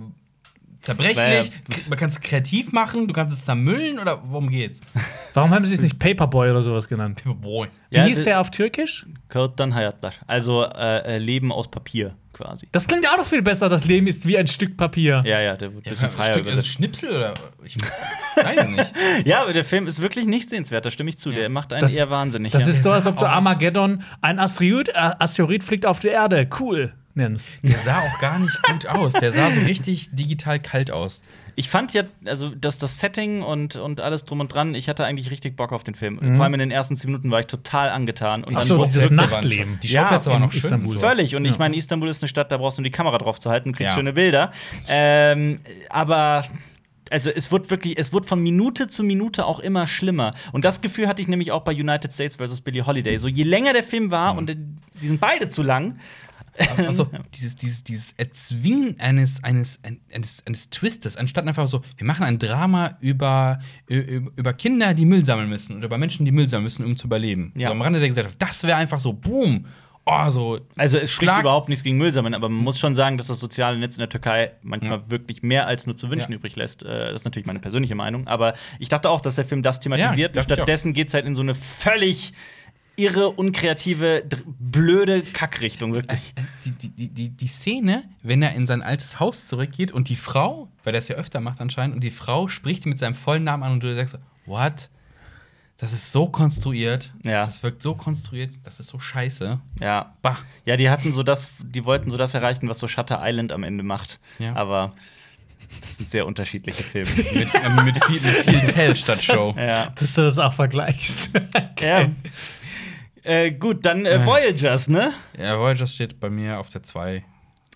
Speaker 2: Zerbrechlich?
Speaker 1: Weil-
Speaker 2: K- Man kann es kreativ machen, du kannst es zermüllen oder worum geht's?
Speaker 3: Warum haben sie es nicht Paperboy oder sowas genannt?
Speaker 2: Boy.
Speaker 3: Wie
Speaker 1: Ja,
Speaker 3: hieß
Speaker 1: das-
Speaker 3: der auf Türkisch?
Speaker 1: Kürtan Hayatlar. Also äh, äh, Leben aus Papier quasi.
Speaker 3: Das klingt ja auch noch viel besser. Das Leben ist wie ein Stück Papier.
Speaker 1: Ja, ja, der wird ein
Speaker 2: Ja,
Speaker 1: bisschen
Speaker 2: ein
Speaker 1: freier
Speaker 2: Stück, also
Speaker 1: übersetzt.
Speaker 2: Schnipsel oder. Ich weiß nicht.
Speaker 1: Ja, aber der Film ist wirklich nicht sehenswert, da stimme ich zu. Der macht einen
Speaker 3: Das-
Speaker 1: eher wahnsinnig.
Speaker 3: Das
Speaker 1: ja.
Speaker 3: ist so, als
Speaker 2: sah
Speaker 3: ob du
Speaker 2: auch-
Speaker 3: Armageddon, ein Asteroid, äh, Asteroid fliegt auf die Erde, cool, nennst.
Speaker 2: Der sah auch gar nicht gut aus. Der sah so richtig digital kalt aus.
Speaker 1: Ich fand ja, also dass das Setting und, und alles drum und dran, ich hatte eigentlich richtig Bock auf den Film. Vor allem in den ersten zehn Minuten war ich total angetan. Und
Speaker 3: Mhm. Ach
Speaker 1: dann
Speaker 3: so,
Speaker 1: wusste
Speaker 3: dieses
Speaker 1: ich-
Speaker 2: Schauplätze waren
Speaker 3: Nachtleben.
Speaker 2: schon- Die
Speaker 1: Ja,
Speaker 2: Schauplätze waren
Speaker 3: in
Speaker 2: auch schön.
Speaker 3: Istanbul.
Speaker 2: und so.
Speaker 1: Völlig. Und ich meine, Istanbul ist eine Stadt, da brauchst du nur die Kamera drauf zu halten, kriegst
Speaker 2: Ja.
Speaker 1: schöne Bilder. Ähm, aber also es wird wirklich, es wird von Minute zu Minute auch immer schlimmer. Und das Gefühl hatte ich nämlich auch bei United States vs. Billie Holiday. So je länger der Film war und die sind beide zu lang,
Speaker 2: Also dieses, dieses, dieses Erzwingen eines, eines, ein- eines, eines Twistes, anstatt einfach so, wir machen ein Drama über, ü- über Kinder, die Müll sammeln müssen oder über Menschen, die Müll sammeln müssen, um zu überleben.
Speaker 1: Ja.
Speaker 2: So am Rande der Gesellschaft. Das wäre einfach so, boom. oh, so.
Speaker 1: Also es spricht
Speaker 2: Schlag-
Speaker 1: überhaupt nichts gegen Müll sammeln, aber man muss schon sagen, dass das soziale Netz in der Türkei manchmal wirklich mehr als nur zu wünschen
Speaker 2: Ja.
Speaker 1: übrig lässt. Äh, das ist natürlich meine persönliche Meinung, aber ich dachte auch, dass der Film das thematisiert.
Speaker 2: dachte ich
Speaker 1: Stattdessen geht es halt in so eine völlig irre, unkreative, dr- blöde Kackrichtung, wirklich.
Speaker 2: Äh, Die, die, die, die, die Szene, wenn er in sein altes Haus zurückgeht und die Frau, weil er es ja öfter macht anscheinend, und die Frau spricht ihn mit seinem vollen Namen an und du sagst, so, what? Das ist so konstruiert.
Speaker 1: Ja.
Speaker 2: Das wirkt so konstruiert. Das ist so scheiße.
Speaker 1: Ja.
Speaker 2: Bah.
Speaker 1: Ja, die hatten so das, die wollten so das erreichen, was so Shutter Island am Ende macht.
Speaker 2: Ja.
Speaker 1: Aber das sind sehr unterschiedliche
Speaker 2: [laughs]
Speaker 1: Filme.
Speaker 2: Mit, äh, mit viel, mit viel Tell statt Show.
Speaker 1: ja.
Speaker 3: Dass du das auch vergleichst. [laughs]
Speaker 1: ja. Äh, gut, dann äh, Voyagers, ne?
Speaker 2: Ja, Voyager steht bei mir auf der 2.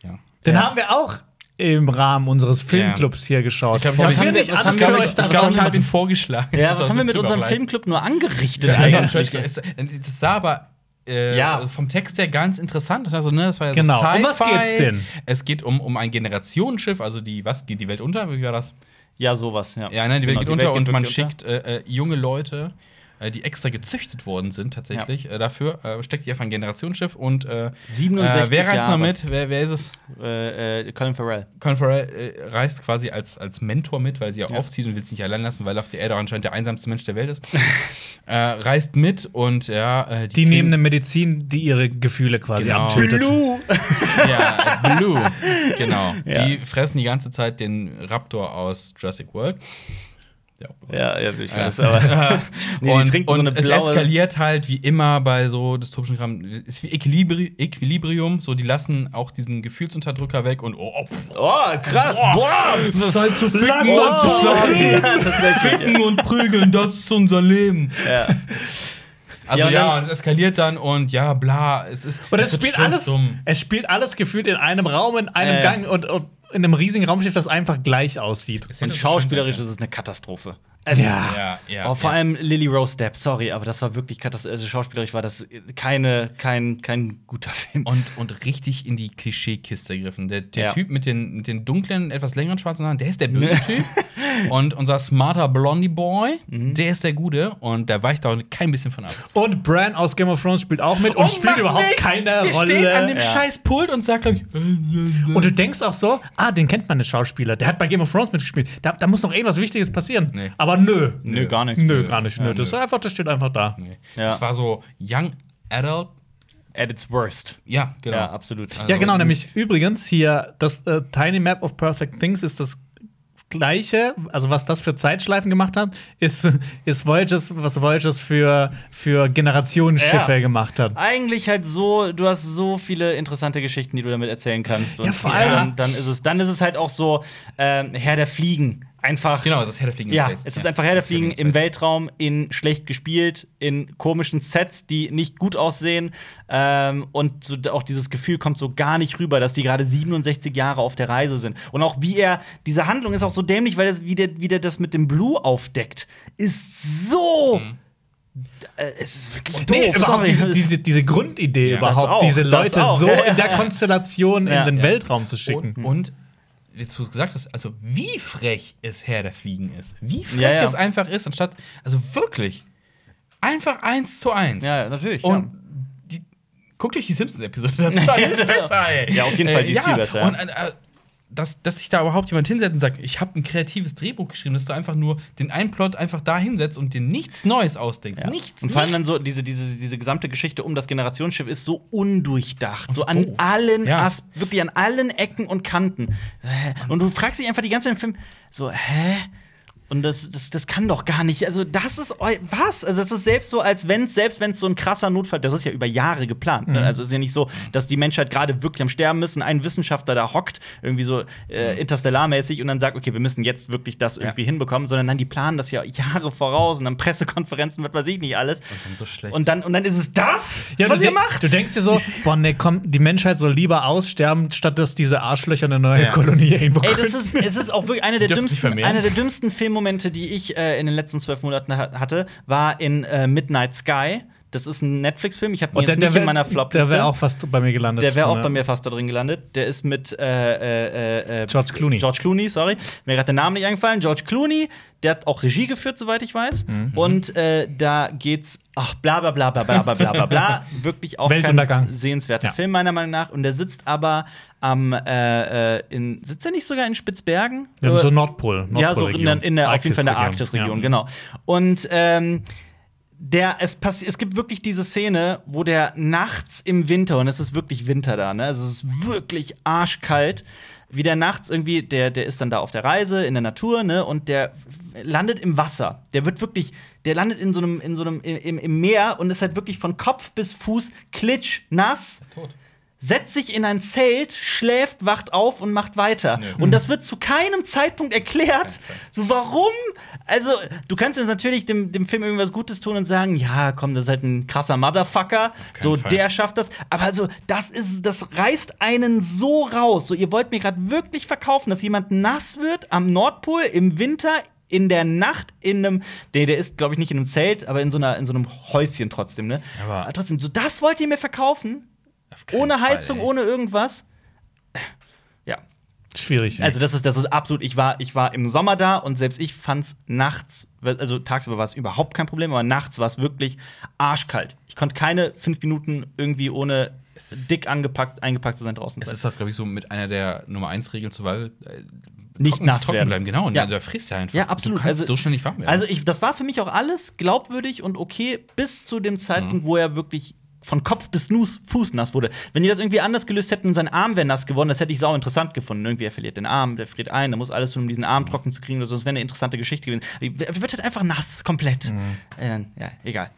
Speaker 2: Ja.
Speaker 3: Den
Speaker 1: Ja.
Speaker 3: haben wir auch im Rahmen unseres Filmclubs hier geschaut.
Speaker 2: Ich glaub,
Speaker 3: was
Speaker 2: ich hab-
Speaker 3: wir nicht
Speaker 1: was haben
Speaker 3: alles
Speaker 1: wir-
Speaker 3: für
Speaker 1: ich-
Speaker 3: euch da
Speaker 1: ich
Speaker 2: Ich glaube, ich
Speaker 3: haben.
Speaker 2: habe ihn vorgeschlagen.
Speaker 1: Ja,
Speaker 2: Es ist
Speaker 1: was
Speaker 2: auch-
Speaker 1: haben wir
Speaker 2: es
Speaker 1: mit
Speaker 2: tut mir auch
Speaker 1: unserem
Speaker 2: leid.
Speaker 1: Filmclub nur angerichtet Also,
Speaker 2: Ja, einfach ein Trash-
Speaker 1: eigentlich?
Speaker 2: es- Das sah aber äh,
Speaker 1: Ja.
Speaker 2: vom Text her ganz interessant. Also, ne, das war ja so
Speaker 3: Genau.
Speaker 2: Sci-Fi.
Speaker 3: Um was geht's denn?
Speaker 2: Es geht um, um ein Generationenschiff, also die, was geht die Welt unter? Wie war das?
Speaker 1: Ja, sowas, ja.
Speaker 2: Ja, nein, die Welt
Speaker 1: Genau,
Speaker 2: geht unter und man
Speaker 1: wirklich unter.
Speaker 2: schickt äh, äh, junge Leute, äh, die extra gezüchtet worden sind, tatsächlich äh, dafür, äh, steckt die einfach ein Generationsschiff und äh,
Speaker 1: 67
Speaker 2: äh, wer reist
Speaker 1: Jahre.
Speaker 2: noch mit? Wer, wer ist es?
Speaker 1: Äh, äh, Colin Farrell.
Speaker 2: Colin Farrell äh, reist quasi als, als Mentor mit, weil sie auch
Speaker 1: Ja.
Speaker 2: aufzieht und will es nicht allein lassen, weil er auf der Erde anscheinend der einsamste Mensch der Welt ist. [laughs] äh, reist mit und ja. Äh,
Speaker 3: Die nehmen
Speaker 2: kriegen-
Speaker 3: eine Medizin, die ihre Gefühle quasi
Speaker 2: Genau.
Speaker 3: abtötet.
Speaker 2: Ja,
Speaker 1: [laughs]
Speaker 2: äh, Blue. genau.
Speaker 1: Ja.
Speaker 2: Die fressen die ganze Zeit den Raptor aus Jurassic World. Ja,
Speaker 1: Ja, ja, ich
Speaker 2: Ja.
Speaker 1: weiß,
Speaker 2: [laughs]
Speaker 1: aber. Nee, die
Speaker 2: und
Speaker 1: trinken so
Speaker 2: und
Speaker 1: eine
Speaker 2: es
Speaker 1: blaue-
Speaker 2: eskaliert halt wie immer bei so dystopischen Kram. Ist wie Equilibri Equilibrium, so die lassen auch diesen Gefühlsunterdrücker weg und oh, oh pff,
Speaker 1: Oh, krass! Boah!
Speaker 2: Zeit zu ficken
Speaker 3: Lass
Speaker 2: und
Speaker 3: uns
Speaker 2: zu schlafen.
Speaker 3: schlafen.
Speaker 1: Ja, tatsächlich.
Speaker 2: Ficken und prügeln, das ist unser Leben.
Speaker 1: ja.
Speaker 2: Also
Speaker 1: Ja,
Speaker 2: ja,
Speaker 1: und dann-
Speaker 2: es eskaliert dann und ja, bla, es ist.
Speaker 3: Und
Speaker 2: es
Speaker 3: es
Speaker 2: wird
Speaker 3: spielt
Speaker 2: schon
Speaker 3: alles,
Speaker 2: dumm.
Speaker 3: es spielt alles gefühlt in einem Raum, in einem
Speaker 1: Ja, ja.
Speaker 3: Gang und, und in einem riesigen Raumschiff, das einfach gleich aussieht.
Speaker 2: Es
Speaker 1: Und
Speaker 2: hätte so
Speaker 1: schauspielerisch
Speaker 2: schön
Speaker 1: ist es eine Katastrophe. Also,
Speaker 3: Ja.
Speaker 2: sein können. Ja, ja.
Speaker 1: Oh, vor
Speaker 2: ja.
Speaker 1: allem Lily Rose Depp, sorry, aber das war wirklich katastrophal. Also schauspielerisch war das keine, kein, kein guter Film.
Speaker 2: Und, und richtig in die Klischeekiste gegriffen. Der, der
Speaker 1: Ja. Ne.
Speaker 2: Typ mit den, mit den dunklen, etwas längeren schwarzen Haaren, der ist der böse
Speaker 1: [laughs]
Speaker 2: Typ. Und unser smarter Blondie Boy,
Speaker 1: Mhm.
Speaker 2: der ist der Gute. Und der weicht auch kein bisschen von ab. Oh
Speaker 3: Und Bran aus Game of Thrones spielt auch mit und, spielt
Speaker 2: macht
Speaker 3: überhaupt
Speaker 2: nichts.
Speaker 3: keine
Speaker 2: der
Speaker 3: Rolle.
Speaker 2: steht an dem
Speaker 1: Ja.
Speaker 2: scheiß Pult und sagt, glaube ich, äh.
Speaker 3: Und du denkst auch so, ah, den kennt man, den Schauspieler. Der hat bei Game of Thrones mitgespielt. Da, da muss noch irgendwas Wichtiges passieren.
Speaker 2: Nee.
Speaker 3: Aber nö.
Speaker 1: Nö, gar nicht.
Speaker 3: Nö, gar nicht. Nö.
Speaker 2: Ja,
Speaker 3: das, ist
Speaker 2: nö.
Speaker 3: einfach, das steht einfach da.
Speaker 2: Nee.
Speaker 1: Ja.
Speaker 2: Das war so Young Adult.
Speaker 1: At its worst.
Speaker 2: Ja, genau.
Speaker 1: Ja, absolut.
Speaker 2: Also-
Speaker 3: Ja, genau, nämlich übrigens hier, das äh, Tiny Map of Perfect Things ist das gleiche, also was das für Zeitschleifen gemacht hat, ist, [laughs] ist Voyages, was Voyages für, für Generationenschiffe
Speaker 1: Ja.
Speaker 3: gemacht hat.
Speaker 1: Eigentlich halt so, du hast so viele interessante Geschichten, die du damit erzählen kannst. Und
Speaker 3: Ja, vor allem-
Speaker 1: Dann, dann ist es, dann ist es halt auch so ähm, Herr der Fliegen. Einfach.
Speaker 2: Genau, das ist Herr der Fliegen in
Speaker 1: Ja,
Speaker 2: Space.
Speaker 1: es ist einfach Herr der
Speaker 2: das Herr
Speaker 1: Fliegen
Speaker 2: in
Speaker 1: im
Speaker 2: Space.
Speaker 1: Weltraum, in schlecht gespielt, in komischen Sets, die nicht gut aussehen. Ähm, und so, auch dieses Gefühl kommt so gar nicht rüber, dass die gerade 67 Jahre auf der Reise sind. Und auch wie er, diese Handlung ist auch so dämlich, weil das, wie, der, wie der das mit dem Blue aufdeckt, ist so. Äh, es ist wirklich doof.
Speaker 3: Mhm. Nee, überhaupt
Speaker 1: sorry.
Speaker 3: diese, diese, diese Grundidee
Speaker 2: Ja, das
Speaker 3: überhaupt,
Speaker 1: auch,
Speaker 3: diese
Speaker 1: das
Speaker 3: Leute
Speaker 1: auch.
Speaker 3: so
Speaker 1: Ja, ja,
Speaker 3: in der Konstellation
Speaker 1: Ja.
Speaker 3: in den
Speaker 1: Ja.
Speaker 3: Weltraum zu schicken.
Speaker 1: Mhm.
Speaker 2: Und, und jetzt, wo du es gesagt hast, also wie frech es Herr der Fliegen ist. Wie frech
Speaker 1: Ja, ja.
Speaker 2: es einfach ist, anstatt, also wirklich, einfach eins zu eins.
Speaker 1: Ja, natürlich,
Speaker 2: Und
Speaker 1: ja.
Speaker 2: die, guckt euch die Simpsons-Episode dazu
Speaker 1: [laughs]
Speaker 2: an, die ist besser, ey.
Speaker 1: Ja, auf jeden Fall, die ist
Speaker 2: ja,
Speaker 1: viel besser, ja.
Speaker 2: Und, äh, dass, dass sich da überhaupt jemand hinsetzt und sagt, ich habe ein kreatives Drehbuch geschrieben, dass du einfach nur den einen Plot einfach da hinsetzt und dir nichts Neues ausdenkst.
Speaker 1: Ja.
Speaker 2: Nichts.
Speaker 1: Und vor allem dann so,
Speaker 2: nichts.
Speaker 1: diese, diese, diese gesamte Geschichte um das Generationsschiff ist so undurchdacht.
Speaker 2: Und
Speaker 1: So
Speaker 2: so
Speaker 1: an
Speaker 2: doof.
Speaker 1: allen
Speaker 2: Ja.
Speaker 1: As wirklich an allen Ecken und Kanten. Hä? Und du fragst dich einfach die ganze Zeit im Film, so, hä? Und das, das, das kann doch gar nicht. Also, das ist eu- was? Also, das ist selbst so, als wenn selbst wenn es so ein krasser Notfall, das ist ja über Jahre geplant.
Speaker 3: Mhm.
Speaker 1: Ne? Also es ist ja nicht so, dass die Menschheit gerade wirklich am Sterben ist und ein Wissenschaftler da hockt, irgendwie so
Speaker 3: Mhm.
Speaker 1: äh, interstellarmäßig und dann sagt, okay, wir müssen jetzt wirklich das irgendwie hinbekommen, sondern dann die planen das ja Jahre voraus und dann Pressekonferenzen, was weiß ich nicht alles.
Speaker 2: Und dann so schlecht.
Speaker 1: Und dann, und dann ist es das,
Speaker 3: Ja,
Speaker 1: was
Speaker 3: du
Speaker 1: ihr
Speaker 3: denk-
Speaker 1: macht.
Speaker 3: Du denkst dir so, boah, nee, komm, die Menschheit soll lieber aussterben, statt dass diese Arschlöcher eine neue
Speaker 2: Ja.
Speaker 3: Kolonie irgendwo
Speaker 1: Ey, das
Speaker 3: gründen.
Speaker 1: ist, es ist auch wirklich einer der,
Speaker 2: dürfen sich
Speaker 1: dümmsten,
Speaker 2: vermehren.
Speaker 1: einer der dümmsten Filmmomente, die ich äh, in den letzten zwölf Monaten ha hatte, war in äh, Midnight Sky. Das ist ein Netflix-Film. Ich habe ihn
Speaker 3: Und
Speaker 1: jetzt
Speaker 3: Oh, der,
Speaker 1: nicht
Speaker 3: der wär,
Speaker 1: in meiner flop
Speaker 3: Der wäre auch fast bei mir gelandet. ne?
Speaker 1: Der wäre auch
Speaker 3: drin,
Speaker 1: bei
Speaker 3: ja.
Speaker 1: mir fast da drin gelandet. Der ist mit äh, äh, äh,
Speaker 3: George Clooney.
Speaker 1: George Clooney, sorry. Mir gerade der Name nicht eingefallen. George Clooney, der hat auch Regie geführt, soweit ich weiß.
Speaker 3: Mhm.
Speaker 1: Und äh, da geht's, ach, bla bla bla bla bla bla bla bla
Speaker 3: [laughs]
Speaker 1: bla. Wirklich auch
Speaker 3: Weltuntergang.
Speaker 1: ganz sehenswerter
Speaker 3: Ja.
Speaker 1: Film, meiner Meinung nach. Und der sitzt aber am, äh, äh, in, sitzt er nicht sogar in Spitzbergen?
Speaker 3: Ja,
Speaker 1: Äh,
Speaker 3: so Nordpol. Nordpol
Speaker 1: ja, so in der, in der, auf jeden Fall in der Arktisregion, genau. Und ähm, der, es, passi- es gibt wirklich diese Szene, wo der nachts im Winter, und es ist wirklich Winter da, ne? Also es ist wirklich arschkalt, wie der nachts irgendwie, der, der ist dann da auf der Reise in der Natur, ne? Und der f- landet im Wasser. Der wird wirklich, der landet in so einem, in so einem, im- im, im Meer und ist halt wirklich von Kopf bis Fuß klitschnass
Speaker 2: Tot.
Speaker 1: setzt sich in ein Zelt, schläft, wacht auf und macht weiter. Und das wird zu keinem Zeitpunkt erklärt. So, warum? Also, du kannst jetzt natürlich dem, dem Film irgendwas Gutes tun und sagen, ja, komm, das ist halt ein krasser Motherfucker.
Speaker 2: keinen
Speaker 1: So,
Speaker 2: Fall.
Speaker 1: der schafft das. Aber also, das ist, das reißt einen so raus. So, ihr wollt mir gerade wirklich verkaufen, dass jemand nass wird am Nordpol im Winter. In der Nacht in einem, der, der ist, glaube ich, nicht in einem Zelt, aber in so, einer, in so einem Häuschen trotzdem, ne?
Speaker 2: Aber-
Speaker 1: aber trotzdem, so das wollt ihr mir verkaufen? ohne Heizung, ohne irgendwas. Ja,
Speaker 3: Schwierig.
Speaker 1: also das ist das ist absolut. Ich war ich war im Sommer da und selbst ich fand's nachts, also tagsüber war es überhaupt kein Problem, aber nachts war es wirklich arschkalt. Ich konnte keine fünf Minuten irgendwie ohne dick angepackt eingepackt zu sein draußen.
Speaker 2: Es
Speaker 1: sein.
Speaker 2: ist auch, glaube ich, so mit einer der Nummer 1 Regeln zu Wahl. Äh,
Speaker 1: Nicht
Speaker 2: trocken,
Speaker 1: nass
Speaker 2: trocken
Speaker 1: werden.
Speaker 2: bleiben, genau.
Speaker 1: Ja.
Speaker 2: Ja. Du erfrierst ja einfach.
Speaker 1: Ja, absolut.
Speaker 2: Du kannst
Speaker 1: Also-
Speaker 2: so schnell nicht warm werden.
Speaker 1: Also ich, das war für mich auch alles glaubwürdig und okay bis zu dem Zeitpunkt, wo er wirklich von Kopf bis Nuss, Fuß nass wurde. Wenn die das irgendwie anders gelöst hätten und sein Arm wäre nass geworden, das hätte ich sau interessant gefunden. Irgendwie er verliert den Arm, der friert ein, da muss alles tun, um diesen Arm trocken zu kriegen oder so. Das wäre eine interessante Geschichte gewesen. Er wird halt einfach nass, komplett. Äh, ja, egal.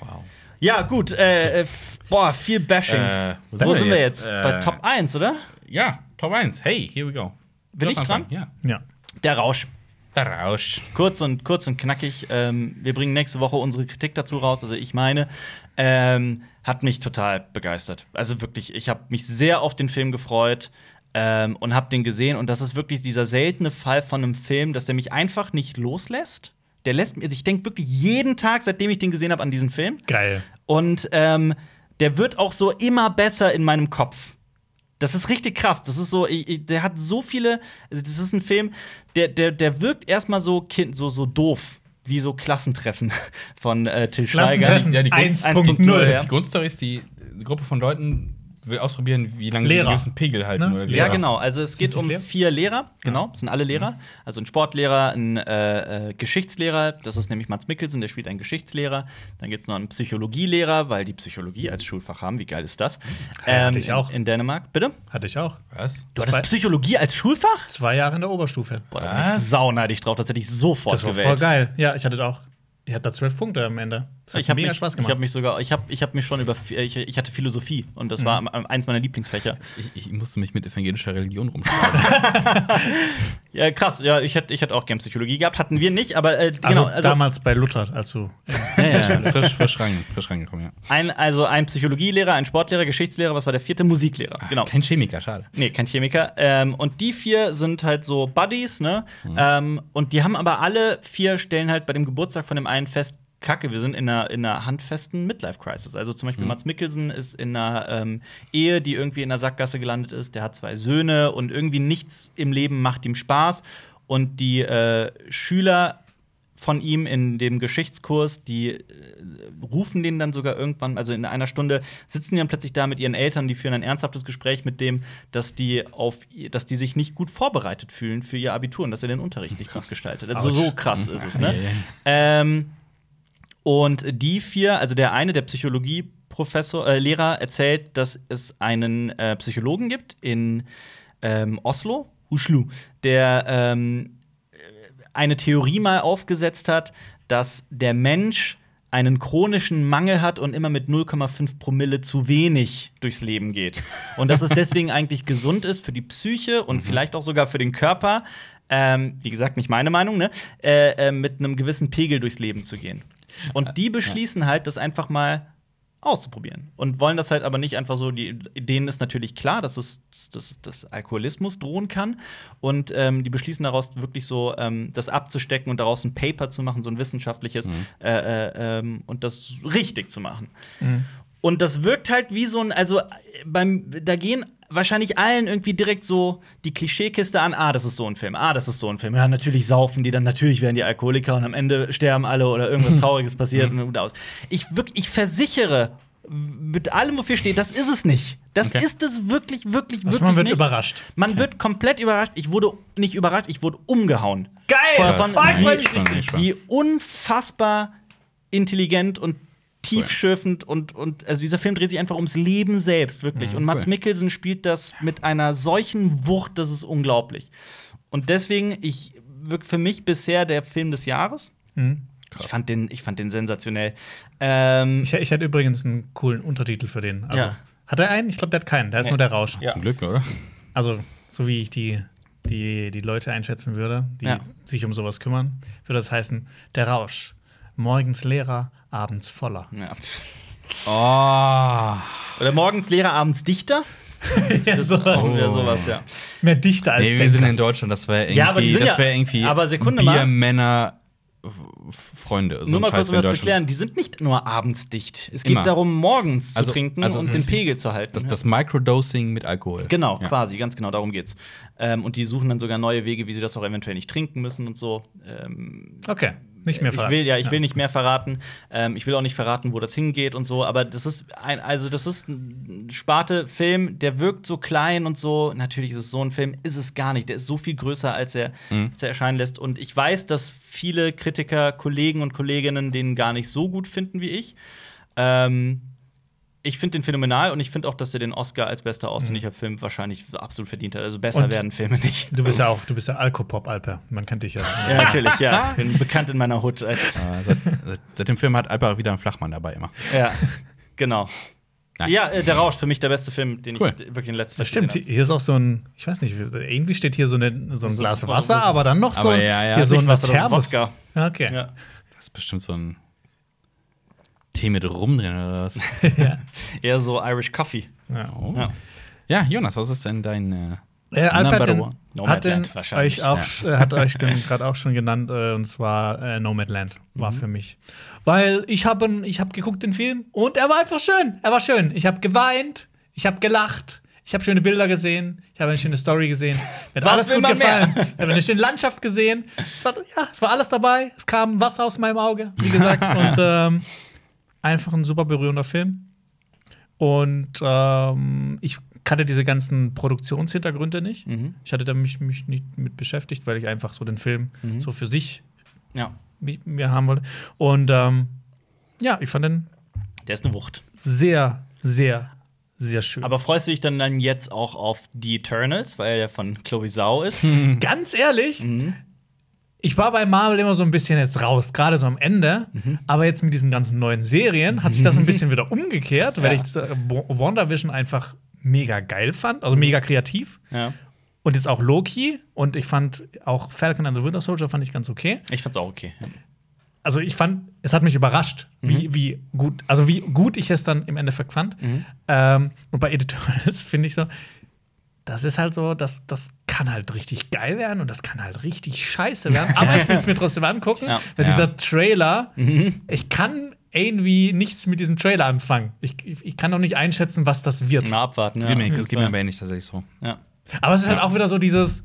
Speaker 2: wow.
Speaker 1: Ja, gut. Äh, äh, f- boah, viel Bashing.
Speaker 2: Äh,
Speaker 1: wo sind, wir jetzt? Bei
Speaker 2: Äh,
Speaker 1: Top 1, oder?
Speaker 2: Ja, Top 1. Hey, here we go.
Speaker 1: Bin ich dran?
Speaker 2: Ja.
Speaker 3: ja.
Speaker 1: Der Rausch.
Speaker 2: Der Rausch.
Speaker 1: Kurz und, kurz und knackig. Ähm, wir bringen nächste Woche unsere Kritik dazu raus. Also ich meine, ähm, hat mich total begeistert. Also wirklich, ich habe mich sehr auf den Film gefreut ähm, und habe den gesehen. Und das ist wirklich dieser seltene Fall von einem Film, dass der mich einfach nicht loslässt. Der lässt mich, also ich denke wirklich jeden Tag, seitdem ich den gesehen habe, an diesen Film.
Speaker 3: Geil.
Speaker 1: Und ähm, der wird auch so immer besser in meinem Kopf. Das ist richtig krass. Das ist so, ich, ich, der hat so viele. Also das ist ein Film, der, der, der wirkt erstmal so, kind, so, so doof, wie so Klassentreffen [laughs] von äh, Till Schweiger.
Speaker 3: Klassentreffen
Speaker 2: Ja, die Grund-
Speaker 3: 1.0.
Speaker 1: Ja.
Speaker 2: Also Die Grundstory ist, die Gruppe von Leuten will ausprobieren, wie lange
Speaker 3: Lehrer.
Speaker 2: sie einen gewissen Pegel halten.
Speaker 3: Ne?
Speaker 2: Oder
Speaker 1: Ja,
Speaker 2: Lehrer.
Speaker 1: genau. Also es geht
Speaker 3: nicht
Speaker 1: um
Speaker 3: Lehrer? Ah. Mhm.
Speaker 1: vier Lehrer, genau, es sind alle Lehrer. Also ein Sportlehrer, ein äh, äh, Geschichtslehrer, das ist nämlich Mats Mikkelsen, der spielt einen Geschichtslehrer. Dann gibt es noch einen Psychologielehrer, weil die Psychologie als Schulfach haben, wie geil ist
Speaker 3: [laughs]
Speaker 1: das? Ähm,
Speaker 3: ich auch.
Speaker 1: In, in Dänemark, bitte?
Speaker 3: Hatte ich auch.
Speaker 2: Was?
Speaker 1: Du hattest
Speaker 3: Zwei-
Speaker 1: Psychologie als Schulfach?
Speaker 3: Zwei Jahre in der Oberstufe.
Speaker 1: Boah, da bin ich
Speaker 2: Was?
Speaker 1: sauneidig drauf, das hätte ich sofort
Speaker 3: Das war
Speaker 1: gewählt.
Speaker 3: voll geil. Ja, ich hatte da auch. Ich hatte da zwölf Punkte am Ende. Das hat
Speaker 1: Ich habe
Speaker 3: mega
Speaker 1: mich,
Speaker 3: Spaß
Speaker 1: ich
Speaker 3: gemacht.
Speaker 1: hab mich sogar, ich habe ich hab mich schon über, äh, ich, ich hatte Philosophie und
Speaker 3: Mhm.
Speaker 1: das war am- am- eins meiner Lieblingsfächer.
Speaker 2: Ich, ich musste mich mit evangelischer Religion rumschlagen.
Speaker 1: Ja, krass, ja, ich hätte ich hätte auch gern Psychologie gehabt, hatten wir nicht, aber äh,
Speaker 3: also,
Speaker 1: genau, also [laughs]
Speaker 3: damals bei Luther, als du.
Speaker 2: ja, ja. Frisch, frisch, rein, frisch reingekommen, ja.
Speaker 1: ein, also ein Psychologielehrer, ein Sportlehrer, Geschichtslehrer, was war der vierte? Musiklehrer, genau.
Speaker 2: Kein Chemiker, schade.
Speaker 1: Nee, kein Chemiker. Ähm, und die vier sind halt so Buddies, ne? Ähm, und die haben aber alle vier stellen halt bei dem Geburtstag von dem einen fest, Kacke, wir sind in einer, in einer handfesten Midlife-Crisis. Also zum Beispiel Mats Mikkelsen ist in einer ähm, Ehe, die irgendwie in einer Sackgasse gelandet ist. Der hat zwei Söhne und irgendwie nichts im Leben macht ihm Spaß. Und die äh, Schüler von ihm in dem Geschichtskurs, die äh, rufen den dann sogar irgendwann, also in einer Stunde sitzen die dann plötzlich da mit ihren Eltern, die führen ein ernsthaftes Gespräch mit dem, dass die auf, dass die sich nicht gut vorbereitet fühlen für ihr Abitur und dass er den Unterricht nicht gut gestaltet. Also so
Speaker 3: Autsch.
Speaker 1: krass ist es,
Speaker 2: Ja,
Speaker 1: ne?
Speaker 2: ja, ja.
Speaker 1: Ähm, und die vier, also der eine, der Psychologieprofessor, äh, Lehrer, erzählt, dass es einen äh, Psychologen gibt in ähm, Oslo, Uslu, der ähm, eine Theorie mal aufgesetzt hat, dass der Mensch einen chronischen Mangel hat und immer mit 0,5 Promille zu wenig durchs Leben geht. Und dass es deswegen eigentlich gesund ist für die Psyche und vielleicht auch sogar für den Körper, ähm, wie gesagt, nicht meine Meinung, ne? äh, äh, mit einem gewissen Pegel durchs Leben zu gehen. Und die beschließen halt, das einfach mal auszuprobieren. Und wollen das halt aber nicht einfach so, die, denen ist natürlich klar, dass es dass, dass Alkoholismus drohen kann. Und ähm, die beschließen daraus wirklich so, ähm, das abzustecken und daraus ein Paper zu machen, so ein wissenschaftliches,
Speaker 2: Mhm.
Speaker 1: äh, äh, ähm, und das richtig zu machen. Und das wirkt halt wie so ein, also äh, beim, da gehen wahrscheinlich allen irgendwie direkt so die Klischeekiste an, ah, das ist so ein Film, ah, das ist so ein Film. Ja, natürlich saufen die dann, natürlich werden die Alkoholiker und am Ende sterben alle oder
Speaker 3: [laughs]
Speaker 1: irgendwas Trauriges passiert
Speaker 3: Mhm.
Speaker 1: und gut aus. Ich, wirk- ich versichere mit allem, wofür steht, das ist es nicht. Das
Speaker 2: Okay.
Speaker 1: ist es wirklich, wirklich,
Speaker 3: Also
Speaker 1: wirklich.
Speaker 3: man wird
Speaker 1: nicht.
Speaker 3: überrascht.
Speaker 1: Man wird komplett überrascht. Ich wurde nicht überrascht, ich wurde umgehauen.
Speaker 3: Geil!
Speaker 1: Von, von,
Speaker 2: Krass, nein, spannend,
Speaker 1: wie,
Speaker 2: spannend, spannend.
Speaker 1: wie unfassbar intelligent und tiefschürfend und, und also dieser Film dreht sich einfach ums Leben selbst, wirklich. und Mats
Speaker 2: Mhm. cool.
Speaker 1: Mikkelsen spielt das mit einer solchen Wucht, das ist unglaublich. Und deswegen, ich wirkt für mich bisher der Film des Jahres.
Speaker 2: Mhm.
Speaker 1: Ich fand, den, ich fand den sensationell. Ähm,
Speaker 3: Ich, ich hatte übrigens einen coolen Untertitel für den. Also,
Speaker 1: Ja.
Speaker 3: Hat er einen? Ich glaube, der hat keinen. Da ist
Speaker 1: Nee.
Speaker 3: nur der Rausch.
Speaker 1: Ja.
Speaker 2: Zum Glück, oder?
Speaker 3: Also, so wie ich die, die, die Leute einschätzen würde, die
Speaker 1: Ja.
Speaker 3: sich um sowas kümmern, würde das heißen: der Rausch. Morgens leerer, abends voller.
Speaker 1: ja.
Speaker 2: Oh.
Speaker 1: Oder morgens Lehrer, abends Dichter.
Speaker 3: [laughs] ja, sowas.
Speaker 1: Das ist ja
Speaker 2: Oh.
Speaker 1: sowas, ja.
Speaker 3: Mehr dichter als
Speaker 2: Nee, wir
Speaker 3: Denker.
Speaker 2: sind in Deutschland, das wäre irgendwie,
Speaker 1: Ja, aber die sind
Speaker 2: das
Speaker 1: ja-
Speaker 2: wär irgendwie
Speaker 1: aber Sekunde mal.
Speaker 2: Biermänner F- Freunde. So
Speaker 1: nur
Speaker 2: ein
Speaker 1: mal
Speaker 2: Scheiß
Speaker 1: kurz,
Speaker 2: wär
Speaker 1: um das
Speaker 2: in
Speaker 1: zu
Speaker 2: Deutschland.
Speaker 1: klären, die sind nicht nur abends dicht. Es geht
Speaker 2: Immer.
Speaker 1: darum, morgens
Speaker 2: Also-
Speaker 1: zu trinken
Speaker 2: also es
Speaker 1: und
Speaker 2: ist-
Speaker 1: den Pegel zu halten.
Speaker 2: Das,
Speaker 1: Ja.
Speaker 2: das Microdosing mit Alkohol.
Speaker 1: genau,
Speaker 2: Ja.
Speaker 1: quasi, ganz genau, darum geht's. Ähm, und die suchen dann sogar neue Wege, wie sie das auch eventuell nicht trinken müssen und so. Ähm,
Speaker 3: Okay, nicht mehr
Speaker 1: ich
Speaker 3: verraten.
Speaker 1: will, ja, ich will nicht mehr verraten. Ähm, ich will auch nicht verraten, wo das hingeht und so, aber das ist ein, also das ist ein Sparte Film, der wirkt so klein und so. Natürlich ist es so ein Film, ist es gar nicht. Der ist so viel größer, als er,
Speaker 3: Mhm.
Speaker 1: als er erscheinen lässt. Und ich weiß, dass viele Kritiker, Kollegen und Kolleginnen den gar nicht so gut finden wie ich. Ähm, ich finde den phänomenal und ich finde auch, dass er den Oscar als bester ausländischer Film wahrscheinlich absolut verdient hat. Also besser
Speaker 3: Mhm. Und-
Speaker 1: werden Filme nicht.
Speaker 3: Du
Speaker 1: [laughs]
Speaker 3: bist ja auch, du bist ja Alkopop-Alper. Man kennt dich ja.
Speaker 1: Ja, natürlich, ja. Ich bin bekannt in meiner Hut als
Speaker 2: Äh, seit, seit- seit dem Film hat Alper auch wieder einen Flachmann dabei immer.
Speaker 1: Ja,
Speaker 2: [laughs]
Speaker 1: genau.
Speaker 2: Nein.
Speaker 1: Ja, äh, der Rausch für mich der beste Film, den
Speaker 2: Cool.
Speaker 1: ich d- wirklich in letzter
Speaker 3: Das
Speaker 1: Zeit
Speaker 3: stimmt.
Speaker 1: gesehen
Speaker 3: Hier ist auch so ein, ich weiß nicht, irgendwie steht hier so, eine, so ein
Speaker 1: ist-
Speaker 3: Glas
Speaker 1: das
Speaker 3: Wasser,
Speaker 1: ist-
Speaker 3: aber dann noch so
Speaker 2: aber
Speaker 3: ein,
Speaker 2: ja, ja.
Speaker 3: hier so
Speaker 1: Das ist
Speaker 3: ein
Speaker 1: nicht
Speaker 3: was
Speaker 1: Wasser, das ist
Speaker 3: Herbes.
Speaker 1: Wodka.
Speaker 3: Okay.
Speaker 1: habe. Ja.
Speaker 2: Das ist bestimmt so ein Tee mit Rum drin oder was.
Speaker 3: [laughs]
Speaker 1: Eher so Irish Coffee.
Speaker 3: Ja.
Speaker 2: Oh.
Speaker 1: Ja.
Speaker 2: Ja, Jonas, was ist denn dein. Äh,
Speaker 3: Äh, Alper hat
Speaker 2: Number
Speaker 3: den,
Speaker 2: one.
Speaker 3: hat den
Speaker 1: Nomadland wahrscheinlich,
Speaker 3: euch auch, äh, hat euch den gerade auch schon genannt, äh, und zwar äh, Nomadland war
Speaker 1: Mhm.
Speaker 3: für mich. Weil ich habe ich hab geguckt den Film und er war einfach schön. Er war schön. Ich habe geweint, ich habe gelacht, ich habe schöne Bilder gesehen, ich habe eine schöne Story gesehen. Mir hat
Speaker 1: Was
Speaker 3: alles
Speaker 1: will
Speaker 3: gut
Speaker 1: man mehr?
Speaker 3: gefallen. Ich habe eine schöne Landschaft gesehen. Es war, ja, es war alles dabei. Es kam Wasser aus meinem Auge, wie gesagt.
Speaker 1: [laughs]
Speaker 3: und ähm, einfach ein super berührender Film. Und ähm, ich kannte diese ganzen Produktionshintergründe nicht.
Speaker 1: Mhm.
Speaker 3: Ich hatte da mich, mich nicht mit beschäftigt, weil ich einfach so den Film
Speaker 1: Mhm.
Speaker 3: so für sich
Speaker 1: Ja,
Speaker 3: mi- mir haben wollte. Und ähm, ja, ich fand den
Speaker 1: der ist eine Wucht.
Speaker 3: sehr, sehr, sehr schön.
Speaker 1: Aber freust du dich dann, dann jetzt auch auf The Eternals, weil der von Chloe Zhao ist?
Speaker 2: Hm.
Speaker 3: Mhm. ganz ehrlich,
Speaker 1: Mhm.
Speaker 3: ich war bei Marvel immer so ein bisschen jetzt raus, gerade so am Ende.
Speaker 1: Mhm.
Speaker 3: Aber jetzt mit diesen ganzen neuen Serien hat sich
Speaker 1: [laughs]
Speaker 3: das ein bisschen wieder umgekehrt, weil
Speaker 1: Ja.
Speaker 3: ich äh, Wo- WandaVision einfach mega geil fand, also mega kreativ.
Speaker 1: Ja.
Speaker 3: Und jetzt auch Loki. Und ich fand auch Falcon and the Winter Soldier fand ich ganz okay.
Speaker 1: Ich fand's auch okay.
Speaker 3: Also ich fand, es hat mich überrascht, wie, wie gut, also wie gut ich es dann im Endeffekt fand. Ähm, und bei Editorials [laughs] finde ich so, das ist halt so, das, das kann halt richtig geil werden und das kann halt richtig scheiße werden. Aber ich will es mir trotzdem angucken,
Speaker 1: Ja.
Speaker 3: weil
Speaker 2: Ja.
Speaker 3: dieser Trailer, ich kann irgendwie nichts mit diesem Trailer anfangen. Ich, ich, ich kann noch nicht einschätzen, was das wird.
Speaker 1: Mal abwarten.
Speaker 2: das
Speaker 1: ja.
Speaker 2: geht mir, das geht mir aber ähnlich tatsächlich so.
Speaker 1: Ja.
Speaker 3: Aber es ist halt
Speaker 2: Ja.
Speaker 3: auch wieder so dieses,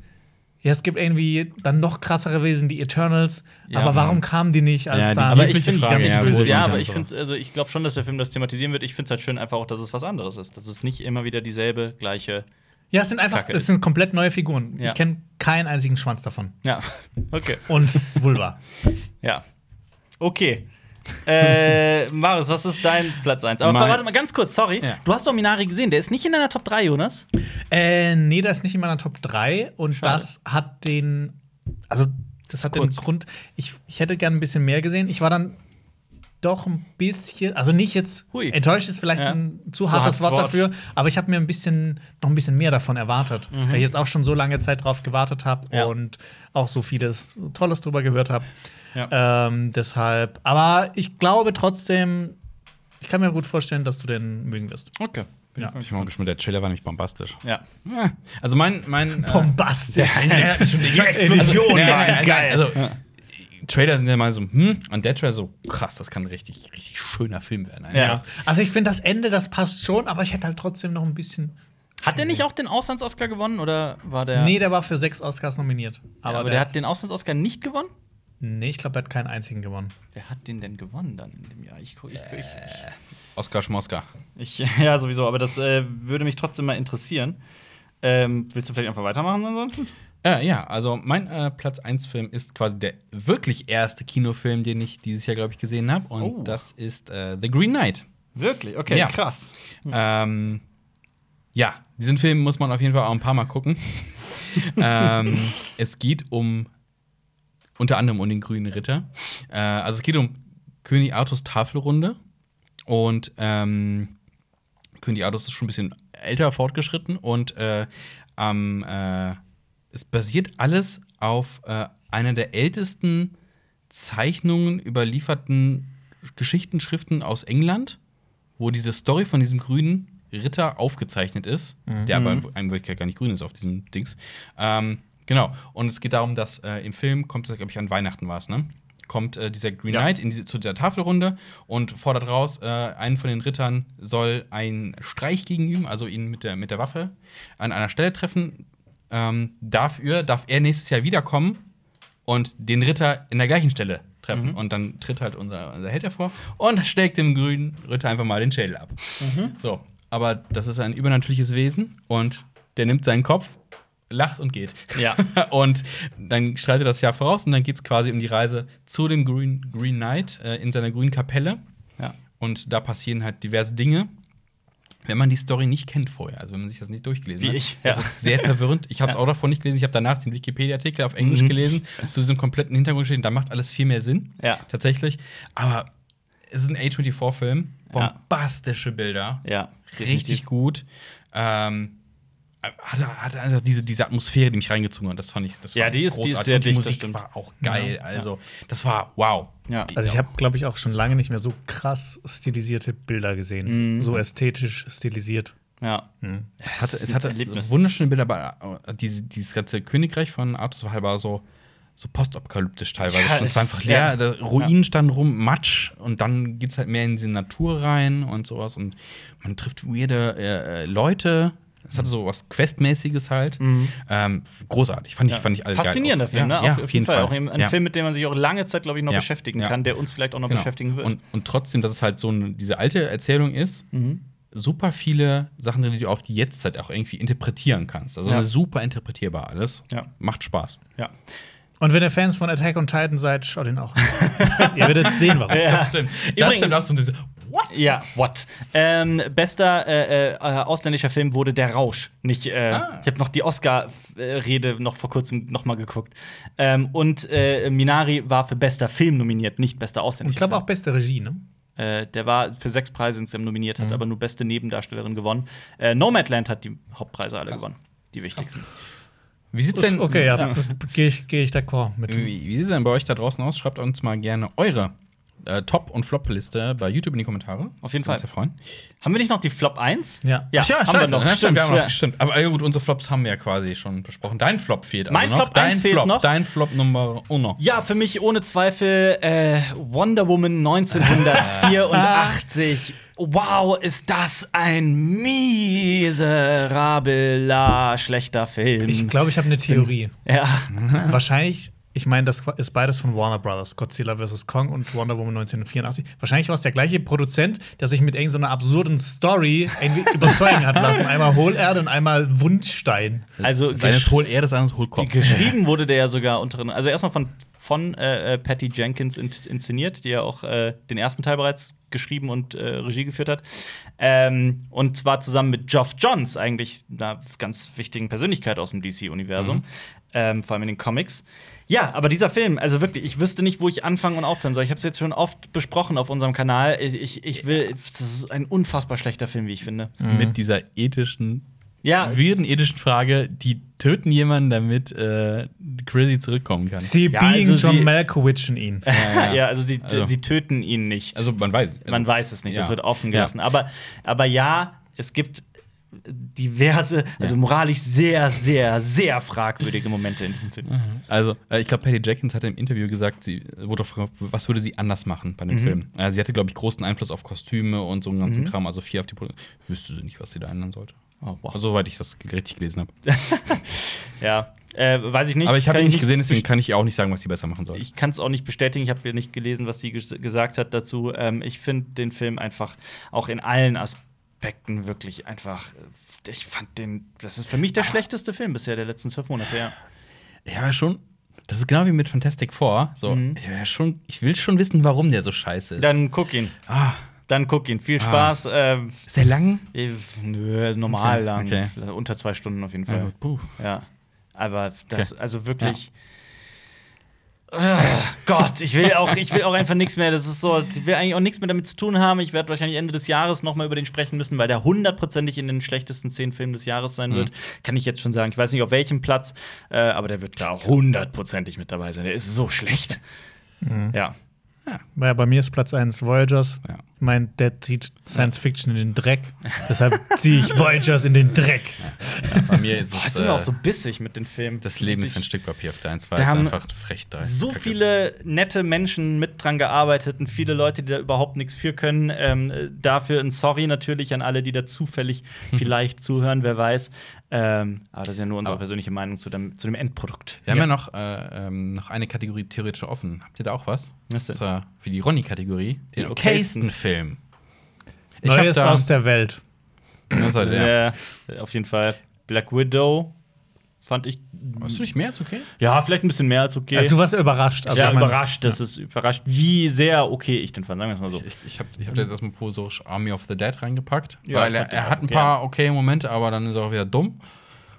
Speaker 3: ja, es gibt irgendwie dann noch krassere Wesen, die Eternals,
Speaker 2: Ja,
Speaker 3: aber warum
Speaker 2: Mann.
Speaker 3: kamen die nicht als
Speaker 2: Ja, die
Speaker 3: da?
Speaker 1: Aber ich
Speaker 2: Übliche
Speaker 1: finde
Speaker 2: Frage, ja, wo
Speaker 1: ja,
Speaker 2: sind die
Speaker 1: aber
Speaker 2: und
Speaker 1: ich
Speaker 2: sowas?
Speaker 1: finde also ich glaube schon, dass der Film das thematisieren wird. Ich finde es halt schön einfach auch, dass es was anderes ist. Dass es nicht immer wieder dieselbe gleiche.
Speaker 3: Ja, es sind einfach,
Speaker 1: Kacke
Speaker 3: es sind komplett neue Figuren.
Speaker 1: Ja.
Speaker 3: Ich kenne keinen einzigen Schwanz davon.
Speaker 1: Ja. [laughs] Okay.
Speaker 2: [laughs]
Speaker 3: Und Vulva.
Speaker 1: Ja. Okay. äh, [laughs] Marius, was ist dein Platz 1? Aber
Speaker 2: Mein-
Speaker 1: warte mal ganz kurz, sorry.
Speaker 2: Ja.
Speaker 1: Du hast doch Minari gesehen, der ist nicht in deiner Top 3, Jonas.
Speaker 3: äh, nee, das ist nicht in meiner Top 3 und
Speaker 1: Schade.
Speaker 3: das hat den, also das hat
Speaker 2: Kurz.
Speaker 3: den Grund, ich, ich hätte gern ein bisschen mehr gesehen. Ich war dann doch ein bisschen, also nicht jetzt,
Speaker 1: Hui.
Speaker 3: enttäuscht ist vielleicht
Speaker 1: Ja.
Speaker 3: ein zu
Speaker 1: Zu
Speaker 3: hartes
Speaker 1: hartes
Speaker 3: Wort
Speaker 1: Wort.
Speaker 3: dafür, aber ich habe mir ein bisschen, noch ein bisschen mehr davon erwartet, weil ich jetzt auch schon so lange Zeit drauf gewartet habe
Speaker 1: Mhm. Ja.
Speaker 3: und auch so vieles Tolles drüber gehört habe.
Speaker 1: Ja.
Speaker 3: Ähm, deshalb, aber ich glaube trotzdem, Ich kann mir gut vorstellen, dass du den mögen wirst.
Speaker 1: Okay. Bin
Speaker 3: Ja.
Speaker 1: ich mal
Speaker 2: Ich bin mal gespannt, der Trailer war nämlich bombastisch.
Speaker 1: Ja.
Speaker 2: Ja. Also mein.
Speaker 1: [laughs]
Speaker 2: mein äh,
Speaker 3: Bombastisch.
Speaker 2: Ja, schon die
Speaker 3: Explosion
Speaker 2: nein,
Speaker 3: war
Speaker 2: nein, nein,
Speaker 3: geil.
Speaker 2: Also, Trailer sind ja mal so, hm, und der Trailer so, krass, das kann ein richtig, richtig schöner Film werden.
Speaker 1: Ja.
Speaker 3: Ja. Also ich finde das Ende, das passt schon, aber ich hätte halt trotzdem noch ein bisschen.
Speaker 1: Hat der nicht auch den Auslands-Oscar gewonnen oder war der.
Speaker 3: Nee, der war für sechs Oscars nominiert.
Speaker 1: aber, der, hat den Auslands-Oscar nicht gewonnen?
Speaker 3: Nee, ich glaube, der hat keinen einzigen gewonnen.
Speaker 1: Wer hat den denn gewonnen dann in dem Jahr? Ich guck, ich, ich,
Speaker 2: Oscar Schmoska.
Speaker 1: ich, [laughs] ich Ja, sowieso, aber das äh, würde mich trotzdem mal interessieren. Ähm, willst du vielleicht einfach weitermachen ansonsten?
Speaker 2: Äh, ja, also mein äh, Platz 1 Film ist quasi der wirklich erste Kinofilm, den ich dieses Jahr, glaube ich, gesehen habe. Und
Speaker 1: Oh.
Speaker 2: das ist äh, The Green Knight.
Speaker 1: Wirklich? Okay,
Speaker 2: Ja.
Speaker 1: krass.
Speaker 2: Ähm, ja, diesen Film muss man auf jeden Fall auch ein paar Mal gucken. ähm, es geht um unter anderem um den grünen Ritter. Äh, also es geht um König Artus Tafelrunde und ähm, König Artus ist schon ein bisschen älter fortgeschritten und äh, am, äh, es basiert alles auf äh, einer der ältesten Zeichnungen überlieferten Geschichtenschriften aus England wo diese Story von diesem grünen Ritter aufgezeichnet ist, der aber in in Wirklichkeit gar nicht grün ist auf diesem Dings. Ähm, genau. Und es geht darum, dass äh, im Film kommt, glaube ich, an Weihnachten war es, ne? Kommt äh, dieser Green
Speaker 1: Ja.
Speaker 2: Knight in diese, zu dieser Tafelrunde und fordert raus, äh, einen von den Rittern soll einen Streich gegen ihn, also ihn mit der, mit der Waffe, an einer Stelle treffen. Ähm, dafür darf er nächstes Jahr wiederkommen und den Ritter in der gleichen Stelle treffen. Und dann tritt halt unser, unser Held hervor und schlägt dem grünen Ritter einfach mal den Schädel ab. So, aber das ist ein übernatürliches Wesen und der nimmt seinen Kopf, lacht und geht.
Speaker 1: Ja.
Speaker 2: [laughs] und dann schreitet das Jahr voraus und dann geht es quasi um die Reise zu dem Green, Green Knight äh, in seiner grünen Kapelle.
Speaker 1: Ja.
Speaker 2: Und da passieren halt diverse Dinge. Wenn man die Story nicht kennt vorher, also wenn man sich das nicht durchgelesen
Speaker 1: Wie
Speaker 2: hat,
Speaker 1: ich,
Speaker 2: das
Speaker 1: ja.
Speaker 2: ist sehr verwirrend. Ich habe es auch davon nicht gelesen. Ich habe danach den Wikipedia-Artikel auf
Speaker 1: Mhm.
Speaker 2: Englisch gelesen zu diesem kompletten Hintergrund stehen. Da macht alles viel mehr Sinn,
Speaker 1: Ja.
Speaker 2: tatsächlich. Aber es ist ein A24-Film,
Speaker 1: Ja.
Speaker 2: bombastische Bilder,
Speaker 1: Ja.
Speaker 2: richtig gut. Ähm, hat, hat einfach diese, diese Atmosphäre, die mich reingezogen hat, das fand ich, das
Speaker 1: Ja,
Speaker 2: fand
Speaker 1: die
Speaker 2: ich
Speaker 1: ist- die ist
Speaker 2: großartig.
Speaker 1: sehr
Speaker 2: Und die
Speaker 1: dicht, das
Speaker 2: Musik
Speaker 1: stimmt.
Speaker 2: war auch geil. Also, das war wow.
Speaker 1: Ja.
Speaker 3: Also ich habe, glaube ich, auch schon lange nicht mehr so krass stilisierte Bilder gesehen.
Speaker 1: Mhm.
Speaker 3: So ästhetisch stilisiert.
Speaker 1: Ja.
Speaker 2: Es hatte,
Speaker 1: ist
Speaker 2: es
Speaker 1: ein
Speaker 2: hatte
Speaker 1: Erlebnis.
Speaker 2: wunderschöne Bilder, aber äh, diese, dieses ganze Königreich von Artus war halt aber so, so postapokalyptisch teilweise.
Speaker 1: Ja,
Speaker 2: Ja, es
Speaker 1: es-
Speaker 2: war einfach leer,
Speaker 1: ja.
Speaker 2: da Ruinen standen rum, Matsch und dann geht's halt mehr in die Natur rein und sowas und man trifft weirde äh, äh, Leute. Es hatte so was Questmäßiges halt. Ähm, großartig, fand ich, fand ich alle geil.
Speaker 1: Mhm. Faszinierender Film,
Speaker 2: ja,
Speaker 1: ne?
Speaker 2: Ja,
Speaker 1: Auch-
Speaker 2: auf jeden Fall.
Speaker 1: Auch ein ein
Speaker 2: ja.
Speaker 1: Film, mit dem man sich auch lange Zeit, glaube ich, noch
Speaker 2: Ja.
Speaker 1: beschäftigen
Speaker 2: Ja.
Speaker 1: kann, der uns vielleicht auch noch
Speaker 2: Genau.
Speaker 1: beschäftigen wird.
Speaker 2: Und, und trotzdem, dass es halt so eine, diese alte Erzählung ist,
Speaker 1: Mhm.
Speaker 2: super viele Sachen drin, die du auf die Jetztzeit auch irgendwie interpretieren kannst. Also
Speaker 1: Ja.
Speaker 2: super interpretierbar alles.
Speaker 1: Ja. [laughs]
Speaker 2: Macht Spaß.
Speaker 1: ja.
Speaker 3: Und wenn ihr Fans von Attack on Titan seid, schaut
Speaker 1: [laughs]
Speaker 3: ihn auch an. ihr werdet sehen, warum.
Speaker 2: Das stimmt. Das stimmt auch so diese What?
Speaker 1: Ja, what? Ähm, bester äh, äh, ausländischer Film wurde Der Rausch. Nicht, äh,
Speaker 2: Ah.
Speaker 1: Ich habe noch die Oscar-Rede noch vor kurzem noch mal geguckt. Ähm, und äh, Minari war für bester Film nominiert, nicht bester ausländischer
Speaker 3: Ich glaube auch
Speaker 1: Film.
Speaker 3: beste Regie, ne?
Speaker 1: Äh, der war für sechs Preise insgesamt nominiert,
Speaker 2: Mhm.
Speaker 1: hat aber nur beste Nebendarstellerin gewonnen. Äh, Nomadland hat die Hauptpreise alle gewonnen. Die wichtigsten.
Speaker 2: Wie sieht's denn,
Speaker 3: Okay, ja, gehe ich, geh ich d'accord mit.
Speaker 1: Mhm.
Speaker 2: Wie, wie sieht's denn bei euch da draußen aus? Schreibt uns mal gerne eure äh, Top- und Flop-Liste bei YouTube in die Kommentare.
Speaker 1: Auf jeden
Speaker 2: Würde uns
Speaker 1: Fall.
Speaker 2: Sehr freuen.
Speaker 1: Haben wir nicht noch die Flop 1?
Speaker 3: Ja.
Speaker 1: ja,
Speaker 2: Ach ja,
Speaker 1: haben
Speaker 2: scheiße.
Speaker 1: wir noch.
Speaker 2: Ja,
Speaker 1: Stimmt,
Speaker 2: stimmt, wir haben
Speaker 1: ja.
Speaker 2: noch. stimmt. Aber ja, gut, unsere Flops haben wir ja quasi schon besprochen. Dein Flop fehlt also
Speaker 1: Mein
Speaker 2: noch.
Speaker 1: Flop
Speaker 2: dein
Speaker 1: eins fehlt
Speaker 2: Flop,
Speaker 1: noch.
Speaker 2: Dein Flop Nummer uno.
Speaker 1: Ja, für mich ohne Zweifel äh, Wonder Woman 1984. wow, ist das ein miserabler, schlechter Film.
Speaker 3: Ich glaube, ich habe eine Theorie.
Speaker 1: ja,
Speaker 3: Wahrscheinlich, ich meine, das ist beides von Warner Brothers, Godzilla vs. Kong und Wonder Woman 1984. Wahrscheinlich war es der gleiche Produzent, der sich mit irgendeiner absurden Story
Speaker 1: [laughs]
Speaker 3: irgendwie überzeugen hat lassen. Einmal Hohlerde und einmal Wundstein.
Speaker 1: also
Speaker 2: Das eine ist
Speaker 1: gesch
Speaker 2: hohl er, das andere ist hohl Kopf.
Speaker 1: geschrieben wurde der ja sogar unter also erstmal von von äh, äh, Patty Jenkins in inszeniert, die ja auch äh, den ersten Teil bereits geschrieben und äh, Regie geführt hat. Ähm, und zwar zusammen mit Geoff Johns, eigentlich einer ganz wichtigen Persönlichkeit aus dem DC-Universum,
Speaker 2: Mhm.
Speaker 1: ähm, vor allem in den Comics. Ja, aber dieser Film, also wirklich, ich wüsste nicht, wo ich anfangen und aufhören soll. Ich habe es jetzt schon oft besprochen auf unserem Kanal. Ich, ich, ich will, das ist ein unfassbar schlechter Film, wie ich finde.
Speaker 2: mit dieser ethischen,
Speaker 1: Ja,
Speaker 2: wirden ethischen Frage, die töten jemanden, damit äh, Chrissy zurückkommen kann.
Speaker 3: Sie
Speaker 1: Ja,
Speaker 3: being
Speaker 1: also sie-
Speaker 3: John Malkovich
Speaker 1: [laughs]
Speaker 3: in ihn.
Speaker 1: [laughs] Ja,
Speaker 2: ja.
Speaker 1: also sie,
Speaker 2: Also.
Speaker 1: sie töten ihn nicht.
Speaker 2: Also man weiß. Also,
Speaker 1: Man weiß es nicht, das
Speaker 2: ja.
Speaker 1: wird offen
Speaker 2: Ja.
Speaker 1: gelassen. Aber, aber ja, es gibt diverse, also moralisch sehr, sehr, sehr fragwürdige Momente in diesem Film.
Speaker 2: Also, äh, ich glaube, Patty Jenkins hatte im Interview gesagt, sie wurde gefragt, was würde sie anders machen bei dem
Speaker 1: Mhm.
Speaker 2: Film. Äh, sie hatte, glaube ich, großen Einfluss auf Kostüme und so einen ganzen Kram, also viel auf die Produktion. Wüsste sie nicht, was sie da ändern sollte.
Speaker 1: Oh, wow.
Speaker 2: Also, soweit ich das ge- richtig gelesen habe.
Speaker 1: ja, äh, weiß ich nicht.
Speaker 2: Aber ich habe
Speaker 1: Kann
Speaker 2: ihn nicht gesehen, deswegen kann ich ihr auch nicht sagen, was sie besser machen soll.
Speaker 1: Ich kann es auch nicht bestätigen, ich habe ja nicht gelesen, was sie ges gesagt hat dazu. Ähm, ich finde den Film einfach auch in allen Aspekten wirklich einfach. äh, Ich fand den, das ist für mich
Speaker 2: Ah.
Speaker 1: der schlechteste Film bisher der letzten zwölf Monate, ja.
Speaker 2: Ja, aber schon. Das ist genau wie mit Fantastic Four. So, ich, wär schon, ich will schon wissen, warum der so scheiße ist.
Speaker 1: Mhm. Dann guck ihn.
Speaker 2: ah,
Speaker 1: Dann guck ihn. Viel Spaß. Ähm,
Speaker 2: ist der lang?
Speaker 1: eh, nö, normal
Speaker 2: Okay,
Speaker 1: lang.
Speaker 2: okay.
Speaker 1: Also Unter zwei Stunden auf jeden
Speaker 2: Ja.
Speaker 1: Fall.
Speaker 2: puh.
Speaker 1: Ja. Aber das, also wirklich. Ah, Gott, ich will auch, ich will auch einfach nichts mehr. Das ist so, ich will eigentlich auch nichts mehr damit zu tun haben. Ich werde wahrscheinlich Ende des Jahres nochmal über den sprechen müssen, weil der hundertprozentig in den schlechtesten zehn Filmen des Jahres
Speaker 2: Mhm.
Speaker 1: sein wird. Kann ich jetzt schon sagen. Ich weiß nicht auf welchem Platz, äh, aber der wird da hundertprozentig mit dabei sein. Der ist so schlecht.
Speaker 2: Mhm.
Speaker 1: Ja.
Speaker 3: Ja, bei mir ist Platz 1 Voyagers.
Speaker 2: Ja.
Speaker 3: Mein Dad zieht Science Fiction in den Dreck. Deshalb ziehe
Speaker 1: [laughs]
Speaker 3: ich Voyagers in den Dreck.
Speaker 2: Bei mir ist
Speaker 1: Boah,
Speaker 2: es.
Speaker 1: jetzt sind wir
Speaker 2: äh,
Speaker 1: auch so bissig mit den Filmen.
Speaker 2: das Leben ist ein
Speaker 1: Ich-
Speaker 2: Stück Papier auf der
Speaker 1: Da
Speaker 2: 1, weil es
Speaker 1: haben
Speaker 2: einfach frech da
Speaker 1: so
Speaker 2: Kacke
Speaker 1: viele nette Menschen mit dran gearbeitet und viele Leute, die da überhaupt nichts für können. Ähm, äh, dafür ein Sorry natürlich an alle, die da zufällig vielleicht zuhören, wer weiß. Ähm, aber das ist ja nur unsere
Speaker 2: Aber-
Speaker 1: persönliche Meinung zu dem, zu dem Endprodukt.
Speaker 2: ist. Wir haben ja noch, äh, ähm, noch eine Kategorie theoretisch offen. Habt ihr da auch was?
Speaker 1: Was denn?
Speaker 2: Und zwar für die Ronny-Kategorie. Den
Speaker 1: Den okaysten.
Speaker 2: okaysten Film. Ich hab
Speaker 3: Neues
Speaker 2: da,
Speaker 3: aus der Welt.
Speaker 2: Ja, so, ja.
Speaker 1: Ja, Äh, auf jeden Fall. Black Widow fand ich.
Speaker 2: Hast du nicht mehr als okay?
Speaker 1: Ja, vielleicht ein bisschen mehr als okay.
Speaker 3: Also, du warst überrascht. Also,
Speaker 1: ja,
Speaker 3: ich mein-
Speaker 1: überrascht, das ist überrascht, wie sehr okay ich den fand, sagen wir es mal so.
Speaker 2: Ich, ich habe ich hab da jetzt erstmal provisorisch Army of the Dead reingepackt,
Speaker 1: Ja,
Speaker 2: weil
Speaker 1: ich
Speaker 2: er,
Speaker 1: fand den
Speaker 2: er hat ein
Speaker 1: auch
Speaker 2: paar okay Momente, aber dann ist er auch wieder dumm.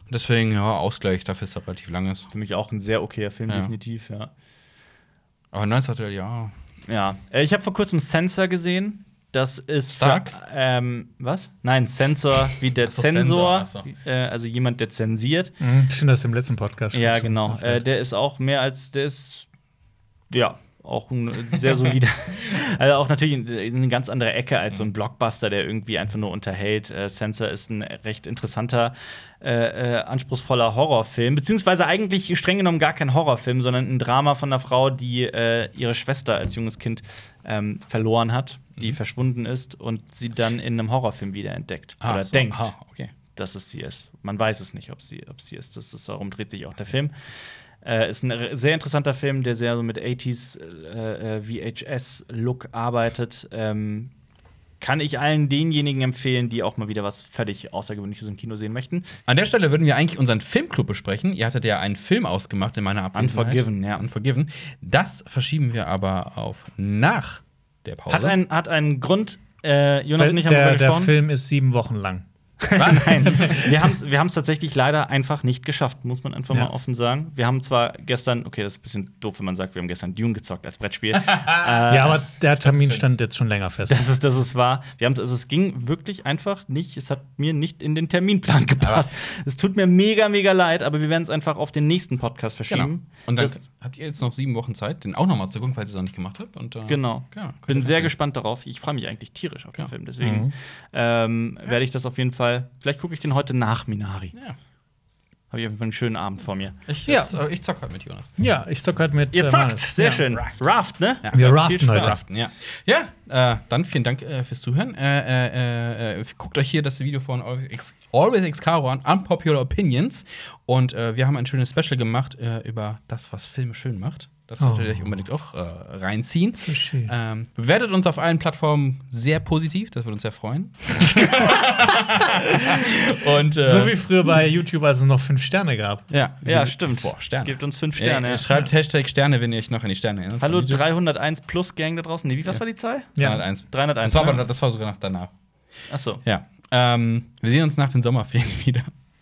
Speaker 2: Und deswegen, ja, Ausgleich dafür ist er relativ langes.
Speaker 1: Für mich auch ein sehr okayer Film,
Speaker 2: Ja.
Speaker 1: definitiv, ja.
Speaker 2: Aber 19 hat er, ja.
Speaker 1: Ja, Äh, ich habe vor kurzem Sensor gesehen. Das ist
Speaker 2: Stark?
Speaker 1: Für, ähm, was? Nein, Sensor wie der
Speaker 2: Ach so,
Speaker 1: Zensor,
Speaker 2: Sensor, ach
Speaker 1: äh, also jemand, der zensiert.
Speaker 3: Mhm, Ich finde das im letzten Podcast schon
Speaker 1: Ja,
Speaker 3: so-
Speaker 1: genau.
Speaker 3: so-
Speaker 1: Äh, der ist auch mehr als der ist ja auch ein sehr
Speaker 2: [laughs]
Speaker 1: solider. also auch natürlich in- in eine ganz andere Ecke als so ein Blockbuster, der irgendwie einfach nur unterhält. Äh, Sensor ist ein recht interessanter, äh, äh, anspruchsvoller Horrorfilm, beziehungsweise eigentlich streng genommen gar kein Horrorfilm, sondern ein Drama von einer Frau, die äh, ihre Schwester als junges Kind ähm, verloren hat,
Speaker 2: Mhm.
Speaker 1: die verschwunden ist und sie dann in einem Horrorfilm wiederentdeckt
Speaker 2: Ah,
Speaker 1: oder
Speaker 2: so,
Speaker 1: denkt
Speaker 2: Ah, okay.
Speaker 1: dass es sie ist. Man weiß es nicht, ob sie, ob sie ist. Das ist. Darum dreht sich auch der Film. Äh, ist ein r- sehr interessanter Film, der sehr so mit 80s äh, äh, VHS-Look arbeitet. Ähm, kann ich allen denjenigen empfehlen, die auch mal wieder was völlig Außergewöhnliches im Kino sehen möchten.
Speaker 2: An der Stelle würden wir eigentlich unseren Filmclub besprechen. Ihr hattet ja einen Film ausgemacht in meiner Abwesenheit.
Speaker 1: Unforgiven, ja.
Speaker 2: Unforgiven. Das verschieben wir aber auf nach der Pause.
Speaker 1: Hat, ein, hat einen Grund. Äh, Jonas
Speaker 3: Weil
Speaker 1: und ich haben
Speaker 3: der,
Speaker 1: darüber
Speaker 3: der
Speaker 1: gesprochen.
Speaker 3: Film ist sieben Wochen lang.
Speaker 1: [laughs]
Speaker 2: Was?
Speaker 1: wir haben es wir haben's tatsächlich leider einfach nicht geschafft, muss man einfach
Speaker 3: Ja.
Speaker 1: mal offen sagen. Wir haben zwar gestern, okay, das ist ein bisschen doof, wenn man sagt, wir haben gestern Dune gezockt als
Speaker 3: [laughs]
Speaker 1: Brettspiel.
Speaker 2: Äh,
Speaker 3: ja, aber der Termin
Speaker 2: Films.
Speaker 3: stand jetzt schon länger fest.
Speaker 1: Das ist, das ist wahr. Wir haben, also es ging wirklich einfach nicht. Es hat mir nicht in den Terminplan gepasst. Es tut mir mega, mega leid, aber wir werden es einfach auf den nächsten Podcast verschieben.
Speaker 2: genau. Und dann
Speaker 1: das,
Speaker 2: habt ihr jetzt noch sieben Wochen Zeit, den auch nochmal zu gucken, falls ihr es noch nicht gemacht habt. Und, äh,
Speaker 1: genau.
Speaker 2: ja, könnt ihr
Speaker 1: Bin sehr
Speaker 2: nachsehen.
Speaker 1: gespannt darauf. Ich freue mich eigentlich tierisch auf den
Speaker 2: Ja.
Speaker 1: Film. Deswegen
Speaker 2: Mhm.
Speaker 1: ähm, werde ich das auf jeden Fall. Vielleicht gucke ich den heute nach Minari.
Speaker 2: Ja.
Speaker 1: Habe ich auf jeden Fall einen schönen Abend vor mir.
Speaker 2: Ich,
Speaker 3: Ja.
Speaker 2: jetzt, äh, ich zock halt mit Jonas.
Speaker 3: Ja, ich zocke halt mit.
Speaker 1: Ihr
Speaker 3: äh,
Speaker 1: zackt,
Speaker 3: Manuel.
Speaker 1: sehr
Speaker 3: ja.
Speaker 1: schön. Raft, ne?
Speaker 2: Ja.
Speaker 3: Wir
Speaker 1: Viel
Speaker 3: raften
Speaker 1: Spaß.
Speaker 3: heute.
Speaker 2: Draften, ja. Ja, äh, dann vielen Dank äh, fürs Zuhören. Äh, äh, äh, guckt euch hier das Video von Always Ex- Always Excaro an, Unpopular Opinions. Und äh, wir haben ein schönes Special gemacht äh, über das, was Filme schön macht. Das solltet ihr euch unbedingt auch äh, reinziehen.
Speaker 3: Oh. So schön.
Speaker 2: Ähm, bewertet uns auf allen Plattformen sehr positiv, das würde uns sehr
Speaker 3: [laughs]
Speaker 2: freuen. Und äh,
Speaker 3: So wie früher bei YouTube, als es noch fünf Sterne gab.
Speaker 2: ja, wir
Speaker 1: Ja,
Speaker 2: sind-
Speaker 1: stimmt.
Speaker 2: Boah, Sterne.
Speaker 1: Gebt uns fünf Sterne.
Speaker 2: Ey, schreibt Hashtag Sterne, wenn ihr euch noch an die Sterne erinnert.
Speaker 1: Hallo 301 plus Gang da draußen. Nee, wie, was war die Zahl?
Speaker 3: Ja.
Speaker 2: 301.
Speaker 1: 301,
Speaker 2: Das war,
Speaker 1: ne?
Speaker 2: aber, das war sogar noch danach.
Speaker 1: Achso.
Speaker 2: Ja. Ähm, wir sehen uns nach den Sommerferien [laughs] wieder.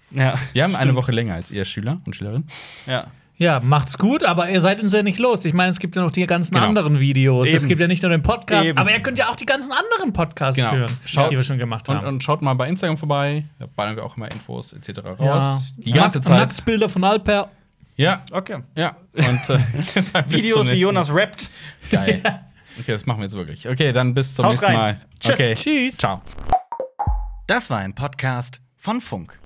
Speaker 1: Ja.
Speaker 2: Wir haben eine Woche länger als ihr Schüler und Schülerin.
Speaker 1: ja.
Speaker 3: Ja, macht's gut, aber ihr seid uns ja nicht los. Ich meine, es gibt ja noch die ganzen
Speaker 2: Genau.
Speaker 3: anderen Videos. Es
Speaker 1: Eben.
Speaker 3: gibt ja nicht nur den Podcast,
Speaker 1: Eben.
Speaker 3: aber ihr könnt ja auch die ganzen anderen Podcasts
Speaker 2: Genau.
Speaker 3: hören,
Speaker 2: Schaut-
Speaker 3: die wir schon gemacht
Speaker 2: Und,
Speaker 3: haben.
Speaker 2: und schaut mal bei Instagram vorbei, da ballern wir auch immer Infos etc. raus.
Speaker 3: Ja.
Speaker 2: Die ganze
Speaker 3: Nackt-
Speaker 2: Zeit.
Speaker 3: Nacktbilder von Alper.
Speaker 2: Ja,
Speaker 1: Okay.
Speaker 2: ja.
Speaker 1: [laughs]
Speaker 2: Und äh, [laughs] jetzt halt
Speaker 1: Videos,
Speaker 2: bis zum
Speaker 1: wie
Speaker 2: nächsten
Speaker 1: Jonas rappt. [laughs]
Speaker 2: Geil. Okay, das machen wir jetzt wirklich. Okay, dann bis zum
Speaker 1: Haut
Speaker 2: nächsten
Speaker 1: rein.
Speaker 2: Mal.
Speaker 1: Tschüss.
Speaker 2: Okay.
Speaker 3: Tschüss.
Speaker 2: Ciao.
Speaker 1: Das war ein Podcast von Funk.